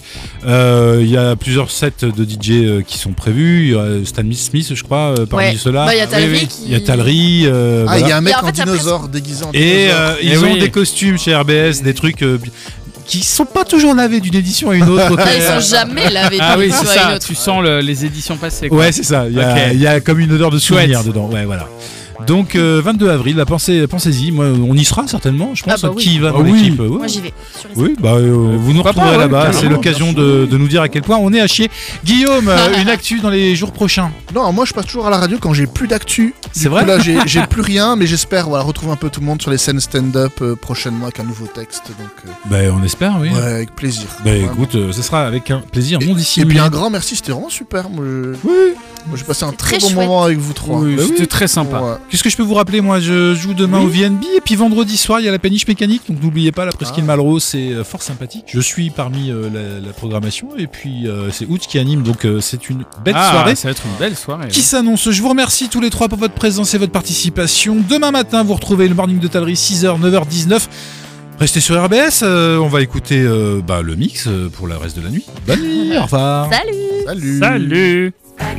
S1: Euh, Il y a plusieurs sets de DJ euh, qui sont prévus. Il y a Stan Smith, je crois, euh, parmi
S4: Ouais.
S1: ceux-là.
S4: Bah, il y a Talry qui-
S1: Il y a Talry. euh,
S2: Ah,
S1: voilà.
S2: il y a un mec
S4: Et en
S2: en
S4: fait, après,
S2: dinosaure déguisé en
S1: Et
S2: dinosaure.
S1: euh,
S3: Eh
S1: ils ont
S3: oui.
S1: des costumes chez RBS, des trucs euh, bi- qui sont pas toujours lavés d'une édition à une autre.
S4: Ah, ils
S1: Euh,
S4: sont jamais lavés.
S3: Ah oui,
S4: d'une
S3: c'est
S4: fois à une
S3: ça.
S4: autre.
S3: Tu sens le- les éditions passées. quoi.
S1: ouais, c'est ça. Il y, a-
S3: Ok.
S1: il y a comme une odeur de souvenir
S3: Chouette.
S1: dedans. Ouais, voilà. Donc euh, 22 avril, là, pensez, pensez-y. Moi, on y sera certainement. Je pense
S4: Ah bah
S1: hein,
S4: oui.
S1: qui y va
S3: Ah
S1: dans
S3: oui.
S1: l'équipe. euh, ouais.
S4: Moi, j'y vais. sur les
S1: Oui, bah, euh, vous nous
S3: Pourquoi
S1: retrouverez
S3: pas, ouais,
S1: là-bas.
S3: carrément,
S1: C'est l'occasion de, de nous dire à quel point on est à chier. Guillaume, euh, une actu dans les jours prochains.
S2: Non, moi je passe toujours à la radio quand j'ai plus d'actu.
S1: C'est vrai
S2: Là, j'ai j'ai plus rien, mais j'espère voilà, retrouver un peu tout le monde sur les scènes stand-up euh, prochainement avec un nouveau texte. Donc, euh,
S1: Ben, on espère, oui.
S2: ouais, avec plaisir.
S1: Bah
S2: Vraiment.
S1: écoute, euh, ce sera avec un plaisir non
S2: et, et
S1: dissimulé.
S2: puis un grand merci, c'était vraiment super. Moi, je-
S1: Oui.
S2: moi, j'ai passé un
S4: C'était
S2: très,
S4: très
S2: bon
S4: chouette.
S2: moment avec vous trois.
S3: Oui,
S1: Bah oui.
S3: C'était très sympa.
S2: Ouais.
S1: Qu'est-ce que je peux vous rappeler Moi, je joue demain
S3: Oui.
S1: au VNB et puis vendredi soir, il y a la péniche mécanique. Donc n'oubliez pas, la presqu'île
S2: Ah.
S1: Malraux, c'est euh, fort sympathique. Je suis parmi euh, la, la programmation et puis euh, c'est Ouch qui anime. Donc euh, c'est une belle
S3: Ah,
S1: soirée.
S3: Ça va être une belle soirée. hein.
S1: qui s'annonce. Je vous remercie tous les trois pour votre présence et votre participation. Demain matin, vous retrouvez le Morning de Talerie 6h, 9h19. Restez sur RBS, euh, on va écouter euh, bah, le mix euh, pour le reste de la nuit. Bonne nuit, au revoir.
S4: Salut
S2: Salut.
S3: Salut